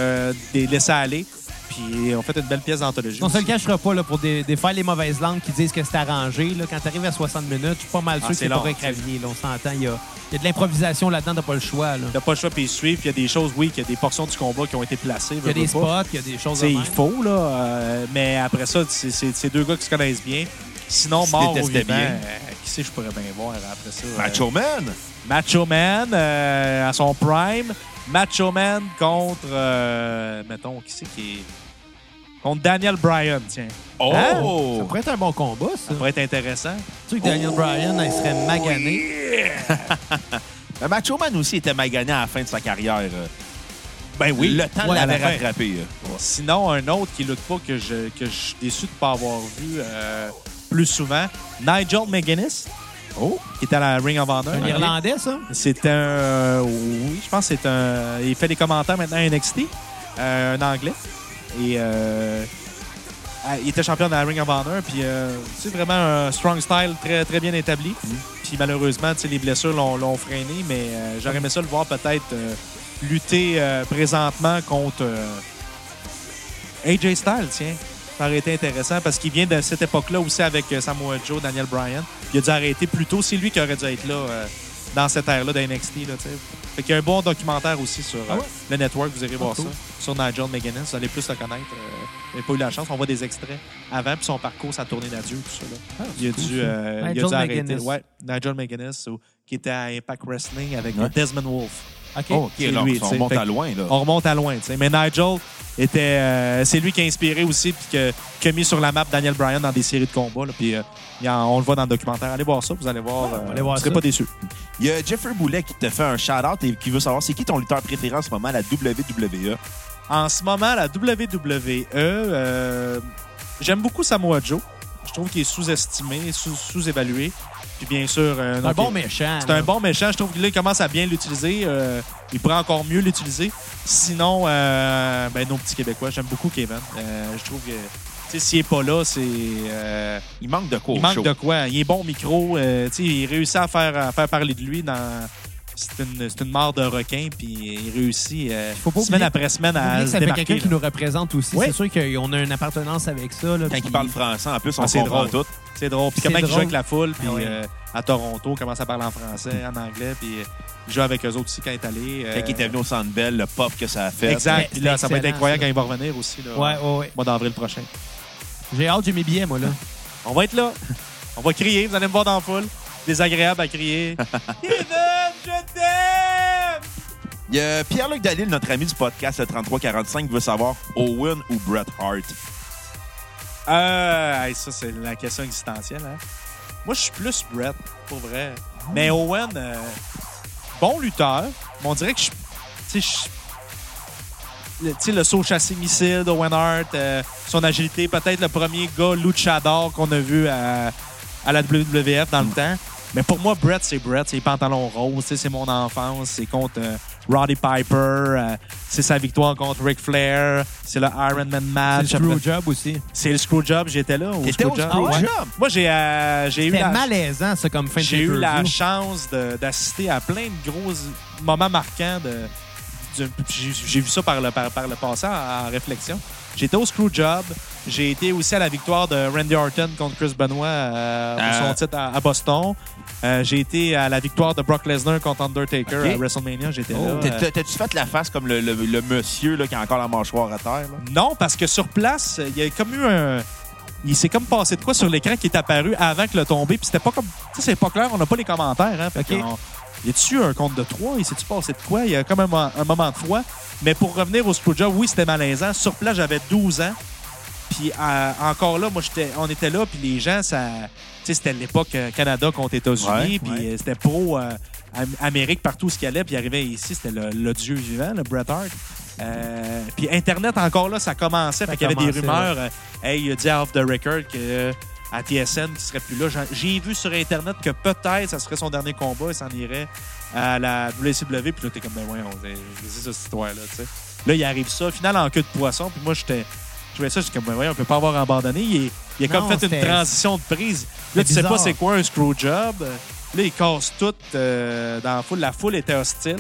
Speaker 4: de laisser aller. Puis on fait une belle pièce d'anthologie.
Speaker 1: On se le
Speaker 4: aussi.
Speaker 1: cachera pas là, pour dé- défaire les mauvaises langues qui disent que c'est arrangé. Là, quand t'arrives à 60 minutes, je suis pas mal sûr
Speaker 4: Ah,
Speaker 1: que
Speaker 4: c'est
Speaker 1: c'est
Speaker 4: long,
Speaker 1: pour écravier. Là, on s'entend. Il y a, il y a de l'improvisation là-dedans, t'as pas le choix. Là.
Speaker 4: T'as pas le choix, puis ils suivent. Puis il y a des choses, oui, qu'il y a des portions du combat qui ont été placées.
Speaker 1: Il y a
Speaker 4: veux,
Speaker 1: des
Speaker 4: veux pas.
Speaker 1: spots, il y a des choses.
Speaker 4: Tu sais,
Speaker 1: de
Speaker 4: il
Speaker 1: même.
Speaker 4: faut, là. euh, mais après ça, c'est- c'est c'est deux gars qui se connaissent bien. Sinon,
Speaker 3: Ils se
Speaker 4: mort ou
Speaker 3: détestaient
Speaker 4: vivant,
Speaker 3: bien.
Speaker 4: euh, qui sait, je pourrais bien voir après ça. euh,
Speaker 3: Macho Man!
Speaker 4: Macho Man euh, à son prime. Macho Man contre, euh, mettons, qui c'est qui est... Contre Daniel Bryan, tiens.
Speaker 3: Oh!
Speaker 1: Hein? Ça pourrait être un bon combat, ça.
Speaker 4: Ça pourrait être intéressant.
Speaker 1: Tu sais que Daniel Bryan, il serait magané.
Speaker 3: Mais Macho Man aussi était magané à la fin de sa carrière. euh.
Speaker 4: Ben
Speaker 3: Le temps
Speaker 1: Ouais,
Speaker 3: l'avait
Speaker 1: à la fin.
Speaker 3: rattrapé. euh.
Speaker 4: Sinon, un autre qui lutte pas, que je, que je suis déçu de pas avoir vu euh, plus souvent, Nigel McGuinness,
Speaker 3: Oh!
Speaker 4: qui est à la Ring of Honor.
Speaker 1: Un Irlandais, ça.
Speaker 4: C'est un. euh, oui, je pense que c'est un. Il fait des commentaires maintenant à NXT, euh, un anglais. Et. euh, ah, il était champion de la Ring of Honor, puis euh, c'est vraiment un strong style très, très bien établi.
Speaker 1: Mhm.
Speaker 4: Puis malheureusement, tu sais, les blessures l'ont l'ont freiné, mais euh, j'aurais aimé ça le voir peut-être euh, lutter euh, présentement contre euh, AJ Styles, tiens. Ça aurait été intéressant parce qu'il vient de cette époque-là aussi avec euh, Samoa Joe, Daniel Bryan. Il a dû arrêter plus tôt. C'est lui qui aurait dû être là euh, dans cette ère-là d'NXT. Là, tu sais. fait qu'il y a un bon documentaire aussi sur euh,
Speaker 1: Ah ouais?
Speaker 4: le network. Vous irez voir
Speaker 1: cool.
Speaker 4: ça. Sur Nigel McGuinness. Vous allez plus le connaître. Euh, vous n'avez pas eu la chance. On voit des extraits avant. Puis son parcours, sa tournée d'adieu, tout ça. là. Il a
Speaker 1: Ah, cool,
Speaker 4: dû,
Speaker 1: ça.
Speaker 4: euh, il a
Speaker 1: Nigel
Speaker 4: dû arrêter.
Speaker 1: McGuinness.
Speaker 4: Ouais, Nigel McGuinness, euh, qui était à Impact Wrestling avec
Speaker 3: Ouais.
Speaker 4: euh, Desmond Wolfe.
Speaker 1: OK.
Speaker 3: Oh,
Speaker 4: C'est
Speaker 3: OK, là,
Speaker 4: lui,
Speaker 3: on
Speaker 4: tu sais.
Speaker 3: remonte
Speaker 4: Fait
Speaker 3: à loin. Là.
Speaker 4: On remonte à loin, tu sais. Mais Nigel était, euh, c'est lui qui a inspiré aussi puis que- qui a mis sur la map Daniel Bryan dans des séries de combats. là, puis euh, il y a- on le voit dans le documentaire. Allez voir ça, vous allez voir. euh,
Speaker 1: allez voir
Speaker 4: vous serez
Speaker 1: ça.
Speaker 4: pas déçus.
Speaker 3: Il y a Jeffrey Boulet qui te fait un shout-out et qui veut savoir c'est qui ton lutteur préféré en ce moment à la E. WWE.
Speaker 4: En ce moment, la WWE, euh, j'aime beaucoup Samoa Joe. Je trouve qu'il est sous-estimé, sous- sous-évalué. puis bien sûr, euh,
Speaker 1: C'est
Speaker 4: non,
Speaker 1: un bon
Speaker 4: qu'il-
Speaker 1: méchant.
Speaker 4: C'est un
Speaker 1: là.
Speaker 4: bon méchant. Je trouve qu'il commence à bien l'utiliser. Euh, il pourrait encore mieux l'utiliser. Sinon, euh, ben, nos petits Québécois, j'aime beaucoup Kevin. Euh, je trouve que tu sais, s'il n'est pas là, c'est. euh,
Speaker 3: Il manque de cours
Speaker 4: il manque
Speaker 3: chaud.
Speaker 4: de quoi. Il est bon au micro. euh, tu sais, il réussit à faire, à faire parler de lui dans. C'est une, c'est une mort de requin, puis il réussit euh,
Speaker 1: Faut pas
Speaker 4: semaine
Speaker 1: oublier-
Speaker 4: après semaine
Speaker 1: Oubliez
Speaker 4: à
Speaker 1: que
Speaker 4: se
Speaker 1: ça fait
Speaker 4: démarquer.
Speaker 1: quelqu'un qui
Speaker 4: là.
Speaker 1: nous représente aussi.
Speaker 4: Ouais.
Speaker 1: C'est sûr qu'on a une appartenance avec ça. Là,
Speaker 3: Quand
Speaker 1: puis-
Speaker 3: il parle français, en plus, on
Speaker 4: Ah, c'est
Speaker 3: comprend
Speaker 4: drôle.
Speaker 3: tout.
Speaker 4: C'est drôle. Puis
Speaker 1: C'est
Speaker 4: comment il joue
Speaker 1: drôle.
Speaker 4: avec la foule, puis
Speaker 1: Ah ouais.
Speaker 4: euh, à Toronto, commence à parler en français, en anglais, puis euh, il joue avec eux autres aussi quand il est allé. euh,
Speaker 3: Quand il était venu au Centre Bell, le pop que ça a fait.
Speaker 4: Exact.
Speaker 1: Ouais,
Speaker 4: Puis là,
Speaker 1: c'est
Speaker 4: ça va être
Speaker 1: excellent,
Speaker 4: incroyable
Speaker 1: ça.
Speaker 4: quand il va revenir aussi. Là,
Speaker 1: Ouais, ouais, ouais.
Speaker 4: Au mois d'avril prochain.
Speaker 1: J'ai hâte, j'ai mes billets, moi, là.
Speaker 4: On va être là. On va crier. Vous allez me voir dans la foule. Désagréable à crier. Kevin, je t'aime!
Speaker 3: Il y a Pierre-Luc Dalil, notre ami du podcast le 3345, qui veut savoir Owen ou Bret Hart.
Speaker 4: Euh, hey, ça, c'est la question existentielle. Hein? Moi, je suis plus Brett, pour vrai. Mais Owen, euh, bon lutteur, mais on dirait que je. Tu sais, je- le- tu sais, le saut chassé missile d'Owen Hart, euh, son agilité, peut-être le premier gars luchador qu'on a vu à, à la WWF dans le temps. Mais pour moi, Brett, c'est Brett. C'est les pantalons roses, tu sais, c'est mon enfance, c'est contre euh, Roddy Piper, euh, c'est sa victoire contre Ric Flair, c'est le Iron Man
Speaker 1: C'est le
Speaker 4: match. Après-
Speaker 1: Screwjob aussi.
Speaker 4: c'est le Screwjob, j'étais là. Au
Speaker 3: T'étais au
Speaker 4: Screwjob.
Speaker 3: Screwjob?
Speaker 4: Ah Ouais. Moi, j'ai euh, j'ai eu
Speaker 1: C'était
Speaker 4: la,
Speaker 1: malaisant, ça, comme fin de
Speaker 4: j'ai eu la
Speaker 1: pay-per-view.
Speaker 4: chance de- d'assister à plein de gros moments marquants. De, du- puis j'ai j'ai vu ça par le, par, par le passé en, en réflexion. J'étais au Screwjob. J'ai été aussi à la victoire de Randy Orton contre Chris Benoit euh, pour
Speaker 3: Ah.
Speaker 4: son titre à, à Boston. Euh, j'ai été à la victoire de Brock Lesnar contre Undertaker
Speaker 3: Ok. Oh.
Speaker 4: à WrestleMania. J'étais là.
Speaker 3: T'as-
Speaker 4: Euh,
Speaker 3: t'as- T'as-tu fait la face comme le, le- le monsieur là, qui a encore la mâchoire à terre? là?
Speaker 4: Non, parce que sur place, il y a comme eu un. Il s'est comme passé de quoi sur l'écran qui est apparu avant que le tombé. Puis c'était pas comme. Tu sais, c'est pas clair, on n'a pas les commentaires. Hein, fait
Speaker 1: Ok.
Speaker 4: qu'on- Y a-tu eu un compte de trois? Il s'est-tu passé de quoi? Il y a comme un, mo- un moment de foi. Mais pour revenir au Screwjob, oui, c'était malaisant. Sur place, j'avais 12 ans. Puis euh, encore là, moi, j'étais, on était là, puis les gens, ça, tu sais, c'était l'époque euh, Canada contre États-Unis,
Speaker 3: Ouais,
Speaker 4: puis
Speaker 3: ouais.
Speaker 4: euh, c'était pro euh, Am- Amérique partout où ce qu'il allait, puis il arrivait ici, c'était le, le dieu vivant, le Bret Hart. Euh, puis Internet, encore là, ça commençait,
Speaker 1: Ça
Speaker 4: fait qu'il y avait des
Speaker 1: commençait,
Speaker 4: rumeurs. euh, hey, il a dit off the record que euh, à TSN, qui serait plus là. J'en- J'ai vu sur Internet que peut-être ça serait son dernier combat, il s'en irait à la WCW, puis là, t'es comme, ben ouais, on c'est ça, cette histoire-là, tu sais. Là, il arrive ça, final en queue de poisson, puis moi, j'étais. Je voyais ça, j'étais comme, ben ouais, on peut pas avoir abandonné. Il, est- il a
Speaker 1: Non,
Speaker 4: comme fait une
Speaker 1: c'était-
Speaker 4: transition de prise. Là, tu sais
Speaker 1: bizarre.
Speaker 4: pas c'est quoi un screwjob. Là, il casse tout euh, dans la foule. La foule était hostile.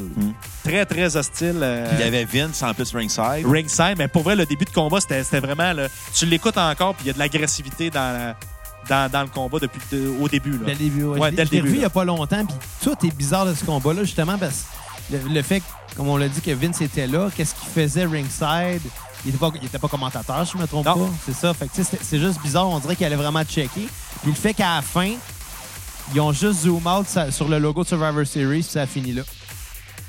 Speaker 4: Très, très hostile. euh,
Speaker 3: Mm. Il y avait Vince en plus ringside.
Speaker 4: ringside. Mais pour vrai, le début de combat, c'était c'était vraiment. là, tu l'écoutes encore, puis il y a de l'agressivité dans, la- dans, dans le combat depuis le- au début. Là.
Speaker 1: Dès le début, ouais.
Speaker 4: Ouais,
Speaker 1: Je l'ai-
Speaker 4: dès le
Speaker 1: je l'ai
Speaker 4: début,
Speaker 1: revu il
Speaker 4: là.
Speaker 1: n'y a pas longtemps, puis tout est bizarre de ce combat-là, justement, parce que le, le fait, que, comme on l'a dit, que Vince était là, qu'est-ce qu'il faisait ringside? Il n'était pas, il était pas commentateur, si je me trompe
Speaker 4: Non.
Speaker 1: pas. C'est ça. Fait que, tu sais, c'est c'est juste bizarre. On dirait qu'il allait vraiment checker. Puis le fait qu'à la fin, ils ont juste zoom out sa- sur le logo de Survivor Series, puis ça a fini là.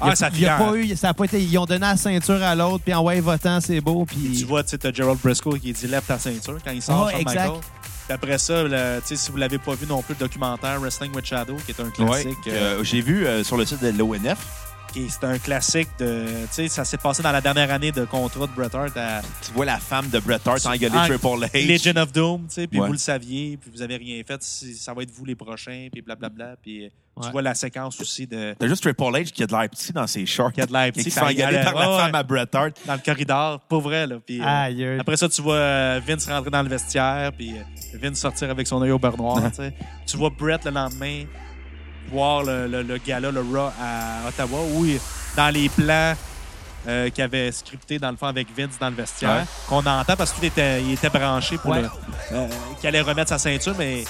Speaker 1: Il y a-
Speaker 4: Ah, ça
Speaker 1: il y a
Speaker 4: finit en-
Speaker 1: pas eu, ça a pas été. Ils ont donné la ceinture à l'autre, puis en ouais, votant, c'est beau. Puis
Speaker 4: Tu vois, tu sais, t'as Gerald Briscoe qui dit lève ta ceinture quand il sort
Speaker 1: Ouais,
Speaker 4: Shawn
Speaker 1: exact.
Speaker 4: Michaels. Puis après ça, le- tu sais, si vous l'avez pas vu non plus, le documentaire Wrestling with Shadow, qui est un
Speaker 3: Ouais,
Speaker 4: classique.
Speaker 3: que,
Speaker 4: euh,
Speaker 3: euh, J'ai vu euh, sur le site de l'ONF.
Speaker 4: qui- c'est un classique de. Tu sais, ça s'est passé dans la dernière année de contrat de Bret Hart à
Speaker 3: Tu vois la femme de Bret Hart engueuler
Speaker 4: Ah,
Speaker 3: Triple H.
Speaker 4: Legend of Doom, tu sais, puis
Speaker 3: Ouais.
Speaker 4: vous le saviez, puis vous avez rien fait, si- ça va être vous les prochains, puis blablabla. Puis euh,
Speaker 1: Ouais.
Speaker 4: tu vois la séquence aussi de.
Speaker 3: T'as juste Triple H qui a de l'air petit dans ses shorts.
Speaker 4: Qui a de l'air petit,
Speaker 3: Et Qui se
Speaker 4: ça
Speaker 3: fait engueuler
Speaker 4: engueule.
Speaker 3: par la
Speaker 4: Ouais,
Speaker 3: femme
Speaker 4: ouais.
Speaker 3: à Bret Hart.
Speaker 4: dans le corridor, pas vrai. Là, puis, euh,
Speaker 1: Aïe, aïe.
Speaker 4: après ça, tu vois euh, Vince rentrer dans le vestiaire, puis euh, Vince sortir avec son œil au beurre noir. tu sais. tu vois Brett le lendemain voir le, le, le gala, le Raw à Ottawa, où il- dans les plans euh, qu'il avait scripté dans le fond avec Vince dans le vestiaire,
Speaker 3: Ouais.
Speaker 4: qu'on entend parce qu'il était, il était branché pour
Speaker 1: Ouais.
Speaker 4: le- euh, qu'il allait remettre sa ceinture, mais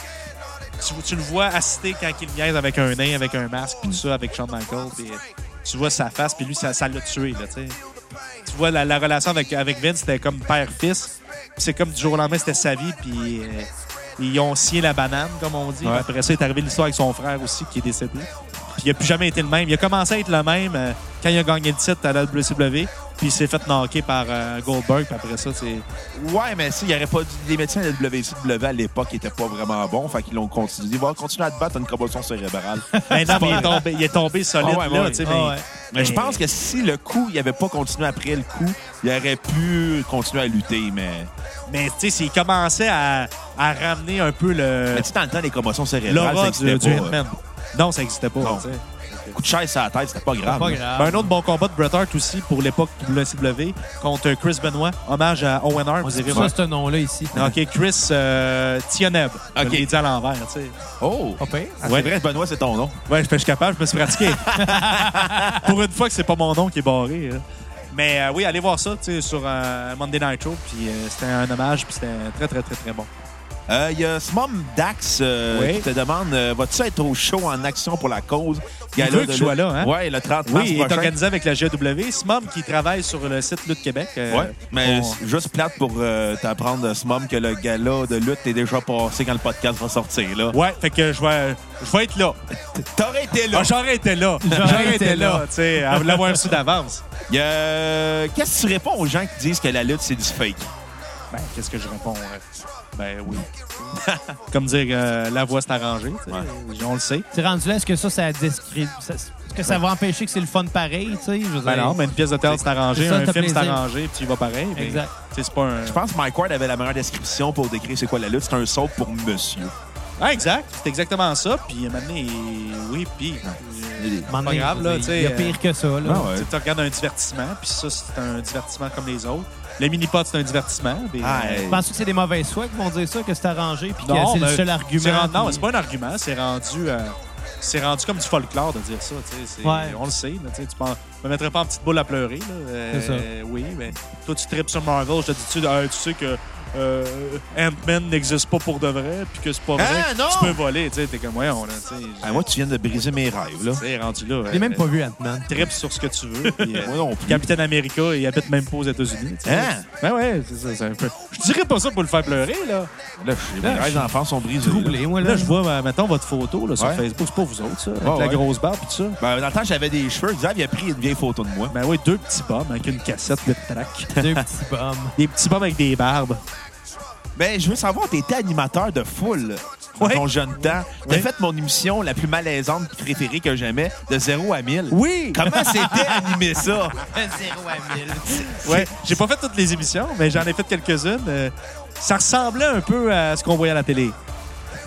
Speaker 4: tu, tu le vois assister quand il niaise avec un nain, avec un masque, puis tout ça, avec Shawn Michaels. Puis, euh, tu vois sa face, puis lui, ça ça l'a tué, là, tu sais. Tu vois, la, la relation avec, avec Vince, c'était comme père-fils. Puis c'est comme du jour au lendemain, c'était sa vie, puis euh, ils ont scié la banane, comme on dit.
Speaker 3: Ouais.
Speaker 4: Après ça, est arrivé l'histoire avec son frère aussi, qui est décédé. Puis il a plus jamais été le même. Il a commencé à être le même euh, quand il a gagné le titre à la WCW, puis il s'est fait knocker par euh, Goldberg, puis après ça, c'est...
Speaker 3: Ouais, mais si, il y aurait pas dû- Les médecins de la WCW à l'époque n'étaient pas vraiment bons. Fait qu'ils l'ont continué. Ils vont continuer à te battre, t'as une commotion cérébrale.
Speaker 4: Maintenant, il, est tombé, il est tombé solide,
Speaker 3: Ah ouais,
Speaker 4: là,
Speaker 3: ouais.
Speaker 4: tu sais,
Speaker 1: Ah
Speaker 4: mais-
Speaker 1: ouais.
Speaker 3: Mais je pense que si le coup, il n'avait pas continué après le coup, il aurait pu continuer à lutter. Mais,
Speaker 4: Mais, tu sais, s'il commençait à, à ramener un peu le...
Speaker 3: mais tu sais, dans le temps, les commotions cérébrales, ça
Speaker 4: L'aura
Speaker 3: n'existait
Speaker 4: du, du
Speaker 3: pas.
Speaker 4: Hitman. Non, ça n'existait pas.
Speaker 3: Non. Ah,
Speaker 4: tu sais.
Speaker 3: Coup de chaise sur la tête, c'était pas grave.
Speaker 1: pas
Speaker 4: Ben,
Speaker 1: grave.
Speaker 4: un autre bon combat de Bret Hart aussi pour l'époque WCW contre Chris Benoit. Hommage à Owen Hart.
Speaker 1: On
Speaker 4: vous
Speaker 1: dit
Speaker 4: irez
Speaker 1: ça,
Speaker 4: voir.
Speaker 1: ce nom-là ici.
Speaker 4: OK, Chris euh, Tioneb. Je
Speaker 3: OK.
Speaker 4: l'ai dit à l'envers, tu sais.
Speaker 3: Oh!
Speaker 1: Pas pire.
Speaker 3: Ah,
Speaker 4: Ouais.
Speaker 3: C'est vrai, Benoît, c'est ton nom.
Speaker 4: Ouais, je je suis capable, je me suis pratiqué. pour une fois que c'est pas mon nom qui est barré. hein. Mais euh, oui, allez voir ça, tu sais, sur euh, Monday Night Raw. Puis euh, c'était un hommage, puis c'était très, très, très, très bon.
Speaker 3: Euh, Il y a Smom Dax euh, qui
Speaker 4: Oui.
Speaker 3: te demande euh, vas-tu être au show en action pour la cause
Speaker 4: Il
Speaker 3: Gala
Speaker 4: veut
Speaker 3: de
Speaker 4: que je sois
Speaker 3: lutte.
Speaker 4: là, hein?
Speaker 3: Ouais, le 30 mars
Speaker 4: Oui, il est
Speaker 3: prochain.
Speaker 4: organisé avec la GW. Smom qui travaille sur le site Lutte Québec. euh,
Speaker 3: Ouais, mais
Speaker 4: on-
Speaker 3: c'est juste plate pour euh, t'apprendre, Smom, que le gala de lutte est déjà passé quand le podcast va sortir. là.
Speaker 4: Ouais, fait que je vais, je vais être là.
Speaker 3: T'aurais été là!
Speaker 4: Ah, J'aurais été là. J'aurais été là, tu sais, à l'avoir su d'avance.
Speaker 3: Il y a, euh, Qu'est-ce que tu réponds aux gens qui disent que la lutte, c'est du fake?
Speaker 4: Ben, qu'est-ce que je réponds? euh, Ben oui. Comme dire, euh, la voix s'est arrangée, tu sais, on le sait.
Speaker 1: T'es rendu là, est-ce que ça, ça discrédite. Est-ce que ça va empêcher que c'est le fun pareil, tu sais? Je veux
Speaker 4: Ben
Speaker 1: dire-
Speaker 4: non, mais une pièce de théâtre s'est arrangée,
Speaker 1: C'est ça,
Speaker 4: un
Speaker 1: t'as
Speaker 4: film s'est
Speaker 1: plaisir.
Speaker 4: arrangé, puis tu y vas pareil. Mais,
Speaker 1: Exact.
Speaker 4: tu sais, c'est pas un...
Speaker 3: Je pense que Mike Ward avait la meilleure description pour décrire c'est quoi la lutte. C'est un saut pour monsieur.
Speaker 4: Ah, exact, c'est exactement ça. Puis maintenant, oui, puis... euh,
Speaker 1: À un moment
Speaker 4: pas
Speaker 1: donné,
Speaker 4: grave,
Speaker 1: je
Speaker 4: là,
Speaker 1: veux
Speaker 4: tu
Speaker 1: dire,
Speaker 4: sais.
Speaker 1: Il y a
Speaker 4: euh,
Speaker 1: pire que ça, là.
Speaker 3: Ah ouais.
Speaker 4: Tu sais, tu regardes un divertissement, puis ça, c'est un divertissement comme les autres. Le mini-pod, c'est un divertissement. puis,
Speaker 3: Ah,
Speaker 4: euh,
Speaker 3: hey.
Speaker 1: Penses-tu que c'est des mauvaises fois qui vont dire ça, que c'est arrangé, puis que
Speaker 4: Non,
Speaker 1: c'est le
Speaker 4: mais
Speaker 1: seul
Speaker 4: C'est
Speaker 1: argument?
Speaker 4: rendu- non,
Speaker 1: puis-
Speaker 4: c'est pas un argument, c'est rendu, euh, c'est rendu comme du folklore de dire ça. tu sais, c'est-
Speaker 1: Ouais.
Speaker 4: On le sait, là, tu sais, tu penses- je me mettrais pas en petite boule à pleurer. là, euh,
Speaker 1: C'est ça.
Speaker 4: Oui, mais toi, tu tripes sur Marvel, je te dis, tu, euh, tu sais que euh, Ant-Man n'existe pas pour de vrai, puis que c'est pas vrai.
Speaker 3: Ah, non!
Speaker 4: Tu peux voler, tu sais, t'es comme, ouais, on a, tu sais,
Speaker 3: Ah, moi, tu viens de briser mes rêves. là.
Speaker 4: tu sais, rendu là.
Speaker 1: Je l'ai même pas vu, Ant-Man.
Speaker 4: Trip sur ce que tu veux. puis, euh,
Speaker 3: Moi non plus.
Speaker 4: Capitaine America, il habite même pas aux États-Unis. tu sais.
Speaker 3: Hein?
Speaker 4: Ben ouais, c'est ça, c'est un peu. Je dirais pas ça pour le faire pleurer, là.
Speaker 3: Là, je- mes
Speaker 4: Là,
Speaker 3: rêves
Speaker 4: je-
Speaker 3: d'enfant sont brisés. là.
Speaker 1: Troublé, moi, là.
Speaker 4: Là, je vois, euh, mettons, votre photo là, sur
Speaker 3: Ouais.
Speaker 4: Facebook. C'est pas vous autres, ça. Avec
Speaker 3: Ouais,
Speaker 4: la
Speaker 3: ouais.
Speaker 4: grosse barbe et tout ça.
Speaker 3: Ben, dans le temps, j'avais des cheveux. Xav, il a pris une vieille photo de moi.
Speaker 4: Ben oui, deux petits bombes avec une cassette de track.
Speaker 1: Deux petits bombes.
Speaker 4: des petits bombes avec des barbes.
Speaker 3: Ben, je veux savoir, t'étais animateur de foule dans
Speaker 4: Oui.
Speaker 3: ton jeune temps. T'as
Speaker 4: Oui.
Speaker 3: fait mon émission la plus malaisante préférée que jamais, de 0 à 1000.
Speaker 4: Oui!
Speaker 3: Comment c'était animer ça?
Speaker 1: 0 à 1000.
Speaker 4: Ouais, j'ai pas fait toutes les émissions, mais j'en ai fait quelques-unes. Euh, ça ressemblait un peu à ce qu'on voyait à la télé.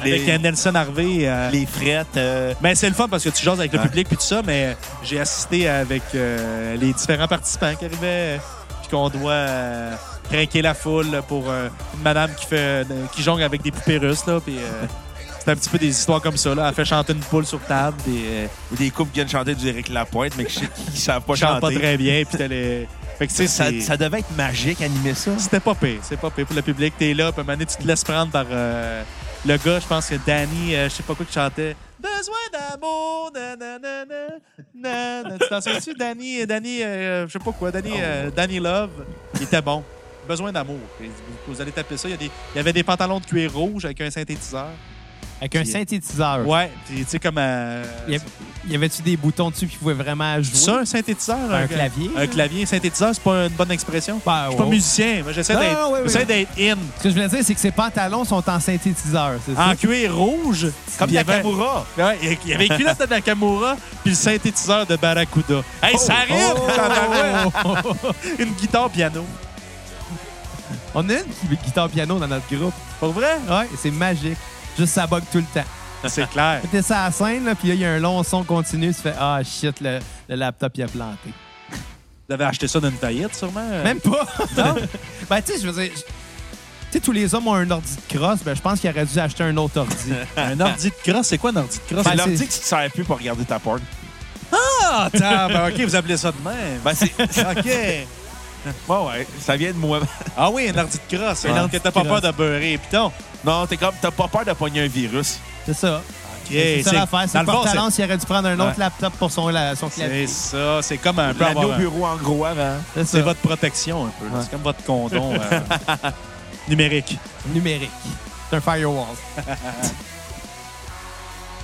Speaker 3: Les-
Speaker 4: Avec euh, Nelson Harvey. euh,
Speaker 3: Les frettes. euh,
Speaker 4: Mais c'est le fun parce que tu jases avec le
Speaker 3: Ouais.
Speaker 4: public puis tout ça, mais euh, j'ai assisté avec euh, les différents participants qui arrivaient euh, puis qu'on doit euh, craquer la foule pour euh, une madame qui fait euh, qui jongle avec des poupées russes là puis euh, c'est un petit peu des histoires comme ça là, elle fait chanter une poule sur table puis euh,
Speaker 3: ou des couples qui viennent chanter du Eric Lapointe, mais qui ne savent pas
Speaker 4: elle chante
Speaker 3: chanter.
Speaker 4: pas très bien puis t'as les fait que tu sais
Speaker 3: ça,
Speaker 4: c'est- Ben,
Speaker 3: ça devait être magique, animer ça.
Speaker 4: c'était pas pire, c'est pas pire pour le public, t'es là puis à un moment donné, tu te laisses prendre par euh, le gars, je pense que Danny, euh, je sais pas quoi qui chantait. Besoin d'amour, nanana, nanana. Tu t'en souviens-tu, Danny, Danny euh, je sais pas quoi, Danny, euh, Danny Love, il était bon. Besoin d'amour. Et Vous vous allez taper ça, il y, a des- il y avait des pantalons de cuir rouge avec un synthétiseur.
Speaker 1: Avec un synthétiseur.
Speaker 4: Ouais, puis tu sais comme... euh,
Speaker 1: Y av- Y avait-tu des boutons dessus qui pouvaient vraiment jouer?
Speaker 4: c'est ça, un synthétiseur?
Speaker 1: Un clavier?
Speaker 4: Un clavier, synthétiseur, c'est pas une bonne expression?
Speaker 1: Ben,
Speaker 4: Je suis pas
Speaker 1: ouais.
Speaker 4: musicien, mais j'essaie
Speaker 1: Non,
Speaker 4: d'être
Speaker 1: oui, oui.
Speaker 4: j'essaie d'être in.
Speaker 1: Ce que je voulais dire, c'est que ses pantalons sont en synthétiseur, c'est ça?
Speaker 4: en cuir rouge.
Speaker 3: Comme
Speaker 4: Puis il y
Speaker 3: la
Speaker 4: avait-
Speaker 3: Kamoura.
Speaker 4: Ouais, il y a- il y avait une culotte de Nakamura puis le synthétiseur de Barracuda. Hey, ça arrive! tabarouette! Une guitare piano.
Speaker 1: On a une gui- guitare piano dans notre groupe.
Speaker 4: Pour vrai?
Speaker 1: Ouais, c'est magique. Juste ça bug tout le temps.
Speaker 4: Ah, C'est clair.
Speaker 1: Mettez ça à la scène, là, puis là, il y a un long son continu. Tu fais Ah shit, le, le laptop il a planté.
Speaker 4: Vous avez acheté ça d'une faillite, sûrement?
Speaker 1: Même pas! ben, tu sais, je veux dire, je- tu sais, tous les hommes ont un ordi de crosse. Ben, je pense qu'il aurait dû acheter un autre ordi.
Speaker 4: un ordi de crosse. C'est quoi un ordi de crosse?
Speaker 1: Ben,
Speaker 3: C'est leur
Speaker 1: c'est-
Speaker 3: dit que tu te sers plus pour regarder ta porn.
Speaker 4: Ah, ben, OK, vous appelez ça de même.
Speaker 3: Ben, c'est.
Speaker 4: OK.
Speaker 3: Ouais, ouais. Ça vient de moi.
Speaker 4: Ah oui, un ordi de crosse. Un
Speaker 1: Ouais.
Speaker 4: ordi que t'as pas peur de beurrer. Piton.
Speaker 3: Non, t'es comme. T'as pas peur de pogner un virus.
Speaker 1: c'est ça.
Speaker 4: Ben,
Speaker 1: Ben,
Speaker 4: C'est
Speaker 1: c'est ça l'affaire. C'est
Speaker 4: dans
Speaker 1: le
Speaker 4: le fond,
Speaker 1: pantalon,
Speaker 4: c'est-
Speaker 1: s'il aurait dû prendre un autre
Speaker 4: Ouais.
Speaker 1: laptop pour son, la- son clavier.
Speaker 4: C'est ça. C'est comme un peu
Speaker 3: L'anneau
Speaker 4: avoir
Speaker 3: au
Speaker 4: un-
Speaker 3: bureau en gros avant.
Speaker 1: C'est
Speaker 4: C'est
Speaker 1: ça.
Speaker 4: votre protection, un peu.
Speaker 1: Ouais.
Speaker 4: C'est comme votre condom euh, numérique.
Speaker 1: numérique. C'est un firewall.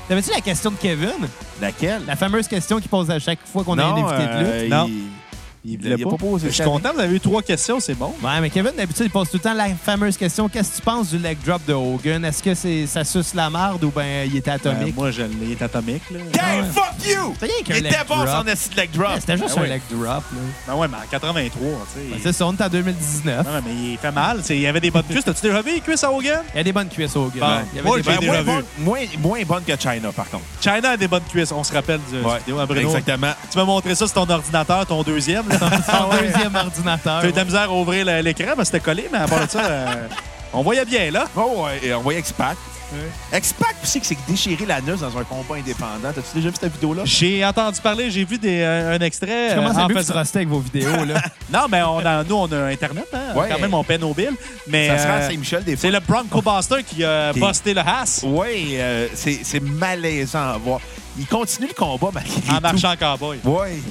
Speaker 1: T'avais-tu la question de Kevin?
Speaker 3: Laquelle?
Speaker 1: La fameuse question qu'il pose à chaque fois qu'on a un
Speaker 3: Non,
Speaker 1: invité de
Speaker 3: euh,
Speaker 1: lutte?
Speaker 3: il-
Speaker 4: Non.
Speaker 3: Il,
Speaker 4: voulait
Speaker 3: il a pas posé
Speaker 4: Je suis
Speaker 3: ça.
Speaker 4: content, vous avez eu trois questions, c'est bon.
Speaker 1: Ouais, mais Kevin, d'habitude, il pose tout le temps la fameuse question Qu'est-ce que tu penses du leg drop de Hogan? Est-ce que c'est ça suce la marde ou ben il était
Speaker 4: Ben,
Speaker 1: atomique?
Speaker 4: moi, je l'ai il est atomique. Là. Ah
Speaker 3: Damn, fuck you!
Speaker 1: C'est rien qu'un
Speaker 3: Il
Speaker 1: leg
Speaker 3: était bon
Speaker 1: drop.
Speaker 3: son esti de leg drop.
Speaker 1: Ouais, C'était juste
Speaker 4: Ben
Speaker 1: un
Speaker 4: oui.
Speaker 1: leg drop. là.
Speaker 4: Ben ouais, mais en 83, tu sais.
Speaker 1: Ben, c'est ça, on est en 2019.
Speaker 4: non, non, mais il fait mal. tu sais, Il y avait des bonnes cuisses. T'as-tu déjà vu les cuisses à Hogan?
Speaker 1: Il y a des bonnes cuisses, Hogan.
Speaker 4: Ben,
Speaker 1: Il y avait
Speaker 4: moi,
Speaker 1: des
Speaker 4: j'ai
Speaker 1: bonnes-
Speaker 3: Ben,
Speaker 4: déjà
Speaker 3: moins,
Speaker 4: vu.
Speaker 3: bonne, moins, moins bonne que China, par contre.
Speaker 4: China a des bonnes cuisses. On se rappelle du du vidéo. Hein, Bruno?
Speaker 3: exactement.
Speaker 4: Tu m'as montré ça sur ton ordinateur, ton deuxième. là. Ah
Speaker 1: Son deuxième ordinateur.
Speaker 4: T'as eu de la
Speaker 1: ouais.
Speaker 4: misère à ouvrir le- l'écran, mais c'était collé. Mais à part de ça, euh, on voyait bien, là.
Speaker 3: Oh, ouais, et on voit X-Pac. X-Pac, tu sais que c'est déchirer l'anus dans un combat indépendant. T'as-tu déjà vu cette vidéo-là?
Speaker 4: J'ai entendu parler, j'ai vu des, euh, un extrait.
Speaker 1: Je
Speaker 4: euh,
Speaker 1: commence à
Speaker 4: en
Speaker 1: plus
Speaker 4: faisant-
Speaker 1: rester avec vos vidéos, là.
Speaker 4: Non, mais on a, nous, on a Internet. Hein?
Speaker 3: Ouais.
Speaker 4: Quand même, on paie nos bills. Mais
Speaker 3: Ça se rend
Speaker 4: euh,
Speaker 3: à Saint-Michel des fois.
Speaker 4: c'est le Bronco Buster qui a
Speaker 3: Qui-
Speaker 4: busté le Haas
Speaker 3: Oui, euh, c'est c'est malaisant à voir. Il continue le combat, malgré
Speaker 4: en marchant en cowboy.
Speaker 3: tout. Oui.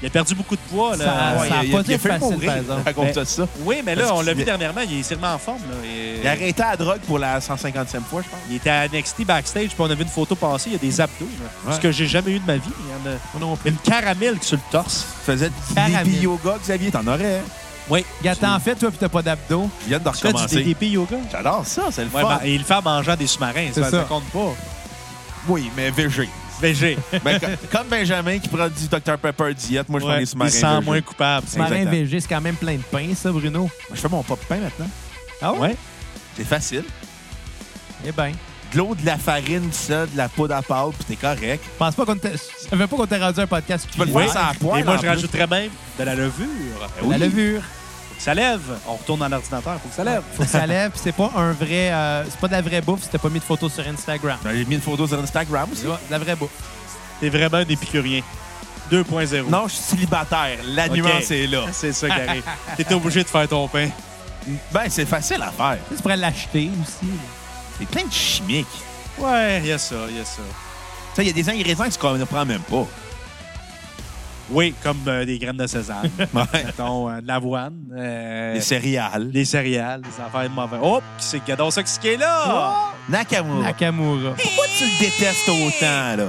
Speaker 4: Il a perdu beaucoup de poids. Là.
Speaker 1: Ça-
Speaker 3: Ouais,
Speaker 1: ça a pas
Speaker 3: il, il, il a
Speaker 1: été
Speaker 3: fait
Speaker 1: facile,
Speaker 3: mourir
Speaker 1: par exemple.
Speaker 3: à cause de ça.
Speaker 4: Oui, mais là,
Speaker 3: Parce
Speaker 4: on l'a
Speaker 3: qu'il-
Speaker 4: vu dernièrement, il est sûrement en forme. Là, et-
Speaker 3: Il a arrêté la drogue pour la 150e fois, je pense.
Speaker 4: Il était à NXT backstage, puis on a vu une photo passer, il y a des abdos. là.
Speaker 3: Ouais.
Speaker 4: Ce que j'ai jamais eu de ma vie. Il y en a- Une caramel sur le torse.
Speaker 3: Tu faisais
Speaker 1: Caramel.
Speaker 3: des yoga, Xavier, t'en aurais. hein?
Speaker 4: Oui.
Speaker 1: Regarde, t'en fais, toi, puis t'as pas d'abdos.
Speaker 3: Tu viens de
Speaker 4: Tu fais du
Speaker 3: recommencer.
Speaker 4: DDP yoga. Ouais,
Speaker 3: J'adore ça, c'est le fun.
Speaker 4: ben, et il le fait en mangeant des sous-marins,
Speaker 1: C'est
Speaker 4: ça,
Speaker 1: ça.
Speaker 4: ça compte pas.
Speaker 3: Oui, mais végé.
Speaker 4: VG.
Speaker 3: Ben, co- comme Benjamin qui prend du Dr Pepper diète, moi je prends
Speaker 4: Ouais,
Speaker 3: les
Speaker 4: il
Speaker 3: sous-marins.
Speaker 4: sent
Speaker 3: végé.
Speaker 4: moins coupable.
Speaker 3: Ouais.
Speaker 1: Marin
Speaker 3: Exactement.
Speaker 1: VG, c'est quand même plein de pain, ça, Bruno.
Speaker 3: Moi, Je fais mon pop pain maintenant.
Speaker 1: Ah
Speaker 4: Ouais.
Speaker 3: C'est facile.
Speaker 1: Eh ben,
Speaker 3: De l'eau, de la farine, ça, de la poudre à pâte, puis t'es correct.
Speaker 1: je pense pas qu'on t'a- Je savais pas qu'on t'a rendu un podcast
Speaker 3: peux le
Speaker 1: culinaire.
Speaker 3: faire sans poil,
Speaker 4: Et moi,
Speaker 3: en
Speaker 4: je
Speaker 3: plus. Ben
Speaker 4: rajouterais même de la levure.
Speaker 3: oui.
Speaker 1: La levure.
Speaker 4: Faut que ça lève. On retourne dans l'ordinateur, faut que ça lève.
Speaker 1: Faut que ça lève. Puis c'est pas un vrai. euh, c'est pas de la vraie bouffe si t'as pas mis de photos sur Instagram.
Speaker 3: J'ai mis une photo sur Instagram aussi.
Speaker 1: Ouais, de la vraie bouffe.
Speaker 4: T'es vraiment un épicurien. 2.0.
Speaker 3: Non, je suis célibataire. La
Speaker 4: Ok.
Speaker 3: nuance est là.
Speaker 4: C'est ça, Carré. T'étais obligé de faire ton pain.
Speaker 3: Ben, c'est facile à faire.
Speaker 1: Tu pourrais l'acheter aussi.
Speaker 3: C'est plein de chimiques.
Speaker 4: Ouais, il y a ça, il y a ça.
Speaker 3: Tu sais, Il y a des ingrédients que tu comprends même pas.
Speaker 4: Oui, comme euh, des graines de sésame,
Speaker 3: Ouais.
Speaker 4: mettons, euh, de l'avoine, euh,
Speaker 3: Les céréales.
Speaker 4: les céréales, des affaires de mauvais. Oh, c'est Gadon ça qui est là!
Speaker 3: Ah! Nakamura.
Speaker 1: Nakamura.
Speaker 3: Pourquoi tu le détestes autant, là?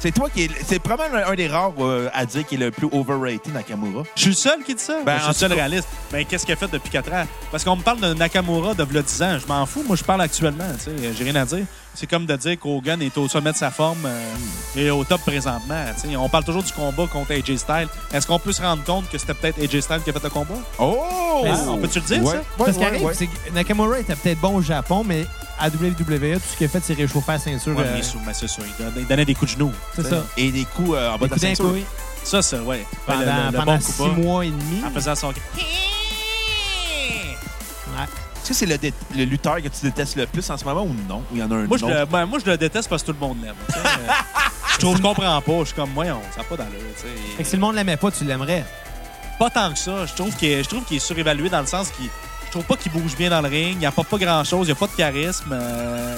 Speaker 3: C'est toi qui est. C'est probablement un des rares euh, à dire qu'il est le plus overrated Nakamura.
Speaker 4: Je suis le seul qui dit ça.
Speaker 3: Ben,
Speaker 4: je suis
Speaker 3: en
Speaker 4: le seul
Speaker 3: tout cas-
Speaker 4: réaliste. Mais qu'est-ce qu'il a fait depuis 4 ans? Parce qu'on me parle de Nakamura de v'là 10 ans. Je m'en fous. Moi, je parle actuellement. tu sais. J'ai rien à dire. C'est comme de dire qu'Hogan est au sommet de sa forme euh, et au top présentement. tu sais. On parle toujours du combat contre AJ Styles. Est-ce qu'on peut se rendre compte que c'était peut-être AJ Styles qui a fait le combat?
Speaker 3: Oh!
Speaker 4: Ah, on peut-tu le dire, ça?
Speaker 1: Parce qu'il arrive, c'est que Nakamura était peut-être bon au Japon, mais à WWE, tout ce qu'il a fait, c'est réchauffer la ceinture.
Speaker 4: Ouais,
Speaker 1: euh,
Speaker 4: mais sous- mais c'est sûr. Il donnait- Il donnait des coups de genoux.
Speaker 1: c'est ça.
Speaker 3: Et des coups euh, en
Speaker 1: Des
Speaker 3: bas
Speaker 1: coups
Speaker 3: de la
Speaker 1: d'un
Speaker 3: ceinture.
Speaker 1: couille
Speaker 4: Ça, ça, ouais.
Speaker 1: pendant,
Speaker 4: Le- le- le,
Speaker 1: pendant
Speaker 4: bon coup
Speaker 1: six
Speaker 4: bas,
Speaker 1: mois et demi.
Speaker 4: En faisant son.
Speaker 1: Ouais.
Speaker 3: Est-ce que c'est le, dé- le lutteur que tu détestes le plus en ce moment ou non? Ou il y en a un
Speaker 4: Moi je,
Speaker 3: autre?
Speaker 4: le, ben, moi, je le déteste parce que tout le monde l'aime. tu sais. Euh, je trouve, je comprends pas. Je suis comme, voyons, ça n'a pas d'allure. tu sais.
Speaker 1: Fait que si le monde l'aimait pas, tu l'aimerais.
Speaker 4: Pas tant que ça. Je trouve qu'il est, je trouve qu'il est surévalué dans le sens qu'il. Je trouve pas qu'il bouge bien dans le ring. Il n'y a pas, pas grand-chose. Il n'y a pas de charisme. euh,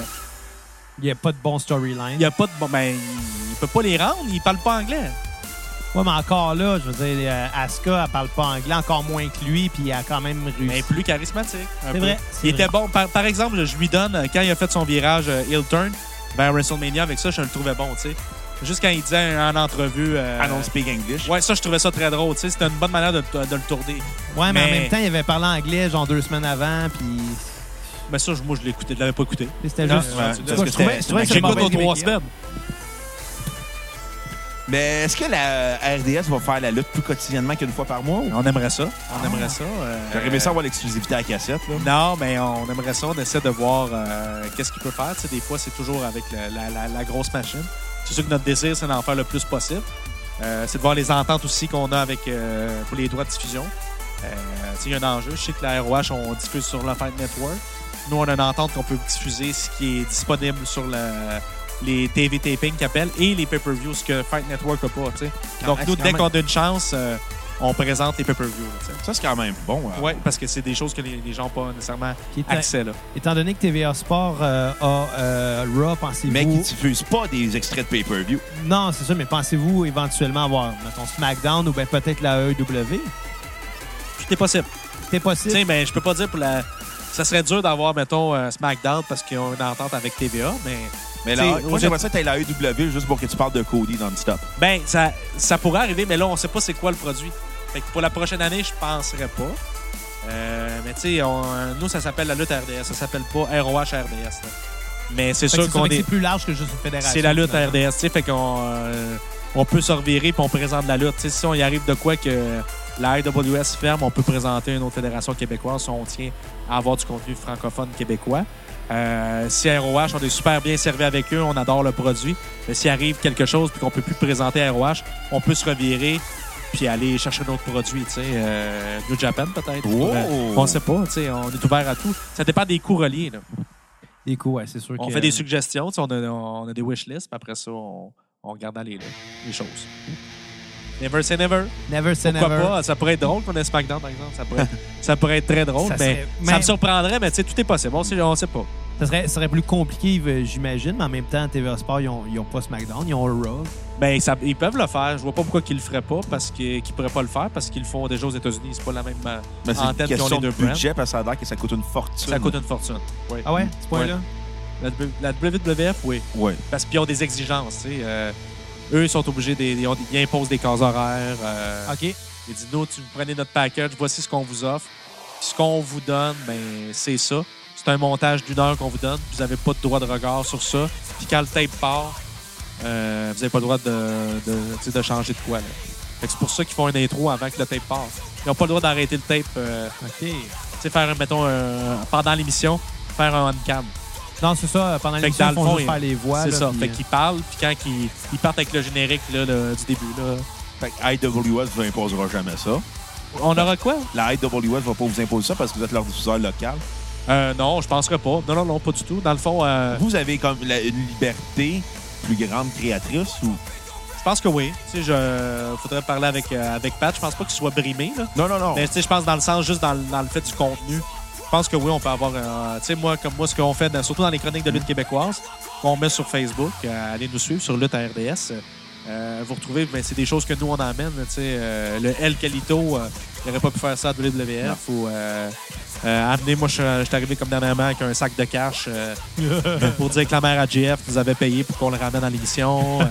Speaker 1: Il n'y a pas de bon storyline.
Speaker 4: il n'y a pas de. bon- Ben, il peut pas les rendre. Il parle pas anglais.
Speaker 1: Ouais, mais encore là, je veux dire, euh, Asuka, elle parle pas anglais, encore moins que lui, puis elle a quand même réussi.
Speaker 4: Mais plus charismatique. un
Speaker 1: C'est
Speaker 4: peu.
Speaker 1: vrai, c'est
Speaker 4: Il était
Speaker 1: vrai.
Speaker 4: bon. Par, par exemple, je lui donne, euh, quand il a fait son virage euh, heel turn vers WrestleMania, avec ça, je le trouvais bon. tu sais. Juste quand il disait en entrevue. euh,
Speaker 3: Ah non, speak English.
Speaker 4: Ouais, ça, je trouvais ça très drôle. tu sais. C'était une bonne manière de, de le tourner.
Speaker 1: ouais, mais, en
Speaker 4: mais-
Speaker 1: même temps, il avait parlé anglais, genre deux semaines avant, puis
Speaker 4: Mais ça, je- moi, je l'écoutais. Je l'avais pas écouté.
Speaker 1: c'était
Speaker 4: Non,
Speaker 1: juste.
Speaker 4: ouais,
Speaker 1: en
Speaker 4: c'est
Speaker 1: tout
Speaker 4: parce
Speaker 1: cas,
Speaker 4: que
Speaker 1: je trouvais-
Speaker 3: c'était-
Speaker 1: je trouvais hein, que c'était
Speaker 4: J'écoute
Speaker 1: mauvais
Speaker 4: aux trois
Speaker 1: gimmick.
Speaker 4: semaines.
Speaker 3: Mais est-ce que la RDS va faire la lutte plus quotidiennement qu'une fois par mois? ou-
Speaker 4: On aimerait ça. On
Speaker 1: Ah.
Speaker 4: aimerait ça. euh,
Speaker 3: J'aurais aimé ça avoir l'exclusivité à la cassette. Là.
Speaker 4: Non, mais on aimerait ça. On essaie de voir euh, qu'est-ce qu'il peut faire. Tu sais, des fois, c'est toujours avec la, la- la- la grosse machine. C'est sûr que notre désir, c'est d'en faire le plus possible. Euh, c'est de voir les ententes aussi qu'on a avec euh, pour les droits de diffusion. Euh, tu sais, il y a un enjeu. Je sais que la ROH, on diffuse sur le Fight Network. Nous, on a une entente qu'on peut diffuser ce qui est disponible sur le- les TV taping qu'ils appellent et les pay-per-views, ce que Fight Network n'a pas. tu sais. Donc,
Speaker 3: Ah,
Speaker 4: nous,
Speaker 3: c'est
Speaker 4: dès
Speaker 3: quand
Speaker 4: qu'on a une chance, euh, on présente les pay-per-views. tu sais.
Speaker 3: Ça, c'est quand même bon. hein.
Speaker 4: Oui, parce que c'est des choses que les, les gens n'ont pas nécessairement
Speaker 1: Qui était-
Speaker 4: accès. Là.
Speaker 1: Étant donné que TVA Sport euh, a euh, Raw, pensez-vous.
Speaker 3: Mais qui ne diffuse pas des extraits de pay-per-view.
Speaker 1: Non, c'est ça, mais pensez-vous éventuellement avoir, mettons, SmackDown ou bien peut-être la AEW?
Speaker 4: Tout est possible.
Speaker 1: C'est
Speaker 4: Tu
Speaker 1: possible.
Speaker 4: sais, mais je peux pas dire pour la. Ça serait dur d'avoir, mettons, euh, SmackDown parce qu'ils ont une entente avec TVA, mais.
Speaker 3: Mais
Speaker 4: T'sais,
Speaker 3: là,
Speaker 4: aux-
Speaker 3: moi, j'aimerais ça que tu la AEW juste pour que tu parles de Cody dans le stop.
Speaker 4: Ben, ça, ça pourrait arriver, mais là, on sait pas c'est quoi le produit. Fait que pour la prochaine année, je penserais pas. Euh, mais tu sais, on- nous, ça s'appelle la lutte RDS. Ça s'appelle pas ROH RDS. là. Mais c'est
Speaker 1: Fait que
Speaker 4: sûr qu'on
Speaker 1: que
Speaker 4: est.
Speaker 1: plus large que juste une fédération.
Speaker 4: C'est la lutte
Speaker 1: finalement.
Speaker 4: RDS, tu sais, fait qu'on euh, on peut se revirer puis on présente la lutte. Tu sais, si on y arrive de quoi que la IWS ferme, on peut présenter une autre fédération québécoise si on tient à avoir du contenu francophone québécois. Euh, si ROH, on est super bien servi avec eux, on adore le produit. Mais s'il arrive quelque chose puis qu'on peut plus présenter à ROH, on peut se revirer puis aller chercher d'autres produits, tu sais, euh, New Japan peut-être.
Speaker 3: Oh!
Speaker 4: Euh, on sait pas, tu sais, on est ouvert à tout. Ça dépend des coûts reliés. Là.
Speaker 1: Des coups, ouais, c'est sûr.
Speaker 4: On
Speaker 1: que-
Speaker 4: fait des suggestions, tu sais, on a, on a des wishlists, puis après ça, on, on regarde aller là, les choses. Never say never.
Speaker 1: Never say
Speaker 4: Pourquoi
Speaker 1: never.
Speaker 4: pas? Ça pourrait être drôle qu'on ait SmackDown, par exemple. Ça pourrait, ça pourrait être très drôle,
Speaker 1: Ça
Speaker 4: mais
Speaker 1: serait-
Speaker 4: ça
Speaker 1: mais-
Speaker 4: me surprendrait, mais tu sais, tout est possible. On sait, on sait pas.
Speaker 1: Ça serait, ça serait plus compliqué, euh, j'imagine, mais en même temps, TVA Sport, ils ont, ils ont pas SmackDown, ils ont Raw.
Speaker 4: Ben, ça- ils peuvent le faire. Je vois pas pourquoi qu'ils le feraient pas, parce que- qu'ils pourraient pas le faire, parce qu'ils le font déjà aux États-Unis. C'est pas la même euh,
Speaker 3: Mais c'est
Speaker 4: en
Speaker 3: une
Speaker 4: tête qu'ils ont
Speaker 3: question
Speaker 4: les
Speaker 3: de
Speaker 4: deux brands.
Speaker 3: budget parce que ça a l'air que ça coûte une fortune.
Speaker 4: Ça coûte une fortune. Oui.
Speaker 1: Ah ouais, ce point-là?
Speaker 4: La, W- la WWF, oui.
Speaker 3: Ouais.
Speaker 4: Parce qu'ils ont des exigences, tu sais. euh, eux, ils sont obligés, des, ils ont- ils imposent des cases horaires. euh,
Speaker 1: OK.
Speaker 4: Il dit nous, tu vous prenez notre package, voici ce qu'on vous offre. Puis ce qu'on vous donne, ben, c'est ça. C'est un montage d'une heure qu'on vous donne. Vous n'avez pas de droit de regard sur ça. Puis quand le tape part, euh, vous n'avez pas le droit de, de, tu sais, de changer de quoi. là. Fait que c'est pour ça qu'ils font une intro avant que le tape parte. Ils n'ont pas le droit d'arrêter le tape. euh,
Speaker 1: OK.
Speaker 4: tu sais, faire, mettons, un- pendant l'émission, faire un on-cam.
Speaker 1: Non, c'est ça, pendant
Speaker 4: Fait que
Speaker 1: l'émission,
Speaker 4: dans
Speaker 1: ils
Speaker 4: le
Speaker 1: font
Speaker 4: fond,
Speaker 1: juste
Speaker 4: il-
Speaker 1: faire les voix.
Speaker 4: c'est
Speaker 1: là,
Speaker 4: ça.
Speaker 1: puis,
Speaker 4: Fait
Speaker 1: euh,
Speaker 4: qu'ils parlent, puis quand ils, ils partent avec le générique là, le- du début, là,
Speaker 3: Fait que IWS vous imposera jamais ça.
Speaker 4: on aura quoi?
Speaker 3: La IWS va pas vous imposer ça parce que vous êtes leur diffuseur local.
Speaker 4: Euh, non, je penserais pas. Non, non, non, pas du tout. Dans le fond, euh,
Speaker 3: Vous avez comme la- une liberté plus grande créatrice ou.
Speaker 4: Je pense que oui. Tu sais, je faudrait parler avec, euh, avec Pat. Je pense pas qu'il soit brimé. Là.
Speaker 3: Non, non, non.
Speaker 4: Mais tu sais, je pense dans le sens, juste dans, le- dans le fait du contenu. Je pense que oui, on peut avoir. euh, tu sais, moi, comme moi, ce qu'on fait, dans- surtout dans les chroniques de lutte québécoise, qu'on met sur Facebook, euh, allez nous suivre sur Lutte à RDS. euh, Euh, vous retrouvez, ben, c'est des choses que nous, on emmène. tu sais, euh, le El Calito, euh, il n'aurait pas pu faire ça à WWF. Ou, euh, euh, amener, moi, je suis je suis arrivé comme dernièrement avec un sac de cash euh, pour dire que la mère à JF nous avait payé pour qu'on le ramène à l'émission. Euh,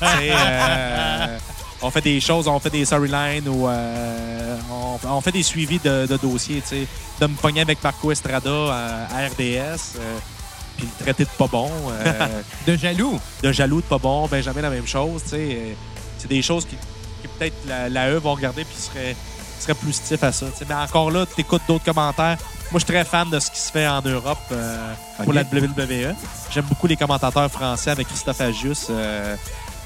Speaker 4: tu sais, euh, on fait des choses, on fait des storylines ou euh, on, on fait des suivis de, de dossiers. tu sais. De me pogner avec Marco Estrada euh, à RDS, euh, puis le traiter de pas bon. euh,
Speaker 1: De jaloux.
Speaker 4: de jaloux de pas bon, Benjamin la même chose. tu sais, euh, C'est des choses qui, qui peut-être la, la E vont regarder puis serait serait plus stiff à ça. tu sais. Mais encore là, tu écoutes d'autres commentaires. Moi, je suis très fan de ce qui se fait en Europe euh, pour la WWE. J'aime beaucoup les commentateurs français avec Christophe Agius euh,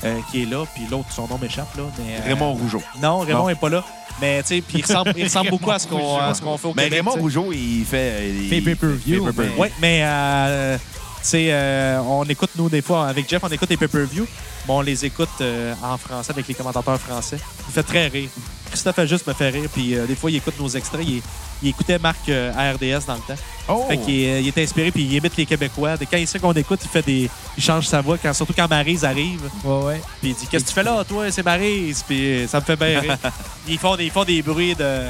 Speaker 4: euh, qui est là, puis l'autre, son nom m'échappe. là. Mais, euh,
Speaker 3: Raymond Rougeau.
Speaker 4: Non, Raymond
Speaker 3: Non.
Speaker 4: n'est pas là. Mais tu sais, puis il ressemble, il ressemble beaucoup à ce qu'on à ce qu'on fait au
Speaker 3: Mais
Speaker 4: Québec.
Speaker 3: Raymond
Speaker 4: tu sais.
Speaker 3: Rougeau, il fait. euh, Il
Speaker 1: Fait pay-per-view,
Speaker 3: fait pay-per-view.
Speaker 4: Oui, mais euh, tu sais, euh, on écoute, nous, des fois, avec Jeff, on écoute les pay-per-view, mais on les écoute euh, en français avec les commentateurs français. Il me fait très rire. Christophe juste me fait rire, puis euh, des fois, il écoute nos extraits. Il, il écoutait Marc euh, à RDS dans le temps.
Speaker 3: Oh!
Speaker 4: Fait qu'il euh, il est inspiré, puis il imite les Québécois. Dès- Quand il sait qu'on écoute, il fait des. Il change sa voix, quand, surtout quand Maryse arrive.
Speaker 1: Ouais, ouais.
Speaker 4: Puis il dit Qu'est-ce que tu fais là, toi C'est Maryse. Puis euh, ça me fait bien rire. ils, font des, ils font des bruits de.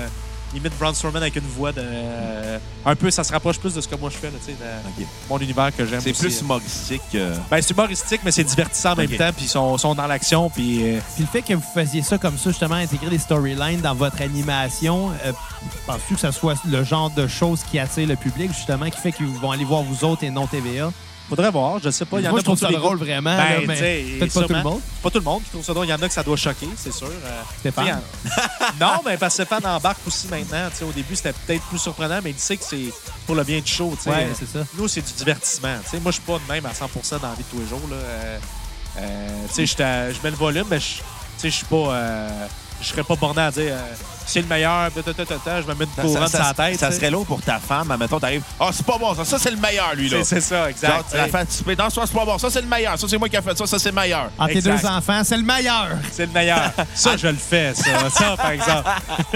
Speaker 4: Ils imitent Braun Strowman avec une voix de. euh, un peu, ça se rapproche plus de ce que moi je fais, là, tu sais. de-
Speaker 3: Ok.
Speaker 4: Mon univers que j'aime.
Speaker 3: C'est
Speaker 4: aussi,
Speaker 3: plus
Speaker 4: euh.
Speaker 3: humoristique. euh,
Speaker 4: Ben, c'est humoristique, mais c'est divertissant en même
Speaker 3: Ok.
Speaker 4: temps. Puis ils sont, sont dans l'action. Puis. euh,
Speaker 1: Puis le fait que vous faisiez ça comme ça, justement, intégrer des storylines dans votre animation, euh, penses-tu que ça soit le genre de choses qui attire le public, justement, qui fait qu'ils vont aller voir vous autres et non TVA?
Speaker 4: faudrait voir, je sais pas. Il y en
Speaker 1: Moi,
Speaker 4: a
Speaker 1: je trouve
Speaker 4: pour
Speaker 1: ça
Speaker 4: tous les
Speaker 1: drôle
Speaker 4: goûts.
Speaker 1: vraiment, là,
Speaker 4: Ben,
Speaker 1: mais
Speaker 4: tu sais,
Speaker 1: peut-être pas tout le
Speaker 4: sûrement.
Speaker 1: monde.
Speaker 4: C'est pas tout le monde qui trouve ça drôle. Il y en a que ça doit choquer, c'est sûr. Euh,
Speaker 1: Stéphane?
Speaker 4: tu sais, il y en- non, mais parce que Stéphane embarque aussi maintenant. Tu sais, au début, c'était peut-être plus surprenant, mais il sait que c'est pour le bien du show. tu sais.
Speaker 1: Ouais, c'est ça.
Speaker 4: Nous, c'est du divertissement. tu sais. moi, je suis pas de même à 100 dans la vie de tous les jours. là. Euh, euh, tu sais, j'étais à- je mets le volume, mais je tu sais, je suis pas. euh, je serais pas borné à dire euh, c'est le meilleur, ta, ta, ta, ta, ta, je me mets une couronne sur la tête.
Speaker 3: ça
Speaker 4: tu sais.
Speaker 3: serait lourd pour ta femme. Admettons, t'arrives. Ah, c'est pas bon, ça. Ça, c'est le meilleur, lui, là.
Speaker 4: C'est- C'est ça,
Speaker 3: Genre,
Speaker 4: exact.
Speaker 3: tu l'as fait souper. Non, ça, c'est pas bon. Ça, c'est le meilleur. Ça, c'est moi qui ai fait ça. Ça, c'est le meilleur.
Speaker 1: Entre tes
Speaker 4: Exact.
Speaker 1: deux enfants, c'est le meilleur!
Speaker 4: C'est le meilleur. Ah. Ça, je le fais, ça. Ça, par exemple.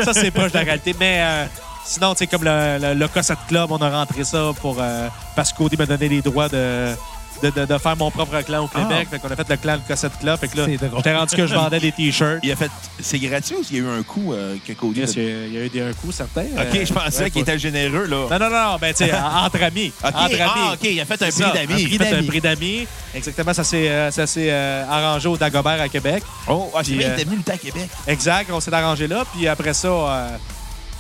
Speaker 4: Ça, c'est proche de la réalité. Mais euh, sinon, tu sais, comme le, le, le Cossette Club, on a rentré ça pour euh, parce que Cody m'a donné les droits de, de, de- de faire mon propre clan au Québec. Fait qu'on a fait le clan le Cossette Club. Fait que là,
Speaker 1: C'est drôle.
Speaker 4: j'étais rendu que je vendais des T-shirts.
Speaker 3: Il a fait. C'est gratuit ou il y a eu un coup euh, que Cody.
Speaker 4: Yes, Il y a- il y a eu des, un coup, certain. euh,
Speaker 3: Ok, je pensais qu'il était généreux, là.
Speaker 4: Non, non, non, ben, tu sais, en- entre amis.
Speaker 3: Ok,
Speaker 4: entre amis.
Speaker 3: ah, ok, il a fait un
Speaker 4: C'est ça,
Speaker 3: prix d'amis.
Speaker 4: fait Un
Speaker 1: d'amis.
Speaker 4: prix d'amis. Exactement, ça s'est euh, ça s'est, euh, arrangé au Dagobert à Québec.
Speaker 3: Oh, ah, c'est
Speaker 4: Puis,
Speaker 3: vrai, il
Speaker 4: euh,
Speaker 3: était venu lutter à Québec.
Speaker 4: Exact, on s'est arrangé là, puis après ça, euh,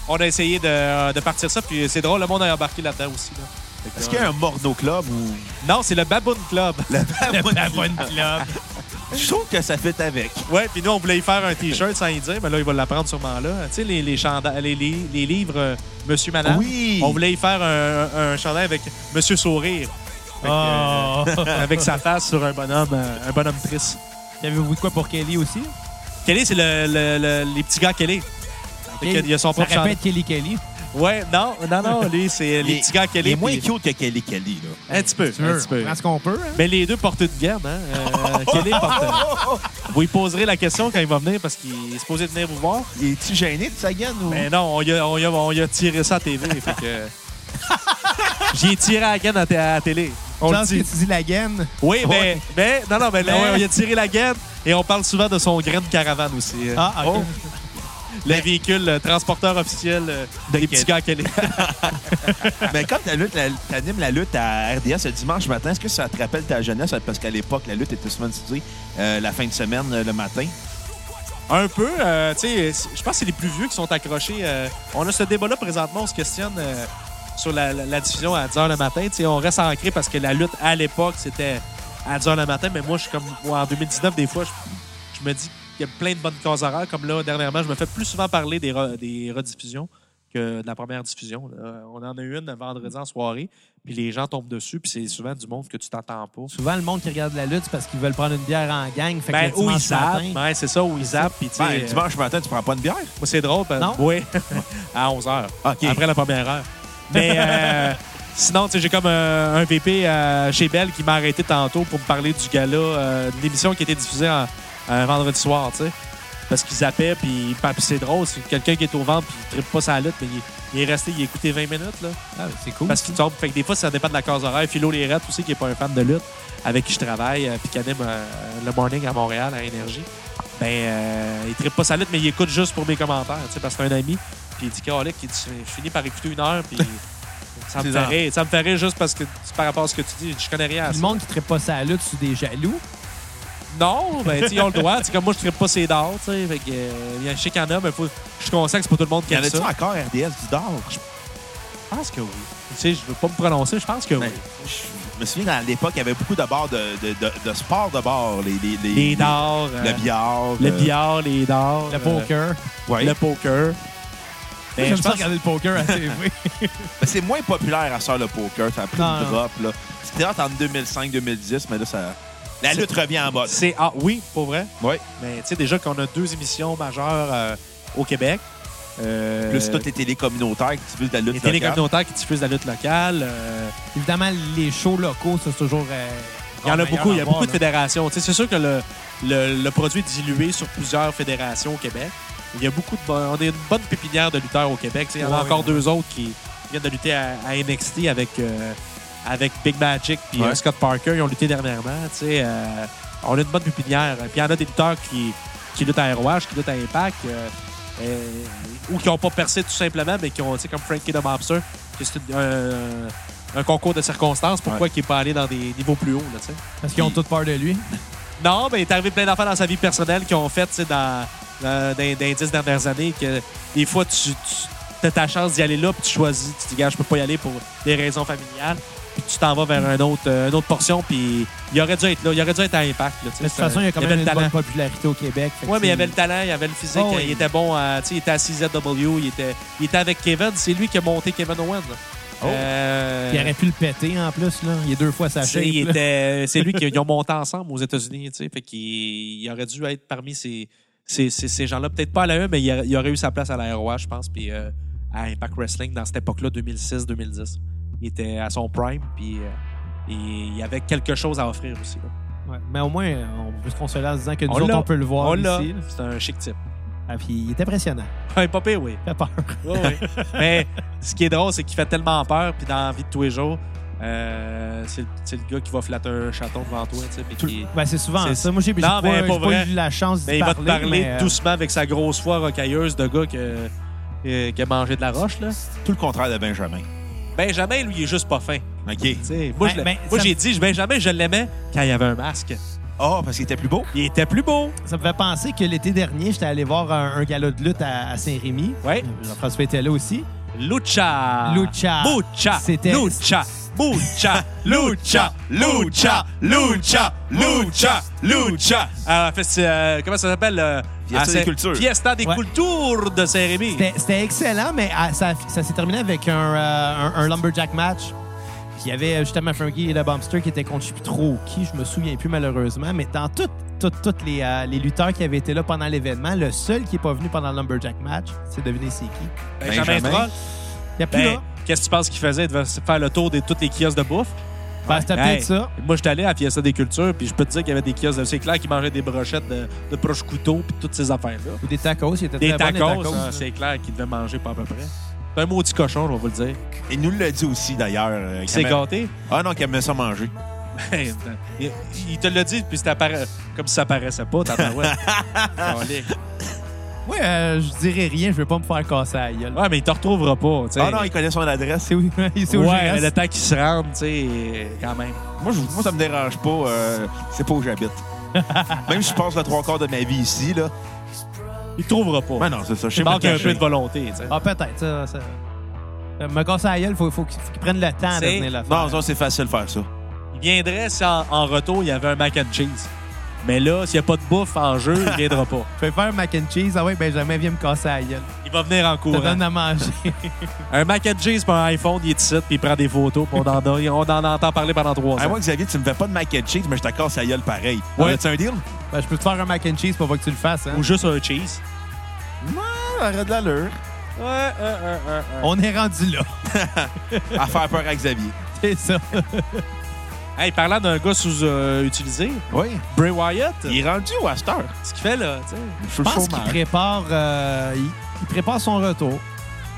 Speaker 4: on a essayé de, de partir ça, puis c'est drôle, le monde a embarqué là-dedans aussi. là. Fait que,
Speaker 3: Est-ce qu'il y a un Morneau Club ou.
Speaker 4: Non, c'est le Baboon Club.
Speaker 3: Je trouve que ça fit avec.
Speaker 4: ouais, puis nous, on voulait y faire un T-shirt sans y dire, mais là, il va l'apprendre sûrement là. Tu sais, les, les, chanda- les, li- les livres euh, Monsieur, Madame.
Speaker 3: Oui.
Speaker 4: On voulait y faire un, un chandail avec Monsieur Sourire. Fait que, euh,
Speaker 1: Oh!
Speaker 4: avec sa face sur un bonhomme, euh, un bonhomme triste.
Speaker 1: Avez-vous de quoi pour Kelly aussi?
Speaker 4: Kelly, c'est le, le- le- les petits gars Kelly. Fait que Il y a son
Speaker 1: ça
Speaker 4: propre chandail.
Speaker 1: répète Kelly Kelly.
Speaker 4: Ouais, non, non, non, lui, c'est les
Speaker 3: Il est-
Speaker 4: petits gars Kelly.
Speaker 3: Il est moins
Speaker 4: puis-
Speaker 3: cute que Kelly Kelly, là.
Speaker 4: Un petit peu, un petit peu.
Speaker 1: Prends ce qu'on peut. hein.
Speaker 4: Mais les deux portent de gamme, hein? Euh, quel est le porteur? Vous lui poserez la question quand il va venir parce qu'il est supposé venir vous voir.
Speaker 3: Il est-tu gêné de sa gagne ou.
Speaker 4: Mais non, on y a, on y a- on y a tiré ça à TV. fait que... J'y ai tiré la gaine à, té- à la télé. On le
Speaker 1: Chance que
Speaker 4: dit.
Speaker 1: tu dis la gaine.
Speaker 4: Oui, mais,
Speaker 1: Ouais.
Speaker 4: mais. Non, non, mais, là,
Speaker 1: Mais-
Speaker 4: ouais, on y a tiré la gaine et on parle souvent de son grain de caravane aussi. euh,
Speaker 1: Ah, OK.
Speaker 4: le véhicule le transporteur officiel euh, des petits gars Kelly.
Speaker 3: Mais comme tu animes la lutte à RDS le dimanche matin, est-ce que ça te rappelle ta jeunesse? Parce qu'à l'époque, la lutte était souvent diffusée euh, la fin de semaine, euh, le matin.
Speaker 4: Un peu, euh, tu sais, c- je pense que c'est les plus vieux qui sont accrochés. euh, on a ce débat-là présentement, on se questionne euh, sur la, la- la diffusion à 10h le matin. Tu sais, on reste ancré parce que la lutte à l'époque, c'était à 10h le matin, mais moi, je suis comme, moi, en 2019, des fois, je, je me dis qu'il y a plein de bonnes causes horaires. Comme là, dernièrement, je me fais plus souvent parler des, re- des rediffusions que de la première diffusion. Euh, on en a eu une vendredi en soirée, puis les gens tombent dessus, puis c'est souvent du monde que tu t'entends pas.
Speaker 1: Souvent, le monde qui regarde la lutte, c'est parce qu'ils veulent prendre une bière en gang. Fait que
Speaker 4: Ben,
Speaker 1: le
Speaker 4: ou ils
Speaker 1: dimanche
Speaker 4: zappent.
Speaker 1: matin-
Speaker 4: Ben, c'est ça, ou ils zappent, puis tu sais,
Speaker 3: Ben, le
Speaker 4: euh,
Speaker 3: dimanche matin, tu prends pas une bière?
Speaker 4: Moi, c'est drôle. parce-
Speaker 1: Non?
Speaker 4: Oui. à 11h.
Speaker 3: OK.
Speaker 4: Après la première heure. Mais euh, sinon, tu sais, j'ai comme euh, un VP euh, chez Belle qui m'a arrêté tantôt pour me parler du gala, euh, de l'émission qui était diffusée en- un vendredi soir, tu sais. parce qu'ils zappaient, puis, puis c'est drôle. C'est quelqu'un qui est au ventre, puis il trippe pas sa lutte, mais il est, il est resté, il a écouté 20 minutes, là,
Speaker 1: Ah, mais c'est cool.
Speaker 4: parce qu'il tombe. Fait que des fois, ça dépend de la case horaire. Philo Lérette aussi, qui est pas un fan de lutte, avec qui je travaille, euh, puis qui anime euh, le morning à Montréal, à Énergie. Ben, euh, il trippe pas sa lutte, mais il écoute juste pour mes commentaires, tu sais, parce que c'est un ami. Puis il dit, Calic, il dit, je finis par écouter une heure, puis ça me
Speaker 3: C'est
Speaker 4: fait
Speaker 3: ça.
Speaker 4: rire. Ça me fait rire juste parce que, c'est par rapport à ce que tu dis, je connais rien à
Speaker 1: Le
Speaker 4: ça.
Speaker 1: monde qui ne pas sa lutte sur des jaloux.
Speaker 4: Non, ben, tu sais, ils ont le droit. Tu sais, comme moi, je trippe pas ses dards, tu sais. Fait que, euh, il y a- je sais qu'il y en a, mais faut, je suis conscient que c'est pas tout le monde qui
Speaker 3: Y en
Speaker 4: aime
Speaker 3: a-tu
Speaker 4: ça.
Speaker 3: encore RDS du Dard? Je
Speaker 4: Je pense que oui. Tu sais, je veux pas me prononcer, je pense que oui.
Speaker 3: Ben, je me souviens, à l'époque, il y avait beaucoup de bars de, de, de, de sport de bar. Les, les, les-
Speaker 4: Les dards. euh,
Speaker 3: Le billard.
Speaker 4: Le
Speaker 3: euh,
Speaker 4: billard, les dards.
Speaker 1: Le
Speaker 4: euh,
Speaker 1: poker.
Speaker 3: ouais.
Speaker 4: Le poker. Ben,
Speaker 1: J'aime
Speaker 4: je
Speaker 1: ça
Speaker 4: pense-
Speaker 1: regarder le poker à TV.
Speaker 3: Mais c'est moins populaire à ça, le poker. Ça a pris
Speaker 1: Non,
Speaker 3: une drop. là. C'était hot en 2005-2010, mais là, ça... la
Speaker 4: C'est-
Speaker 3: lutte revient en mode.
Speaker 4: C'est ah oui, pour vrai.
Speaker 3: Oui.
Speaker 4: Mais tu sais déjà qu'on a deux émissions majeures euh, au Québec. Euh,
Speaker 3: Plus toutes les télés communautaires qui diffusent de la lutte
Speaker 4: les
Speaker 3: locale.
Speaker 4: télécommunautaires qui diffusent la lutte locale. euh,
Speaker 1: Évidemment, les shows locaux, ça, c'est toujours. euh,
Speaker 4: Ah, ben, Il y en a
Speaker 1: meilleur
Speaker 4: beaucoup. Il y
Speaker 1: à
Speaker 4: a
Speaker 1: voir,
Speaker 4: beaucoup de
Speaker 1: là.
Speaker 4: fédérations. Tu sais, c'est sûr que le, le, le produit est dilué sur plusieurs fédérations au Québec. Il y a beaucoup de bon- on a une bonne pépinière de lutteurs au Québec. Tu sais, il y en a
Speaker 1: Ouais,
Speaker 4: encore
Speaker 1: ouais.
Speaker 4: deux autres qui viennent de lutter à, à NXT avec, euh, avec Big Magic puis
Speaker 3: Ouais.
Speaker 4: euh, Scott Parker. Ils ont lutté dernièrement. Tu sais, euh, on a une bonne pépinière. Puis il y en a des lutteurs qui, qui luttent à ROH, qui luttent à Impact. euh, euh, ou qui n'ont pas percé tout simplement, mais qui ont, tu sais, comme Frankie the Mobster, que c'est une- un- un concours de circonstances. Pourquoi il n'est pas allé dans des niveaux plus hauts, là, tu sais?
Speaker 1: Parce qu'ils ont toutes peur de lui.
Speaker 4: Non, mais il est arrivé plein d'affaires dans sa vie personnelle qui ont fait, tu sais, dans, dans, dans les dix dernières années, que des fois, tu, as ta chance d'y aller là, puis tu choisis, tu te dis, gars, je peux pas y aller pour des raisons familiales, puis tu t'en vas vers un autre, euh, une autre portion, puis il aurait dû être là, il aurait dû être à Impact. Là, tu sais,
Speaker 1: Mais de toute
Speaker 4: c'est un-
Speaker 1: façon, il y a quand
Speaker 4: avait
Speaker 1: même
Speaker 4: le
Speaker 1: une
Speaker 4: talent.
Speaker 1: bonne popularité au Québec.
Speaker 4: Oui, mais il avait le talent, il avait le physique,
Speaker 1: Ah oui.
Speaker 4: il était bon à, tu sais, il était à CZW, il était, il était avec Kevin, c'est lui qui a monté Kevin Owen. là.
Speaker 1: Oh.
Speaker 4: Euh,
Speaker 1: Il aurait pu le péter en plus, là. Il est deux fois sa
Speaker 4: Tu sais,
Speaker 1: shape,
Speaker 4: il
Speaker 1: là.
Speaker 4: était- C'est lui qui ils ont monté ensemble aux États-Unis, tu sais. Fait qu'il il aurait dû être parmi ces, ces, ces, ces gens-là. Peut-être pas à la E, mais il, a- il aurait eu sa place à la ROH, je pense, puis euh, à Impact Wrestling dans cette époque-là, 2006-2010. Il était à son prime, puis euh, il il avait quelque chose à offrir aussi. là.
Speaker 1: Ouais, Mais au moins, euh, on peut se consoler en se disant que nous
Speaker 4: On
Speaker 1: autres,
Speaker 4: l'a.
Speaker 1: on peut le voir
Speaker 4: On
Speaker 1: ici.
Speaker 4: l'a.
Speaker 1: là.
Speaker 4: C'est un chic type.
Speaker 1: Ah, puis il est impressionnant.
Speaker 4: Un pas pire, oui.
Speaker 1: Il fait peur.
Speaker 4: mais ce qui est drôle, c'est qu'il fait tellement peur, puis dans la vie de tous les jours, euh, c'est le, c'est le gars qui va flatter un chaton devant toi, tu sais, puis qui-
Speaker 1: Ben, c'est souvent
Speaker 4: C'est-
Speaker 1: ça. Moi, j'ai j'ai
Speaker 4: Non,
Speaker 1: pas,
Speaker 4: mais
Speaker 1: j'ai
Speaker 4: pour
Speaker 1: pas
Speaker 4: vrai.
Speaker 1: eu la chance
Speaker 4: Mais
Speaker 1: d'y
Speaker 4: il va te
Speaker 1: parler.
Speaker 4: parler
Speaker 1: mais, euh,
Speaker 4: doucement avec sa grosse voix rocailleuse de gars que- euh, qui a mangé de la roche. Là.
Speaker 3: Tout le contraire de Benjamin.
Speaker 4: Benjamin, lui, il est juste pas fin.
Speaker 3: OK.
Speaker 4: Tu sais,
Speaker 1: Ben,
Speaker 4: Moi, je l'ai-
Speaker 1: ben,
Speaker 4: moi,
Speaker 1: ça-
Speaker 4: j'ai dit, je- Benjamin, je l'aimais quand il avait un masque.
Speaker 3: Ah, parce qu'il était plus beau?
Speaker 4: Il était plus beau.
Speaker 1: Ça me fait penser que l'été dernier, j'étais allé voir un, un gala de lutte à, à Saint-Rémy.
Speaker 4: Ouais.
Speaker 1: Jean-François était là aussi.
Speaker 4: Lucha.
Speaker 1: Lucha.
Speaker 4: Lucha.
Speaker 1: C'était-
Speaker 4: Lucha. Lucha. Lucha. Lucha. Lucha. Lucha. Lucha. Euh, festi- euh, comment ça s'appelle? euh,
Speaker 3: Fiesta
Speaker 4: à
Speaker 3: des
Speaker 4: Saint-
Speaker 3: cultures.
Speaker 4: Fiesta des
Speaker 1: Ouais.
Speaker 4: cultures de Saint-Rémy.
Speaker 1: C'était- C'était excellent, mais ah, ça, ça s'est terminé avec un, euh, un- un lumberjack match. Puis il y avait euh, justement Frankie et le Bumpster qui étaient contre je sais plus trop qui, je me souviens plus malheureusement, mais dans toutes toutes toutes les, euh, les lutteurs qui avaient été là pendant l'événement, le seul qui est pas venu pendant le lumberjack match, c'est deviner c'est qui.
Speaker 4: Benjamin
Speaker 3: Benjamin.
Speaker 4: Troll.
Speaker 1: Il y a plus
Speaker 4: Ben,
Speaker 1: là.
Speaker 4: qu'est-ce que tu penses qu'il faisait? Il devait se faire le tour de tous les kiosques de bouffe.
Speaker 1: Ben, c'était
Speaker 4: Hey,
Speaker 1: peut-être ça.
Speaker 4: Moi, j'étais allé à la Fiesta des Cultures, puis je peux te dire qu'il y avait des kiosques. de- C'est clair qu'ils mangeaient des brochettes de, de prosciutto, puis toutes ces affaires-là.
Speaker 1: Ou des tacos, il était
Speaker 4: Des
Speaker 1: très bon, les
Speaker 4: tacos, hein, c'est clair qu'ils devaient manger pas à peu près. C'est un maudit cochon, je vais vous le dire.
Speaker 3: Il nous l'a dit aussi, d'ailleurs. euh,
Speaker 4: Il
Speaker 3: qu'il
Speaker 4: s'est
Speaker 3: aimait-
Speaker 4: gâté.
Speaker 3: Ah non, qu'il aimait ça manger.
Speaker 4: Ben, il, il te l'a dit, puis c'était appara- comme si ça paraissait pas, ta parouette. Calique.
Speaker 1: Oui, euh, je dirais rien, je veux pas me faire casser la gueule.
Speaker 4: Ouais, mais il te retrouvera pas, tu sais.
Speaker 3: Ah non, il connaît son adresse.
Speaker 1: C'est où, c'est où je
Speaker 4: Ouais,
Speaker 1: reste.
Speaker 4: mais le temps qu'il se rende, tu sais, quand même.
Speaker 3: Moi, je- moi, ça me dérange pas. euh, c'est pas où j'habite. Même si je passe le trois quarts de ma vie ici, là.
Speaker 4: Il te trouvera pas.
Speaker 3: Ben non, c'est ça. Je sais
Speaker 4: il
Speaker 3: pas
Speaker 4: manque un peu de volonté, tu sais.
Speaker 1: Ah, peut-être. Ça, ça- Euh, Me casser la gueule, faut, faut qu'il faut qu'il prenne le temps de
Speaker 4: C'est-
Speaker 1: venir le faire.
Speaker 3: Non, non, c'est facile de faire ça.
Speaker 4: Il viendrait si en, en retour, il y avait un mac and cheese. Mais là, s'il n'y a pas de bouffe en jeu, il viendra pas.
Speaker 1: Je vais faire un mac and cheese. Ah ouais, Benjamin, viens me casser la gueule.
Speaker 4: Il va venir en
Speaker 1: Ça
Speaker 4: courant.
Speaker 1: donne à manger.
Speaker 4: Un mac and cheese pour un iPhone, il est ici, puis il prend des photos, puis on en, a- on en entend parler pendant trois
Speaker 3: Ah,
Speaker 4: ans.
Speaker 3: moi, Xavier, tu me fais pas de mac and cheese, mais je te casse la gueule pareil.
Speaker 4: Ouais.
Speaker 3: Ouais. tu un deal?
Speaker 1: Ben, je peux te faire un mac and cheese pour pas que tu le fasses. hein.
Speaker 4: Ou juste un cheese.
Speaker 3: Non, arrête de l'allure.
Speaker 4: Ouais, un, un, un, un.
Speaker 1: On est rendu là.
Speaker 3: À faire peur à Xavier.
Speaker 1: C'est ça.
Speaker 4: Hey, parlant d'un gars sous-utilisé,
Speaker 3: Oui.
Speaker 4: Bray Wyatt,
Speaker 3: Il est rendu au Aster.
Speaker 4: ce qu'il fait là, tu sais.
Speaker 1: Je pense qu'il prépare, euh, il, il prépare son retour.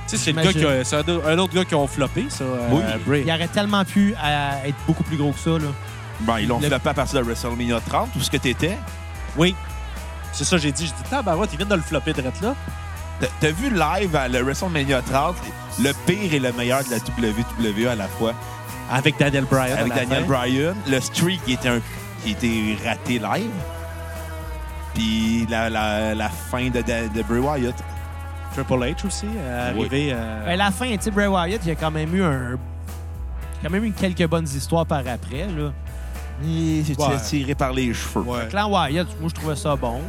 Speaker 4: Tu sais, c'est le gars qui a- c'est un, un autre gars qui ont floppé, ça. euh,
Speaker 3: Oui.
Speaker 4: Bray.
Speaker 1: Il aurait tellement pu euh, être beaucoup plus gros que ça. Là.
Speaker 3: Ben, ils l'ont
Speaker 1: Le-
Speaker 3: floppé à partir de WrestleMania 30, où ce que t'étais.
Speaker 4: Oui. C'est ça, j'ai dit. J'ai dit, tabarouette, il vient de le flopper direct là.
Speaker 3: T'as- T'as vu live à le WrestleMania 30, le pire et le meilleur de la WWE à la fois.
Speaker 4: Avec Daniel Bryan.
Speaker 3: Avec
Speaker 4: à la
Speaker 3: Daniel
Speaker 4: fin.
Speaker 3: Bryan, le streak qui était, un, qui était raté live. Puis la, la, la fin de, de, de Bray Wyatt.
Speaker 4: Triple H aussi, euh,
Speaker 3: Oui.
Speaker 4: arrivé. euh,
Speaker 1: Ben, la fin, tu sais, Bray Wyatt, il a quand même eu un. quand même eu quelques bonnes histoires par après. Là.
Speaker 3: Il s'est
Speaker 4: Ouais.
Speaker 3: tiré par les cheveux.
Speaker 4: ouais.
Speaker 1: Clan Wyatt, moi, je trouvais ça bon.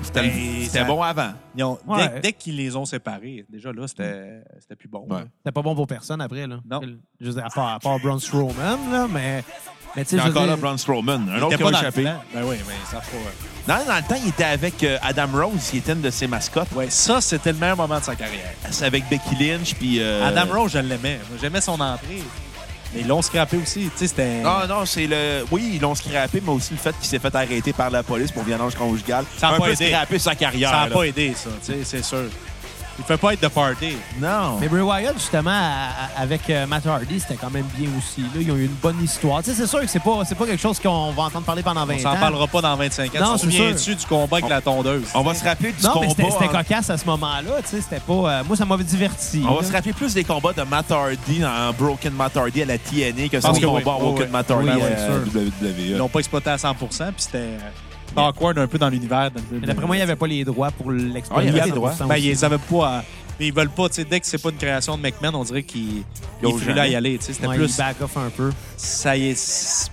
Speaker 3: C'était
Speaker 4: Ben,
Speaker 3: le-
Speaker 4: ça-
Speaker 3: c'était bon avant.
Speaker 4: Ils ont- dès-
Speaker 1: Ouais.
Speaker 4: Dès, qu'ils les ont séparés, déjà là, c'était c'était plus bon.
Speaker 3: Ouais.
Speaker 1: C'était pas bon pour personne après. Là.
Speaker 4: Non.
Speaker 1: Je veux dire, à part, à part Braun Strowman, là, mais. Mais tu sais, je
Speaker 3: Puis
Speaker 1: veux
Speaker 3: encore là,
Speaker 1: dire-
Speaker 3: Braun Strowman, un
Speaker 4: Il
Speaker 3: autre
Speaker 4: était
Speaker 3: qui
Speaker 4: pas
Speaker 3: a
Speaker 4: dans le
Speaker 3: échappé.
Speaker 4: plan. Ben oui, mais ça faut.
Speaker 3: Non, dans le temps, il était avec euh, Adam Rose, qui était une de ses mascottes.
Speaker 4: Ouais, ça, c'était le meilleur moment de sa carrière.
Speaker 3: C'est avec Becky Lynch, puis... euh,
Speaker 4: Adam Rose, je l'aimais. J'aimais son entrée. Mais ils l'ont scrappé aussi. Tu sais, c'était.
Speaker 1: Ah,
Speaker 3: Non, Ah, non, c'est le. Oui, ils l'ont scrappé, mais aussi le fait qu'il s'est fait arrêter par la police pour violence conjugale.
Speaker 4: Ça a
Speaker 3: un
Speaker 4: pas
Speaker 3: peu
Speaker 4: aidé.
Speaker 3: scrappé sa carrière.
Speaker 4: ça n'a
Speaker 3: là.
Speaker 4: pas aidé, ça. Tu sais, c'est sûr. Il ne fait pas être de party.
Speaker 3: Non.
Speaker 1: Mais Bray Wyatt, justement, à- à- avec euh, Matt Hardy, c'était quand même bien aussi. Là. Ils ont eu une bonne histoire. Tu sais, c'est sûr que c'est pas, c'est pas quelque chose qu'on va entendre parler pendant 20
Speaker 4: On
Speaker 1: ans.
Speaker 4: s'en parlera pas dans 25 ans.
Speaker 1: Ben, Non,
Speaker 4: tu te
Speaker 1: c'est sûr. Oh
Speaker 4: souviens-tu du combat avec la tondeuse?
Speaker 3: On va se rappeler du
Speaker 1: Non, mais c'était,
Speaker 3: combat. hein.
Speaker 1: c'était
Speaker 3: en-
Speaker 1: cocasse à ce moment-là. Tu sais, c'était pas. euh, moi, ça m'avait diverti.
Speaker 3: On va
Speaker 1: là.
Speaker 3: se rappeler plus des combats de Matt Hardy dans Broken Matt Hardy à la TNA que son
Speaker 4: Parce que
Speaker 3: combat
Speaker 4: oui.
Speaker 3: en
Speaker 4: Oh,
Speaker 3: Broken
Speaker 4: oui.
Speaker 3: Matt Hardy
Speaker 1: Oui, oui,
Speaker 3: à E.
Speaker 1: sûr.
Speaker 3: WWE.
Speaker 4: Ils l'ont pas exploité à 100 puis c'était awkward un peu dans l'univers. de-
Speaker 1: Mais d'après moi, il n'y avait pas les droits pour
Speaker 3: Ah, il y
Speaker 1: l'exploiter.
Speaker 3: avait
Speaker 1: à
Speaker 3: les droits.
Speaker 1: 100%
Speaker 4: Ben,
Speaker 1: aussi.
Speaker 4: ils avaient pas. à- Mais ils veulent pas, tu sais, dès que c'est pas une création de McMahon, on dirait qu'ils
Speaker 3: Ils osent
Speaker 4: sont là à
Speaker 3: jamais.
Speaker 4: y aller. tu sais, C'était
Speaker 1: Ouais, ils
Speaker 4: plus.
Speaker 1: back off un peu.
Speaker 4: ça y est,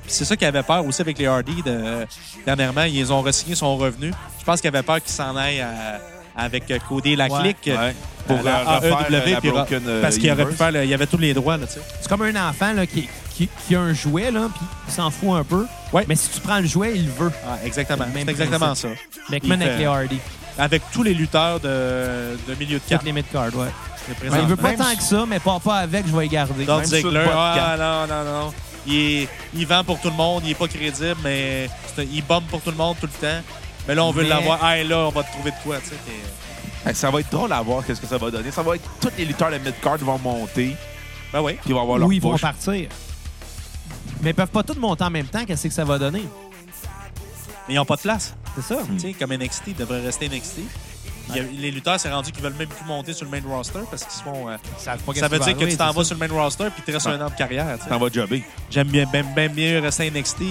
Speaker 4: c'est ça qu'ils avaient peur aussi avec les Hardy. de- dernièrement, ils ont re-signé son revenu. Je pense qu'ils avaient peur qu'ils s'en aillent à- avec Cody la
Speaker 1: Ouais.
Speaker 4: clique.
Speaker 3: Ouais. Pour
Speaker 4: à la
Speaker 3: euh, refaire
Speaker 4: AEW,
Speaker 3: la
Speaker 4: puis ra-
Speaker 3: Broken, euh,
Speaker 4: parce qu'il aurait pu
Speaker 3: Universe.
Speaker 4: faire le- il y avait tous les droits là, tu sais.
Speaker 1: C'est comme un enfant là, qui, qui, qui a un jouet, là, puis il s'en fout un peu.
Speaker 4: Ouais.
Speaker 1: Mais si tu prends le jouet, il le veut.
Speaker 4: Ah, exactement,
Speaker 1: Même
Speaker 4: c'est exactement ça.
Speaker 1: McMahon
Speaker 4: Il
Speaker 1: avec
Speaker 4: fait-
Speaker 1: les Hardy.
Speaker 4: Avec tous les lutteurs de, de milieu de
Speaker 1: Toutes
Speaker 4: carte.
Speaker 1: les mid-card, ouais.
Speaker 4: qui étaient
Speaker 1: Ben, il veut
Speaker 4: présents.
Speaker 1: pas
Speaker 4: Même
Speaker 1: tant que ça, mais pas, pas avec, je vais les garder.
Speaker 4: Dolph
Speaker 3: Même sur le
Speaker 4: Ziggler,
Speaker 3: podcast.
Speaker 4: ah non, non, non. Il, est- il vend pour tout le monde, il est pas crédible, mais c'est un- il bombe pour tout le monde tout le temps. Mais là, on veut
Speaker 1: Mais-
Speaker 4: l'avoir. Ah, et là, on va te trouver de quoi, tu sais. t'es-
Speaker 3: Fait que Ça va être drôle à voir qu'est-ce que ça va donner. Ça va être tous les lutteurs de mid-card vont monter,
Speaker 4: Ben oui.
Speaker 3: puis ils vont avoir leur
Speaker 1: Où ils vont
Speaker 3: push.
Speaker 1: partir. Mais ils peuvent pas tous monter en même temps. Qu'est-ce que ça va donner?
Speaker 4: Mais ils n'ont pas de place.
Speaker 1: C'est ça.
Speaker 4: Tu sais, comme NXT, ils devraient rester NXT. Il y a- les lutteurs, c'est rendu qu'ils veulent même plus monter sur le main roster parce qu'ils se font. euh,
Speaker 1: Ça,
Speaker 4: ça veut dire que tu t'en vas sur le main roster puis tu restes un an de carrière. tu sais.
Speaker 3: T'en vas jobber.
Speaker 4: J'aime bien, bien, bien mieux rester NXT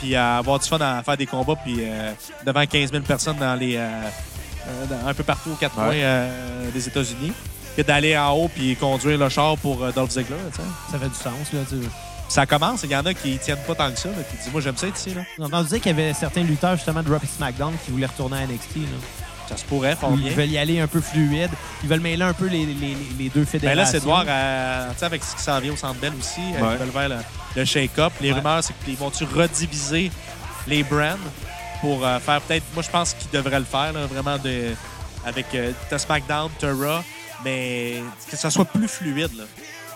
Speaker 4: puis euh, avoir du fun à faire des combats puis euh, devant 15 000 personnes dans les, euh, euh, dans- un peu partout aux quatre
Speaker 3: Ouais.
Speaker 4: coins euh, des États-Unis que d'aller en haut puis conduire le char pour euh, Dolph Ziggler. tu sais.
Speaker 1: Ça fait du sens, là. tu sais.
Speaker 4: Ça commence. Il y en a qui tiennent pas tant que ça là, qui disent Moi, j'aime ça être ici. Là.
Speaker 1: J'ai entendu dire qu'il y avait certains lutteurs, justement, de Rock et SmackDown qui voulaient retourner à NXT. Là.
Speaker 4: Ça se pourrait fort
Speaker 1: Ils
Speaker 4: bien.
Speaker 1: veulent y aller un peu fluide. Ils veulent mêler un peu les, les- les- les deux
Speaker 4: Ben
Speaker 1: fédérations.
Speaker 4: là, c'est de voir euh, tu sais, avec ce qui s'en vient au Centre Bell aussi. euh,
Speaker 3: Ouais.
Speaker 4: Ils veulent faire le, le shake-up. Les
Speaker 1: Ouais.
Speaker 4: rumeurs, c'est qu'ils vont-tu rediviser les brands pour euh, faire peut-être... Moi, je pense qu'ils devraient le faire, là, vraiment, de, avec euh, t'as SmackDown, t'as Raw, mais que ça soit plus fluide. là.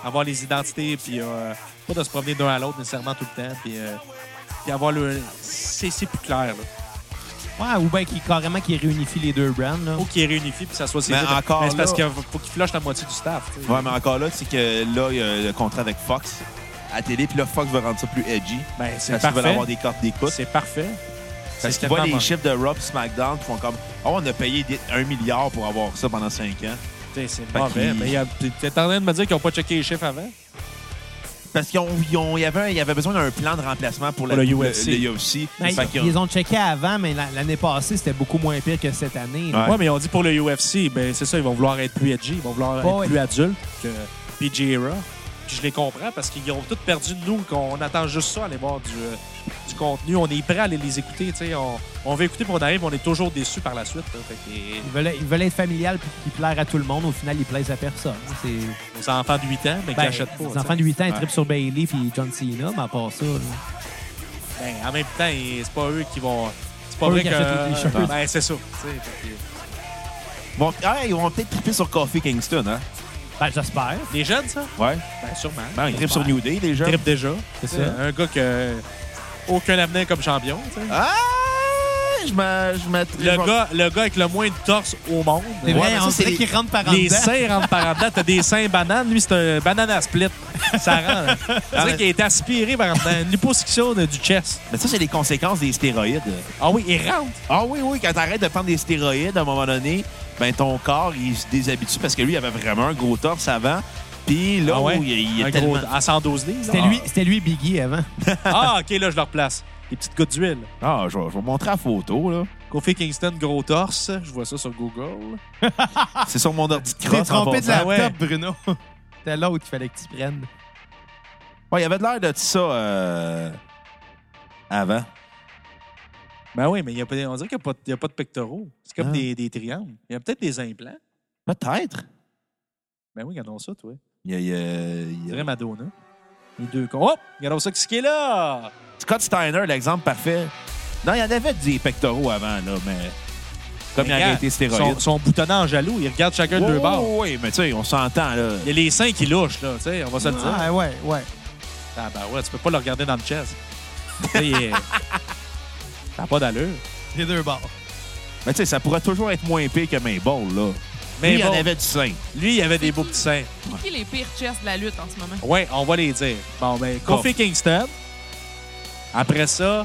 Speaker 4: Avoir les identités, puis euh, pas de se promener d'un à l'autre nécessairement tout le temps, puis, euh, puis avoir le... C'est c'est plus clair. Là.
Speaker 1: Ouais, ou bien qui, carrément qui réunifie les deux brands. Là.
Speaker 4: Faut qu'ils réunifient, puis ça soit...
Speaker 3: Mais
Speaker 4: serré.
Speaker 3: encore
Speaker 4: Mais c'est parce
Speaker 3: là-
Speaker 4: qu'il faut qu'ils flushent la moitié du staff. tu sais.
Speaker 3: Ouais, mais encore là, c'est que là, il y a le contrat avec Fox à télé, puis là, Fox va rendre ça plus edgy.
Speaker 4: Ben, c'est
Speaker 3: Parce qu'ils veulent
Speaker 4: parfait.
Speaker 3: avoir des cartes d'écoute.
Speaker 4: C'est parfait.
Speaker 3: Parce
Speaker 4: C'est
Speaker 3: qu'ils voient
Speaker 4: tellement
Speaker 3: les
Speaker 4: bon.
Speaker 3: chiffres de Rob SmackDown qui font comme Oh, on a payé des- un milliard pour avoir ça pendant cinq ans.
Speaker 4: T'sais, C'est
Speaker 3: Fait
Speaker 4: mauvais.
Speaker 3: qu'il-
Speaker 4: Mais il y a- t'es t'es en train de me dire qu'ils n'ont pas checké les chiffres avant?
Speaker 3: Parce qu'ils ont, ils ont- il y avait, il y avait besoin d'un plan de remplacement pour, la-
Speaker 4: Pour le UFC.
Speaker 3: Le, UFC.
Speaker 1: Ben,
Speaker 3: Fait qu'ils
Speaker 1: ils,
Speaker 3: ont-
Speaker 1: ils ont checké avant, mais la- l'année passée, c'était beaucoup moins pire que cette année. là.
Speaker 3: Ouais.
Speaker 4: Ouais. mais ils ont dit pour le UFC, ben c'est ça, ils vont vouloir être plus edgy, ils vont vouloir
Speaker 1: Ouais,
Speaker 4: être
Speaker 1: ouais.
Speaker 4: plus adultes que PG Era. Puis je les comprends parce qu'ils ont tous perdu de nous, qu'on attend juste ça, aller voir du, euh, du contenu. On est prêt à aller les écouter, tu sais. On, on veut écouter, puis on arrive, on est toujours déçus par la suite. là. Fait que les,
Speaker 1: Ils, veulent, ils veulent être familial puis qu'ils plaire à tout le monde. Au final, ils plaisent à personne. C'est.
Speaker 4: les enfants de 8 ans,
Speaker 1: Ben,
Speaker 4: mais qui n'achètent pas.
Speaker 1: Les
Speaker 4: t'sais.
Speaker 1: enfants de 8 ans, ils
Speaker 3: Ouais.
Speaker 1: trippent sur Bailey puis John Cena, mais à part ça. là.
Speaker 4: Ben, en même temps, ils- c'est pas eux qui vont. C'est pas
Speaker 1: Eux
Speaker 4: vrai
Speaker 1: qui
Speaker 4: que.
Speaker 1: achètent les t-shirts.
Speaker 4: ben, c'est ça. tu sais. Fait que-
Speaker 3: vont- ah, ils vont peut-être triper sur Coffee Kingston, hein?
Speaker 1: Ben, j'espère.
Speaker 4: Les jeunes, ça?
Speaker 3: Ouais.
Speaker 4: Ben, sûrement.
Speaker 3: Ben, ils trippent sur New Day, déjà.
Speaker 1: Trip déjà, c'est
Speaker 4: C'est
Speaker 1: ça.
Speaker 4: un gars qui a aucun avenir comme champion. tu sais.
Speaker 3: Ah! Je m'a- je m'a- je
Speaker 4: Le
Speaker 3: m'a-
Speaker 4: gars, le gars avec le moins de torse au monde.
Speaker 1: C'est
Speaker 3: Ouais,
Speaker 1: vrai,
Speaker 3: mais ça,
Speaker 1: on
Speaker 3: c'est
Speaker 1: dirait
Speaker 3: les-
Speaker 1: qu'ils rentrent par en
Speaker 4: Les
Speaker 1: dedans.
Speaker 4: seins rentrent par en dedans. T'as des seins bananes. Lui, c'est un banana split. Ça rend. On dirait qu'il a été aspiré par en dedans. Une liposuction de- du chest.
Speaker 3: Mais ça, c'est les conséquences des stéroïdes.
Speaker 4: Ah oui, il rentre.
Speaker 3: Ah oui, oui, quand t'arrêtes de prendre des stéroïdes, à un moment donné, ben ton corps, il se déshabitue parce que lui, il avait vraiment un gros torse avant. Puis là,
Speaker 4: Ah ouais?
Speaker 3: où il, il est
Speaker 4: Un
Speaker 3: tellement...
Speaker 4: gros, à 112 livres. là.
Speaker 1: C'était lui, c'était lui Biggie avant.
Speaker 4: Ah, OK, là, je le replace. Les petites gouttes d'huile.
Speaker 3: Ah, je vais, je vais montrer la photo, là.
Speaker 4: Kofi Kingston, gros torse. Je vois ça sur Google. Ah!
Speaker 3: C'est sur mon ordi de
Speaker 1: T'es
Speaker 3: crosse. en
Speaker 1: trompé de
Speaker 3: passant.
Speaker 1: laptop,
Speaker 4: ouais.
Speaker 1: Bruno. C'était l'autre qu'il fallait que tu prennes.
Speaker 3: Ouais, il avait de l'air de ça euh, avant.
Speaker 4: Ben oui, mais il y a pas, on dirait qu'il n'y a, pas de pectoraux. C'est comme
Speaker 3: Ah.
Speaker 4: des, des triangles. Il y a peut-être des implants.
Speaker 3: Peut-être.
Speaker 4: Ben oui, regardons ça, toi.
Speaker 3: Il y a- il y a- il
Speaker 4: On
Speaker 3: y a-
Speaker 4: dirait Madonna. Les deux cons. Oh! Regardons ça, qui est là?
Speaker 3: Scott Steiner, l'exemple parfait. Non, il y en avait des pectoraux avant, là, mais comme il
Speaker 4: Mais
Speaker 3: avait
Speaker 4: regarde,
Speaker 3: été stéroïde. Oh,
Speaker 4: Son, son boutonnant en jaloux, il regarde chacun de deux bords.
Speaker 3: Oui, mais tu sais, on s'entend, là.
Speaker 4: Il y a les seins qui louchent, là, tu sais, on va se le dire.
Speaker 1: Ah, ouais, ouais.
Speaker 4: Ah ben ouais, tu peux pas le regarder dans le chest. Tu sais, il est- Ça n'a pas d'allure.
Speaker 1: Les deux bords.
Speaker 3: Mais tu sais, ça pourrait toujours être moins pire que mes balls, là. Mais
Speaker 4: Mais
Speaker 3: il y en
Speaker 4: bon,
Speaker 3: avait du sein.
Speaker 4: lui, il avait des beaux petits seins.
Speaker 5: C'est qui les pires chests de la lutte en ce moment?
Speaker 4: Ouais, on va les dire. Bon, ben, Kofi Kingston. Après ça,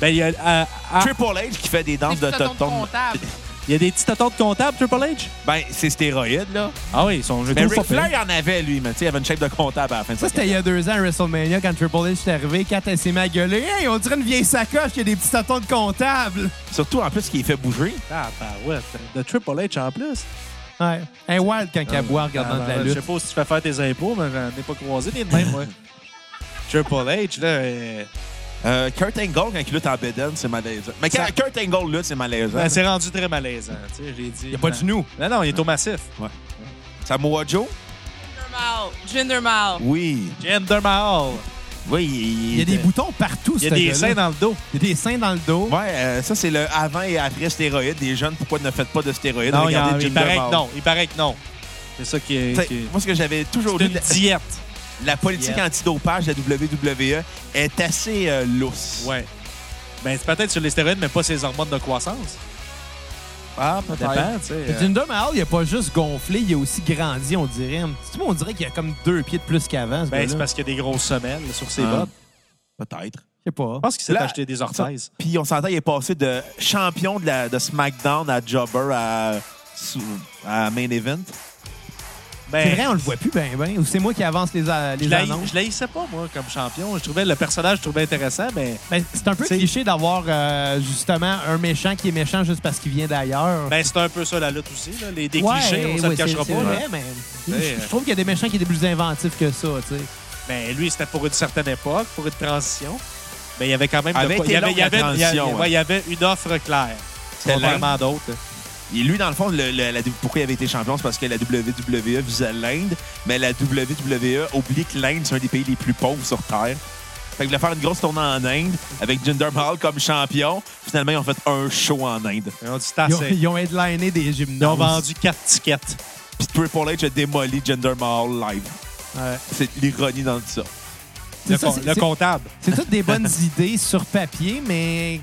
Speaker 4: ben, il y a, à- à-
Speaker 3: Hmm. Triple H qui fait des danses de
Speaker 5: C'est ton
Speaker 3: tonton.
Speaker 5: comptable.
Speaker 4: il y a des petits tatons de comptable, Triple H.
Speaker 3: Ben, c'est stéroïde, là.
Speaker 4: Ah oui, ils sont
Speaker 3: Mais
Speaker 4: ils sont
Speaker 3: Ben, Ric
Speaker 4: pas pires.
Speaker 3: Flair, il en avait, lui, mais tu sais, il avait une shape de comptable à la fin de
Speaker 1: Ça,
Speaker 3: sa
Speaker 1: c'était il y a deux ans à WrestleMania quand Triple H est arrivé. Quand elle s'est mis à gueuler, hey, on dirait une vieille sacoche qui a des petits tatons de comptable.
Speaker 3: Surtout, en plus, qu'il fait bouger.
Speaker 4: Ah, ben ouais, de Triple H en plus.
Speaker 1: Ouais. Un wild quand elle boit en regardant de
Speaker 4: Ah,
Speaker 1: la
Speaker 4: ben, Je
Speaker 1: lutte.
Speaker 4: sais pas si tu fais faire tes impôts, mais j'en ai pas croisé des de même, moi. Triple H, là, euh,
Speaker 3: Euh, Kurt Angle, quand il lutte en Beden, c'est malaisant. Mais quand
Speaker 4: Ça-
Speaker 3: Kurt Angle lutte, c'est malaisant. Euh,
Speaker 4: ben, c'est rendu très malaisant. Tu sais, je l'ai dit.
Speaker 1: Il a pas de genoux.
Speaker 4: Non, non, il est au massif.
Speaker 3: Samoa Joe?
Speaker 5: Gender Mall. Gender Mall.
Speaker 3: Oui.
Speaker 4: Gender Mahal.
Speaker 3: Oui,
Speaker 1: Il y a des boutons partout,
Speaker 4: Il y a
Speaker 1: ce
Speaker 4: des
Speaker 1: gars-là.
Speaker 4: seins dans le dos.
Speaker 1: Il y a des seins dans le dos.
Speaker 3: Ouais, euh, ça, c'est le avant et après stéroïdes. Les jeunes, pourquoi ne faites pas de stéroïdes?
Speaker 4: Non, il, y en-
Speaker 3: Regardez
Speaker 4: il
Speaker 3: Jinder
Speaker 4: paraît
Speaker 3: Mahal.
Speaker 4: que non. Il paraît que non. C'est ça qui
Speaker 3: Tu
Speaker 4: est.
Speaker 3: sais,
Speaker 4: qui est-
Speaker 3: Moi, ce que j'avais toujours
Speaker 4: C'est
Speaker 3: dit,
Speaker 4: une
Speaker 3: la,
Speaker 4: diète.
Speaker 3: la politique
Speaker 4: Yeah.
Speaker 3: antidopage de la WWE est assez euh, lousse.
Speaker 4: Ouais. Ben, c'est peut-être sur les stéroïdes, mais pas ses hormones de croissance.
Speaker 3: Ah,
Speaker 4: Ça dépend, tu sais.
Speaker 1: Mais
Speaker 4: euh,
Speaker 1: Jinder Mahal, il a pas juste gonflé, il a aussi grandi, on dirait. Tu on dirait qu'il a comme deux pieds de plus qu'avant, ce
Speaker 4: Ben, c'est
Speaker 1: gars-là.
Speaker 4: parce qu'il y a des grosses semelles sur ses
Speaker 3: Ah.
Speaker 4: bottes.
Speaker 3: Peut-être.
Speaker 1: Je sais pas.
Speaker 4: Je pense qu'il s'est
Speaker 3: Là,
Speaker 4: acheté des orthèses.
Speaker 3: Puis on s'entend, il est passé de champion de, la- de SmackDown à Jobber à, sou- à Main Event.
Speaker 1: C'est
Speaker 4: Ben,
Speaker 1: vrai, on le voit plus ben ben. Ou c'est moi qui avance les, a- les
Speaker 4: je l'haï-
Speaker 1: annonces.
Speaker 4: je l'haïssais pas, moi, comme champion. Je trouvais le personnage, je trouvais intéressant, mais
Speaker 1: Ben, c'est un peu
Speaker 4: C'est-
Speaker 1: cliché d'avoir euh, justement un méchant qui est méchant juste parce qu'il vient d'ailleurs.
Speaker 4: ben, c'est un peu ça la lutte aussi. Là. Les, des
Speaker 1: Ouais,
Speaker 4: clichés, on ne se
Speaker 1: ouais,
Speaker 4: le cachera
Speaker 1: c'est-
Speaker 4: pas.
Speaker 1: c'est
Speaker 4: là.
Speaker 1: vrai,
Speaker 4: Ben,
Speaker 1: mais
Speaker 4: Ouais.
Speaker 1: je, je trouve qu'il y a des méchants qui étaient plus inventifs que ça, tu sais.
Speaker 4: Mais Ben, lui, c'était pour une certaine époque, pour une transition. Mais il y avait quand même...
Speaker 3: Elle
Speaker 4: de
Speaker 3: avait
Speaker 4: quoi-
Speaker 3: été
Speaker 4: il y avait,
Speaker 3: longue,
Speaker 4: il y avait-
Speaker 3: la
Speaker 4: il y avait-
Speaker 3: transition,
Speaker 4: ouais, il y avait une offre claire.
Speaker 3: C'était
Speaker 4: Contrairement à d'autres.
Speaker 3: Et lui, dans le fond, le- le- la- pourquoi il avait été champion, c'est parce que la WWE visait l'Inde, mais la WWE oublie que l'Inde, c'est un des pays les plus pauvres sur Terre. Fait qu'il voulait faire une grosse tournée en Inde avec Jinder Mahal comme champion. Finalement, ils ont fait un show en Inde.
Speaker 4: Ils ont dit, Ah, c'est
Speaker 1: Ils ont,
Speaker 4: assez.
Speaker 1: ils ont headliné des gymnases.
Speaker 4: Ils ont vendu quatre tickets.
Speaker 3: Puis Triple H a démoli Jinder Mahal live.
Speaker 1: Ouais.
Speaker 3: C'est l'ironie dans tout ça.
Speaker 1: C'est
Speaker 4: Le,
Speaker 1: ça,
Speaker 4: com-
Speaker 1: c'est-
Speaker 4: le
Speaker 1: c'est-
Speaker 4: comptable.
Speaker 1: C'est toutes des bonnes idées sur papier, mais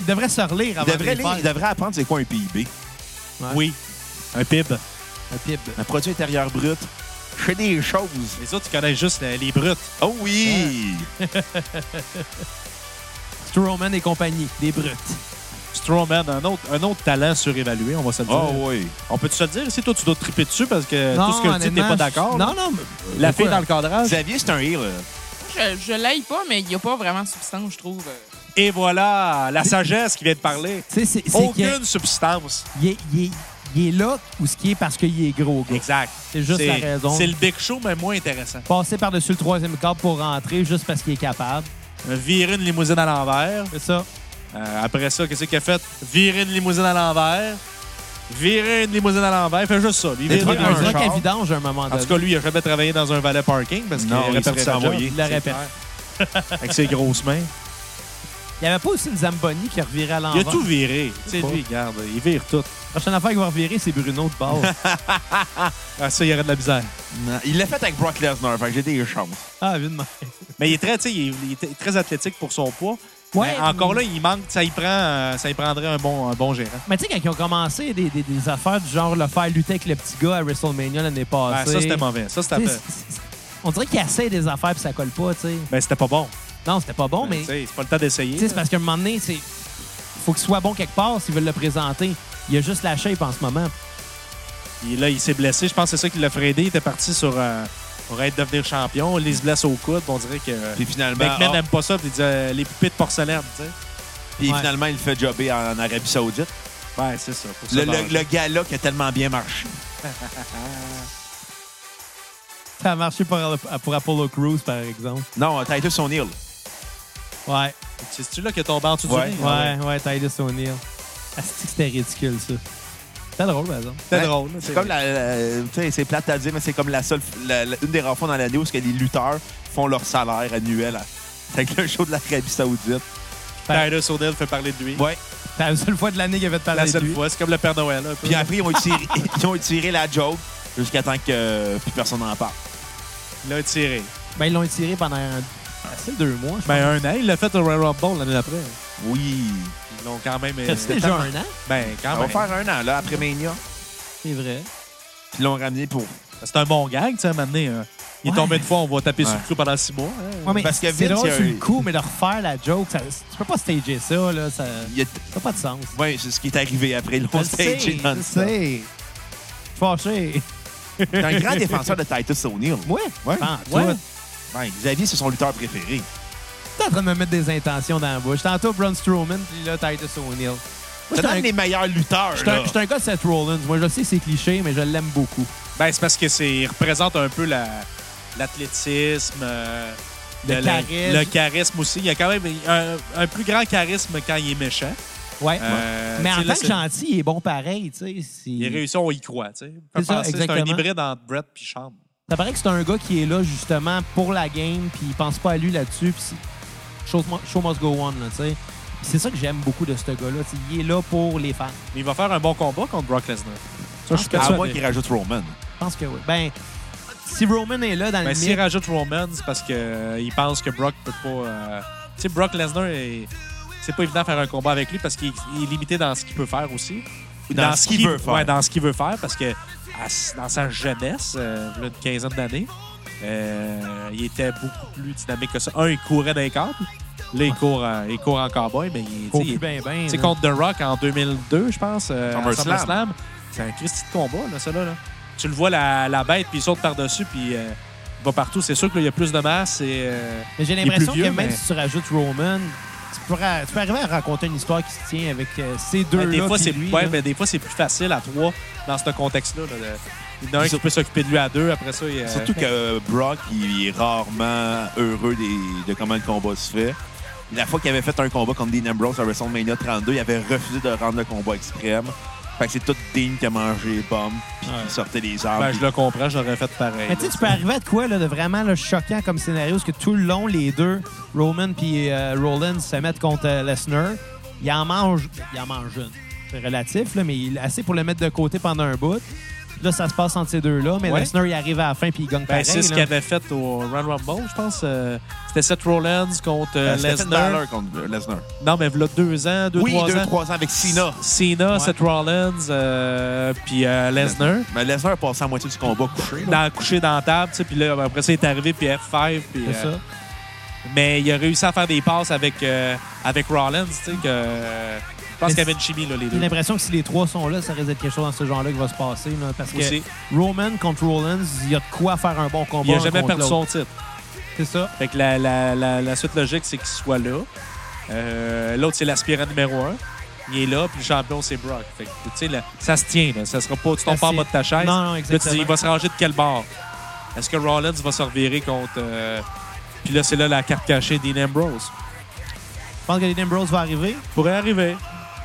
Speaker 1: ils devraient se relire
Speaker 3: Il
Speaker 1: avant de
Speaker 3: devrait,
Speaker 1: les
Speaker 3: lire-
Speaker 1: faire.
Speaker 3: il devrait apprendre c'est quoi un PIB.
Speaker 1: Ouais.
Speaker 4: Oui. Un PIB.
Speaker 1: Un pib.
Speaker 3: Un produit intérieur brut. Je fais des choses.
Speaker 4: Les autres, ils connaissent juste euh, les brutes.
Speaker 3: Oh oui!
Speaker 1: Strowman et compagnie, des brutes.
Speaker 4: Strowman, un autre, un autre talent surévalué, on va se le dire.
Speaker 3: Oh oui!
Speaker 4: On peut-tu se le dire? Si toi, tu dois te triper dessus parce que Euh, tout ce que tu dis, t'es
Speaker 1: honnêtement,
Speaker 4: pas d'accord.
Speaker 1: je- Non, non. mais-
Speaker 4: La fille
Speaker 1: Pourquoi?
Speaker 4: dans le cadrage.
Speaker 3: Xavier, c'est un heel.
Speaker 5: Je, je l'aille pas, mais il n'y a pas vraiment de substance, je trouve. euh.
Speaker 4: Et voilà, la sagesse qui vient de parler.
Speaker 1: Tu sais, c'est- c'est qu'il est,
Speaker 4: Aucune substance.
Speaker 1: il est, il est- il est là ou ce qui est parce qu'il est gros, gars.
Speaker 4: Exact.
Speaker 1: C'est juste la raison.
Speaker 4: C'est le Big Show, mais moins intéressant.
Speaker 1: Passer par-dessus le troisième corps pour rentrer juste parce qu'il est capable.
Speaker 4: Virer une limousine à l'envers.
Speaker 1: C'est ça.
Speaker 4: Euh, après ça, qu'est-ce qu'il a fait? Virer une limousine à l'envers. Virer une limousine à l'envers. Il fait juste ça. lui.
Speaker 1: Il
Speaker 4: Il
Speaker 1: y
Speaker 4: vire
Speaker 1: a un
Speaker 4: un
Speaker 1: truc à
Speaker 4: char.
Speaker 1: vidange à un moment
Speaker 4: En
Speaker 1: donné.
Speaker 4: tout cas, lui, il a jamais travaillé dans un valet parking parce qu'il
Speaker 3: Non,
Speaker 4: aurait
Speaker 3: il
Speaker 4: perdu
Speaker 3: serait
Speaker 4: sa job.
Speaker 3: renvoyé.
Speaker 1: il l'aurait perdu.
Speaker 4: Avec ses grosses mains.
Speaker 1: Il n'y avait pas aussi une Zamboni qui revirait à
Speaker 4: Il a
Speaker 1: l'envers.
Speaker 4: tout viré. Tu sais,
Speaker 1: Pas.
Speaker 4: lui, regarde, il vire tout.
Speaker 1: La prochaine affaire qu'il va revirer, c'est Bruno de base.
Speaker 4: Ah, ça, il y aurait de la misère.
Speaker 3: Non, Il l'a fait avec Brock Lesnar, fait que j'ai des chances.
Speaker 1: ah, vu de même.
Speaker 4: Mais il est très, tu sais, il est- il est très athlétique pour son poids.
Speaker 1: Ouais,
Speaker 4: Mais encore là, il manque, ça y prend, euh, ça y prendrait un bon, un bon gérant.
Speaker 1: Mais tu sais, quand ils ont commencé des, des- des affaires du genre le faire lutter avec le petit gars à WrestleMania l'année
Speaker 4: Ah,
Speaker 1: passée.
Speaker 4: ça, c'était mauvais. Ça, c'était
Speaker 1: Tu sais, c'est- c'est- On dirait qu'ils essayent des affaires puis ça colle pas, tu sais.
Speaker 4: Ben, c'était pas bon.
Speaker 1: Non, c'était pas bon, mais.
Speaker 4: Ben, Tu sais, C'est pas le temps
Speaker 1: Tu
Speaker 4: d'essayer.
Speaker 1: sais, c'est parce qu'à un moment donné, c'est. Faut qu'il soit bon quelque part s'ils veulent le présenter. Il y a juste la shape en ce moment.
Speaker 4: Puis là, il s'est blessé. Je pense que c'est ça qui l'a freiné. Il était parti sur euh, pour être devenir champion. Il se blesse au coude. On dirait que
Speaker 3: Puis finalement,
Speaker 4: McMahon
Speaker 3: ah,
Speaker 4: n'aime pas ça. Puis il dit euh, les poupées de porcelaine. tu sais.
Speaker 3: puis
Speaker 1: Ouais.
Speaker 3: finalement il le fait jobber en, en Arabie Saoudite.
Speaker 4: Ouais, c'est ça. Pour ça,
Speaker 3: Le,
Speaker 4: bon,
Speaker 3: le, le gala qui a tellement bien marché.
Speaker 1: Ça a marché pour, pour Apollo Crews, par exemple.
Speaker 3: Non, Titus O'Neill.
Speaker 1: Ouais,
Speaker 4: C'est-tu là qui est tombé en dessous
Speaker 3: Ah Ouais.
Speaker 4: du nez?
Speaker 1: ouais, ouais, Titus O'Neill. Asti que c'était ridicule, ça. C'était drôle, par exemple.
Speaker 4: C'était
Speaker 3: Ouais.
Speaker 4: drôle. là,
Speaker 3: Hein? C'est comme la, la- tu sais, c'est plate à dire, mais c'est comme la seule, la- la- une des rares fois dans l'année où ce que les lutteurs font leur salaire annuel. à- C'est avec le show de l'Arabie Saoudite.
Speaker 4: Titus O'Neill fait parler de lui.
Speaker 3: Ouais.
Speaker 1: C'est la seule fois de l'année qu'il avait de parler
Speaker 4: La
Speaker 1: de
Speaker 4: seule
Speaker 1: lui.
Speaker 4: fois. C'est comme le Père Noël. un peu.
Speaker 3: Puis après, ils ont étiré, ils ont étiré la joke jusqu'à temps que euh, plus personne n'en parle.
Speaker 4: Il l'a tiré.
Speaker 1: Ben, ils l'ont étiré pendant un... facile deux mois, je
Speaker 4: Ben, un an. Il l'a fait au Royal Rumble l'année d'après.
Speaker 3: Oui. Ah
Speaker 4: Ils l'ont quand même. euh,
Speaker 1: pense. C'était déjà un an,
Speaker 4: Ben, quand
Speaker 3: On va
Speaker 4: même.
Speaker 3: faire un an, là, après Mania.
Speaker 1: c'est vrai.
Speaker 3: Puis ils l'ont ramené pour.
Speaker 4: C'est un bon gag, tu sais, à un moment donné, euh, Il est
Speaker 1: Ouais.
Speaker 4: tombé une fois, on va taper sur
Speaker 3: Ouais.
Speaker 4: le clou pendant six mois. hein.
Speaker 1: Ouais, mais
Speaker 3: Parce que
Speaker 1: c'est
Speaker 3: Vince,
Speaker 1: drôle
Speaker 3: il a
Speaker 1: sur le
Speaker 3: eu-
Speaker 1: coup, mais de refaire la joke, ça, tu peux pas stager ça, là. Ça
Speaker 3: Il y a-
Speaker 1: n'a pas de sens.
Speaker 3: Ouais, c'est ce qui est arrivé après. Ils l'ont
Speaker 1: Je sais,
Speaker 3: stagé
Speaker 1: je
Speaker 3: dans le sol.
Speaker 1: sais. Je suis fâché.
Speaker 3: T'es un grand défenseur de Titus O'Neill.
Speaker 1: Ouais?
Speaker 3: Ouais.
Speaker 1: Ah, toi,
Speaker 4: Ouais.
Speaker 3: Ouais, Xavier, c'est son lutteur préféré.
Speaker 1: T'es en train de me mettre des intentions dans la bouche. Tantôt, Braun Strowman, puis là, Titus O'Neill. Moi,
Speaker 3: C'est
Speaker 1: j'étais
Speaker 3: un
Speaker 1: un-
Speaker 3: des meilleurs lutteurs.
Speaker 1: j'étais
Speaker 3: là.
Speaker 1: un- j'étais un gars de Seth Rollins. Moi, je sais que c'est cliché, mais je l'aime beaucoup.
Speaker 4: Ben, c'est parce que c'est il représente un peu la- l'athlétisme, euh,
Speaker 1: Le charisme.
Speaker 4: le charisme aussi. Il y a quand même un, un plus grand charisme quand il est méchant.
Speaker 1: Ouais.
Speaker 4: Euh,
Speaker 1: mais
Speaker 4: tu
Speaker 1: en
Speaker 4: sais, là,
Speaker 1: tant que
Speaker 4: c'est-
Speaker 1: gentil, il est bon pareil, tu sais. c'est-
Speaker 4: Il réussit, on y croit. tu sais. Fait
Speaker 1: C'est ça,
Speaker 4: penser, C'est un
Speaker 1: exactement.
Speaker 4: hybride entre Brett et Chambre.
Speaker 1: Ça paraît que c'est un gars qui est là justement pour la game, puis il pense pas à lui là-dessus, puis c'est- show, mu- show must go on, là, tu sais. Puis C'est ça que j'aime beaucoup de ce gars-là. tu sais, Il est là pour les fans.
Speaker 4: Mais il va faire un bon combat contre Brock Lesnar. Ça, je suis
Speaker 1: Ah,
Speaker 3: À
Speaker 1: persuadé.
Speaker 3: moins qu'il rajoute Roman.
Speaker 1: Je pense que oui. Ben, si Roman est là dans le
Speaker 4: Mais
Speaker 1: mix,
Speaker 4: Ben, s'il rajoute Roman, c'est parce qu'il pense que Brock peut pas. euh, Tu sais, Brock Lesnar, est- c'est pas évident de faire un combat avec lui parce qu'il il est limité dans ce qu'il peut faire aussi.
Speaker 3: Dans ce qu'il veut faire.
Speaker 4: Ouais, dans ce qu'il veut faire parce que à s- dans sa jeunesse, euh, v'là une quinzaine d'années, euh, il était beaucoup plus dynamique que ça. Un, il courait dans les câbles. Là, il court, en- il court en cowboy, mais il,
Speaker 1: faut
Speaker 4: tu sais,
Speaker 1: plus
Speaker 4: il-
Speaker 1: ben, ben.
Speaker 4: tu sais,
Speaker 1: là.
Speaker 4: contre The Rock en 2002, je pense, euh, à
Speaker 3: SummerSlam.
Speaker 4: SummerSlam, c'est un Christy de combat, là, ça, là. là. Tu le vois, la, la bête, puis il saute par-dessus, puis euh, il va partout. C'est sûr qu'il y a plus de masse et... euh,
Speaker 1: Mais j'ai
Speaker 4: est plus
Speaker 1: l'impression que
Speaker 4: vieux,
Speaker 1: même
Speaker 4: mais-
Speaker 1: si tu rajoutes Roman, tu, pourras- tu peux arriver à raconter une histoire qui se tient avec euh, ces deux-là.
Speaker 4: ouais, Ben, des, fois,
Speaker 1: puis
Speaker 4: c'est,
Speaker 1: lui,
Speaker 4: ouais,
Speaker 1: là.
Speaker 4: mais des fois, c'est plus facile à trois dans ce contexte-là. là, de- il y en a un qui peut s'occuper de lui à deux, après ça, il, euh,
Speaker 3: Surtout que Brock, il est rarement heureux des- de comment le combat se fait. La fois qu'il avait fait un combat contre Dean Ambrose à WrestleMania 32, il avait refusé de rendre le combat extrême. Fait que c'est tout Dean qui a mangé les pommes, puis
Speaker 4: Ouais.
Speaker 3: qui sortait des armes.
Speaker 4: ben,
Speaker 3: puis-
Speaker 4: je le comprends, j'aurais fait pareil.
Speaker 1: Mais tu sais, tu peux arriver à de quoi là, de vraiment là, choquant comme scénario, parce que tout le long, les deux, Roman puis euh, Rollins, se mettent contre euh, Lesnar. Il en mange, il en mange une. C'est relatif, là, mais il- assez pour le mettre de côté pendant un bout. Puis Là, ça se passe entre ces deux-là, mais
Speaker 4: Ouais.
Speaker 1: Lesnar, il arrive à la fin puis il gagne
Speaker 4: Ben,
Speaker 1: pareil.
Speaker 4: c'est ce
Speaker 1: là.
Speaker 4: qu'il avait fait au Royal Rumble, je pense. euh, c'était Seth Rollins contre euh,
Speaker 3: Euh, Stephen
Speaker 4: Lesnar.
Speaker 3: Balor contre euh, Lesnar.
Speaker 4: Non, mais voilà deux ans, deux,
Speaker 3: oui,
Speaker 4: trois
Speaker 3: deux,
Speaker 4: ans.
Speaker 3: trois ans avec Cena.
Speaker 4: Cena,
Speaker 1: Ouais.
Speaker 4: Seth Rollins, euh, puis euh, Lesnar.
Speaker 3: Mais Ben, Lesnar a passé la moitié du combat couché. là.
Speaker 4: Dans, couché dans la table, tu sais, puis là, après ça, il est arrivé, puis F5, puis...
Speaker 1: C'est
Speaker 4: euh,
Speaker 1: ça.
Speaker 4: mais il a réussi à faire des passes avec, euh, avec Rollins, tu sais, que... euh, je pense
Speaker 1: Mais
Speaker 4: qu'il y avait une chimie, là, les
Speaker 1: J'ai
Speaker 4: deux.
Speaker 1: l'impression que si les trois sont là, ça risque d'être quelque chose dans ce genre-là qui va se passer. là, parce que
Speaker 4: Aussi.
Speaker 1: Roman contre Rollins, il y a de quoi faire un bon combat.
Speaker 4: Il a
Speaker 1: un
Speaker 4: jamais
Speaker 1: contre
Speaker 4: perdu
Speaker 1: l'autre.
Speaker 4: son titre.
Speaker 1: C'est ça.
Speaker 4: Fait que la, la, la, la suite logique, c'est qu'il soit là. Euh, L'autre, c'est l'aspirant numéro un. Il est là, puis le champion, c'est Brock. Fait que, tu sais, là, ça se tient. Là. Ça sera pas, tu tombes pas en
Speaker 1: C'est-
Speaker 4: bas de ta chaise.
Speaker 1: Non, non,
Speaker 4: Là, tu dis,
Speaker 1: exactement.
Speaker 4: il va se ranger de quel bord? Est-ce que Rollins va se revirer contre... euh, Puis là, c'est là la carte cachée d'Ian Ambrose.
Speaker 1: Je pense que les Ambrose va arriver.
Speaker 4: Pourrait arriver.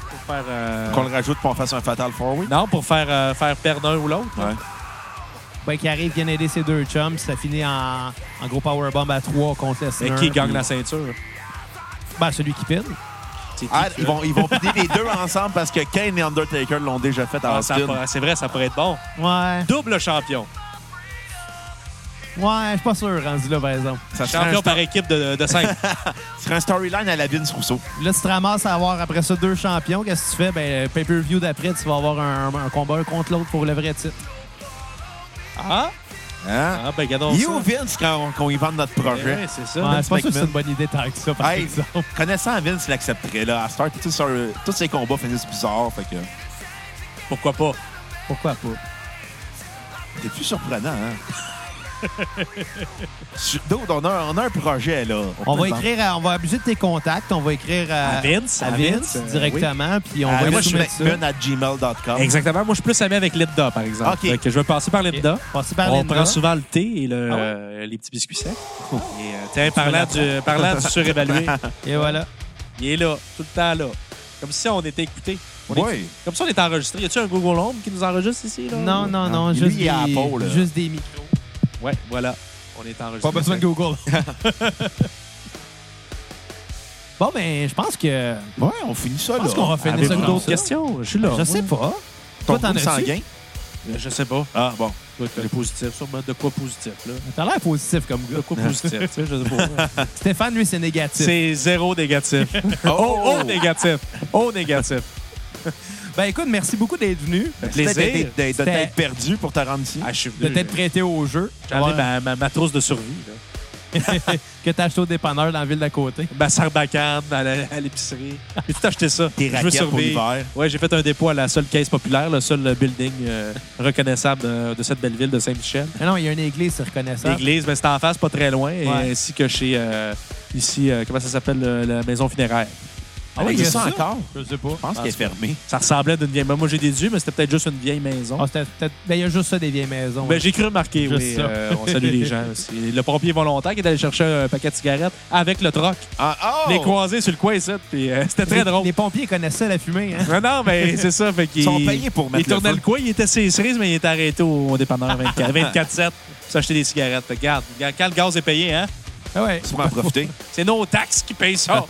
Speaker 4: Pour faire... euh,
Speaker 3: Qu'on le rajoute pour qu'on fasse un Fatal Four Way.
Speaker 4: Non, pour faire, euh, faire perdre un ou l'autre. là.
Speaker 3: Ouais.
Speaker 1: Ouais, Ben, qui arrive, vient aider ses deux chums. puis Ça finit en, en gros powerbomb à 3 contre
Speaker 4: Mais
Speaker 1: Lesnar.
Speaker 4: qui gagne
Speaker 1: puis-
Speaker 4: la ceinture?
Speaker 1: Ben, celui qui pine.
Speaker 4: C'est
Speaker 3: Ah,
Speaker 4: qui,
Speaker 3: ils vont, ils vont pider les deux ensemble parce que Kane et Undertaker l'ont déjà fait à
Speaker 4: Ah, ça
Speaker 3: Austin.
Speaker 4: pourrait- C'est vrai, ça pourrait être bon.
Speaker 1: Ouais.
Speaker 4: Double champion.
Speaker 1: Ouais, je suis pas sûr, rendu là, par exemple.
Speaker 3: Ça serait
Speaker 4: Champion
Speaker 3: un,
Speaker 4: par équipe de, de 5.
Speaker 3: ça serait un storyline à la Vince Rousseau.
Speaker 1: Là, tu te ramasses à avoir après ça deux champions. Qu'est-ce que tu fais? Ben, le pay-per-view d'après, tu vas avoir un, un combat un contre l'autre pour le vrai titre.
Speaker 4: ah?
Speaker 3: Hein?
Speaker 4: ah, ben, regardons
Speaker 3: You,
Speaker 4: ça.
Speaker 3: Vince, quand, quand ils vendent notre
Speaker 4: Eh
Speaker 3: projet.
Speaker 4: ouais, c'est ça.
Speaker 1: Ouais, je
Speaker 3: Vince
Speaker 1: suis pas sûr que c'est
Speaker 3: McMahon.
Speaker 1: une bonne idée tant que ça, par
Speaker 3: Hey.
Speaker 1: exemple.
Speaker 3: Connaissant Vince, il l'accepterait. Là, à Star, tous, ses- tous ses combats finissent bizarres. Fait que
Speaker 4: Pourquoi pas?
Speaker 1: Pourquoi pas?
Speaker 3: t'es plus surprenant. Hein? Sur- Dude, on a, on a un projet, là.
Speaker 1: On
Speaker 3: peut
Speaker 1: va
Speaker 3: le vendre.
Speaker 1: écrire, à- on va abuser de tes contacts. On va écrire à,
Speaker 4: À Vince,
Speaker 1: à
Speaker 4: à
Speaker 1: Vince,
Speaker 4: Vince, euh,
Speaker 1: directement. Puis on
Speaker 3: À
Speaker 1: va lui
Speaker 3: Vince
Speaker 1: soumettre ça.
Speaker 3: McMahon at gmail.com.
Speaker 4: Exactement. Moi, je suis plus ami avec Linda, par exemple.
Speaker 3: OK.
Speaker 4: Fait que je vais passer par Linda.
Speaker 1: Passer par
Speaker 4: On
Speaker 1: Linda.
Speaker 4: prend souvent le thé et le-
Speaker 1: Ah ouais?
Speaker 4: euh, les petits biscuits secs. Et, euh, tiens, parlant du, parlant du surévalué,
Speaker 1: Et voilà.
Speaker 4: il est là, tout le temps là. Comme si on était écouté. On est-
Speaker 3: Oui.
Speaker 4: Comme si on était enregistré. Y a-tu un Google Home qui nous enregistre ici? Là?
Speaker 1: Non, non, non.
Speaker 3: Lui,
Speaker 1: juste,
Speaker 3: il est à
Speaker 1: des,
Speaker 3: Pau, là.
Speaker 1: juste des micros.
Speaker 4: Ouais, voilà. On est enregistré.
Speaker 1: Pas besoin de Google. bon, ben, je pense que.
Speaker 3: Ouais, on finit ça,
Speaker 1: Je pense
Speaker 3: là.
Speaker 1: qu'on va finir ça
Speaker 4: Avez-vous
Speaker 1: comme
Speaker 4: d'autres
Speaker 1: ça.
Speaker 4: questions? Je suis là.
Speaker 1: Je sais pas.
Speaker 3: Ton
Speaker 1: Toi, t'en
Speaker 3: groupe
Speaker 1: as-tu?
Speaker 3: sanguin.
Speaker 4: Euh, Je sais pas.
Speaker 3: Ah, bon.
Speaker 4: C'est positif, sûrement. De quoi positif, là?
Speaker 1: T'as l'air positif comme
Speaker 4: De
Speaker 1: gars.
Speaker 4: quoi positif, tu sais, je sais pas.
Speaker 1: Stéphane, lui, c'est négatif.
Speaker 4: C'est zéro négatif. Oh, oh, négatif. Oh, négatif.
Speaker 1: Ben, écoute, merci beaucoup d'être venu.
Speaker 4: plaisir.
Speaker 3: C'était de- de- de- De
Speaker 1: C'était-
Speaker 3: t'être perdu pour te rendre ici.
Speaker 4: Ah, je suis
Speaker 1: De
Speaker 4: venu.
Speaker 1: t'être prêté au jeu.
Speaker 4: J'ai amené ma, ma, ma trousse de survie, là.
Speaker 1: que t'as acheté au dépanneur dans la ville d'à côté.
Speaker 4: ma sarbacane à la- à l'épicerie. J'ai tout acheté ça.
Speaker 3: Tes
Speaker 4: Je veux
Speaker 3: raquettes pour
Speaker 4: survivre.
Speaker 3: l'hiver.
Speaker 4: Ouais, j'ai fait un dépôt à la seule caisse populaire, le seul building euh, reconnaissable euh, de, cette belle ville de Saint-Michel.
Speaker 1: Mais non, il y a une église, c'est reconnaissable.
Speaker 4: L'église, ben, c'est en face, pas très loin, et
Speaker 1: Ouais.
Speaker 4: ainsi que chez, euh, ici, euh, comment ça s'appelle, euh, la maison funéraire.
Speaker 1: Ah oui, il y a
Speaker 3: Existe
Speaker 1: ça
Speaker 3: encore?
Speaker 1: Je sais pas.
Speaker 3: Je pense qu'il est fermé.
Speaker 4: Ça ressemblait d'une vieille... ben, Moi, j'ai déduit, mais c'était peut-être juste une vieille maison.
Speaker 1: Ah, c'était peut-être- ben, il y a juste ça des vieilles maisons.
Speaker 4: Ben, j'ai cru remarquer,
Speaker 1: Juste
Speaker 4: oui.
Speaker 1: ça.
Speaker 4: euh, on salue les gens aussi. Le pompier volontaire qui est allé chercher un paquet de cigarettes avec le troc.
Speaker 3: Ah, oh!
Speaker 4: Les croisés sur le coin ici, puis euh, c'était très
Speaker 1: Les-
Speaker 4: drôle.
Speaker 1: Les pompiers connaissaient la fumée. Hein?
Speaker 4: Non, non, mais c'est ça. Fait
Speaker 3: Ils sont payés pour mettre
Speaker 4: Il tournait
Speaker 3: le
Speaker 4: le,
Speaker 3: feu.
Speaker 4: coin, il était ses cerises, mais il était arrêté au, au dépanneur 24 24-7 pour s'acheter des cigarettes. Fait que, Regarde, regarde, quand le gaz est payé, hein,
Speaker 1: Ah ouais.
Speaker 3: Tu m'en profiter.
Speaker 4: c'est nos taxes qui payent ça.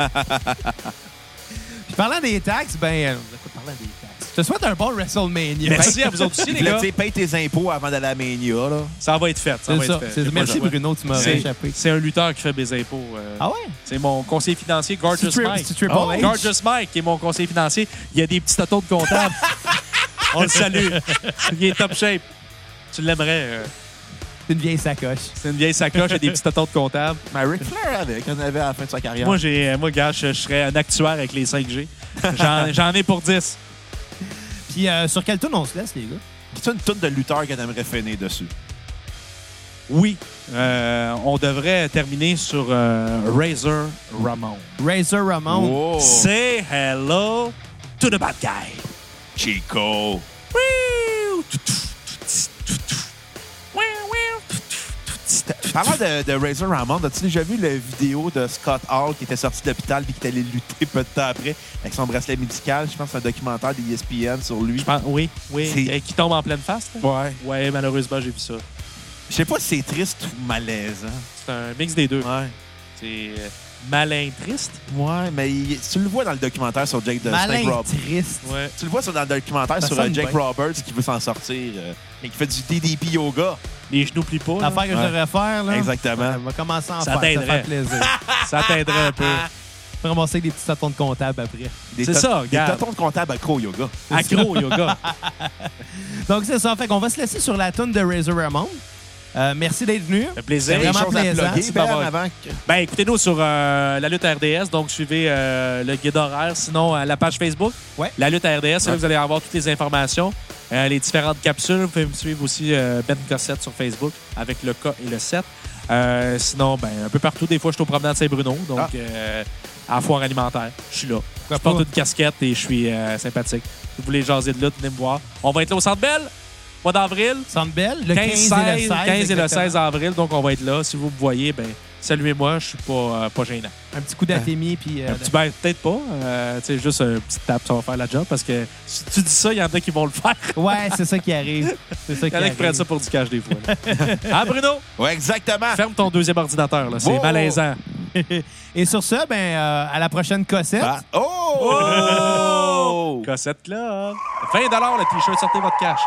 Speaker 1: Puis parlant des taxes, ben. euh, écoute, parlant des taxes. Je te souhaite un bon WrestleMania. Ben,
Speaker 4: Merci à vous autres aussi, les
Speaker 3: Tu
Speaker 4: gars.
Speaker 3: paye tes impôts avant d'aller à la Mania, là.
Speaker 4: Ça va être fait. Ça
Speaker 1: C'est
Speaker 4: va
Speaker 1: ça.
Speaker 4: être fait.
Speaker 1: c'est-
Speaker 4: J'ai pas
Speaker 1: Merci
Speaker 4: le choix.
Speaker 1: Bruno, tu m'as
Speaker 4: C'est-
Speaker 1: échappé.
Speaker 4: C'est un lutteur qui fait mes impôts. euh,
Speaker 1: Ah ouais?
Speaker 4: C'est mon conseiller financier, Gorgeous
Speaker 1: C'est Tri-
Speaker 4: Mike.
Speaker 1: c'est Triple
Speaker 4: Oh,
Speaker 1: H.
Speaker 4: Gorgeous Mike, qui est mon conseiller financier. Il y a des petits autos de comptable. On le salue. Il est top shape. Tu l'aimerais. euh,
Speaker 1: C'est une vieille sacoche.
Speaker 4: C'est une vieille sacoche et des petits autos de comptable.
Speaker 3: Mais Ben, Ric Flair avec, on avait à la fin de sa carrière.
Speaker 4: Moi, j'ai, euh, moi, gars, je, je serais un actuaire avec les 5G. J'en, j'en ai pour 10.
Speaker 1: Puis euh, sur quel tune on se laisse, les gars?
Speaker 3: C'est une tonne de lutteurs que t'aimerais finir dessus.
Speaker 4: Oui, euh, on devrait terminer sur euh, Razor Ramon.
Speaker 1: Razor Ramon.
Speaker 4: Oh,
Speaker 3: Oh.
Speaker 4: Say hello to the bad guy.
Speaker 3: Chico. Parlant de, de Razor Ramon, as-tu déjà vu la vidéo de Scott Hall qui était sorti de l'hôpital puis qui était allé lutter peu de temps après avec son bracelet médical? Je pense que c'est un documentaire de ESPN sur lui.
Speaker 4: Je pense- Ah, oui, oui.
Speaker 3: C'est-
Speaker 4: Euh, qui tombe en pleine face. là?
Speaker 3: Ouais.
Speaker 4: Ouais, malheureusement, j'ai vu ça.
Speaker 3: Je sais pas si c'est triste ou malaisant.
Speaker 4: C'est un mix des deux.
Speaker 3: Ouais.
Speaker 4: C'est euh, malin triste.
Speaker 3: Ouais, mais il- tu le vois dans le documentaire sur Jake the Snake
Speaker 1: Malin,
Speaker 3: Roberts.
Speaker 1: triste.
Speaker 4: Ouais.
Speaker 3: Tu le vois sur, dans le documentaire
Speaker 1: Ça
Speaker 3: sur euh,
Speaker 1: sonne
Speaker 3: Jake
Speaker 1: bien.
Speaker 3: Roberts qui veut s'en sortir euh, et qui fait du DDP yoga.
Speaker 4: Les genoux plient pas. là.
Speaker 1: L'affaire que
Speaker 3: Ouais.
Speaker 1: je devrais faire, là.
Speaker 3: Exactement.
Speaker 1: On va commencer à en
Speaker 4: Ça
Speaker 1: faire. Ça
Speaker 4: t'aiderait.
Speaker 1: fait plaisir.
Speaker 4: Ça t'aiderait un peu.
Speaker 1: Je vais ramasser des petits satons de comptable après.
Speaker 3: Des
Speaker 4: C'est
Speaker 3: tot-
Speaker 4: ça,
Speaker 3: Des
Speaker 4: regarde.
Speaker 3: tontons de comptable accro au yoga.
Speaker 4: Accro au yoga.
Speaker 1: Donc, c'est ça. Fait qu'on va se laisser sur la tune de Razor Ramon. Euh, merci d'être venu.
Speaker 4: Un plaisir.
Speaker 1: C'est vraiment
Speaker 3: Des choses à
Speaker 1: plaisant,
Speaker 3: plugger,
Speaker 1: c'est
Speaker 3: Ben,
Speaker 1: pas mal.
Speaker 3: avant que-
Speaker 4: Ben, écoutez-nous sur euh, la lutte RDS, donc suivez euh, le guide horaire, sinon euh, la page Facebook.
Speaker 1: Ouais.
Speaker 4: La lutte RDS, c'est là que vous allez avoir toutes les informations, euh, les différentes capsules. Vous pouvez me suivre aussi euh, Ben Cossette sur Facebook avec le K et le 7. Euh, sinon, ben, un peu partout, des fois, je suis au promenade Saint-Bruno, donc
Speaker 3: Ah.
Speaker 4: euh, à la foire alimentaire. Je suis là.
Speaker 1: Pourquoi
Speaker 4: je porte
Speaker 1: pas?
Speaker 4: une casquette et je suis euh, sympathique. Si vous voulez jaser de lutte, venez me voir. On va être là au Centre Belle, mois d'avril.
Speaker 1: Sandbell, le 15,
Speaker 4: 15,
Speaker 1: et le 16.
Speaker 4: 15 et le
Speaker 1: exactement.
Speaker 4: 16 avril, donc on va être là. Si vous me voyez, ben saluez-moi, je suis pas, euh, pas gênant.
Speaker 1: Un petit coup d'atémie, puis... euh,
Speaker 4: Un petit ben, peut-être pas, euh, tu sais, juste un petit tape, ça va faire la job parce que si tu dis ça, il y en a qui vont le faire.
Speaker 1: Ouais, c'est ça qui arrive. C'est ça
Speaker 4: Il
Speaker 1: qui
Speaker 4: y en a
Speaker 1: arrive.
Speaker 4: qui prennent ça pour du cash des fois. là. hein, Bruno?
Speaker 3: Ouais, exactement.
Speaker 4: Ferme ton deuxième ordinateur, là. c'est
Speaker 3: Oh!
Speaker 4: malaisant.
Speaker 1: Et sur ce, ben, euh, à la prochaine Cossette.
Speaker 3: Ah. Oh!
Speaker 1: Oh!
Speaker 4: Cossette là. 20 le t-shirt, sortez votre cash.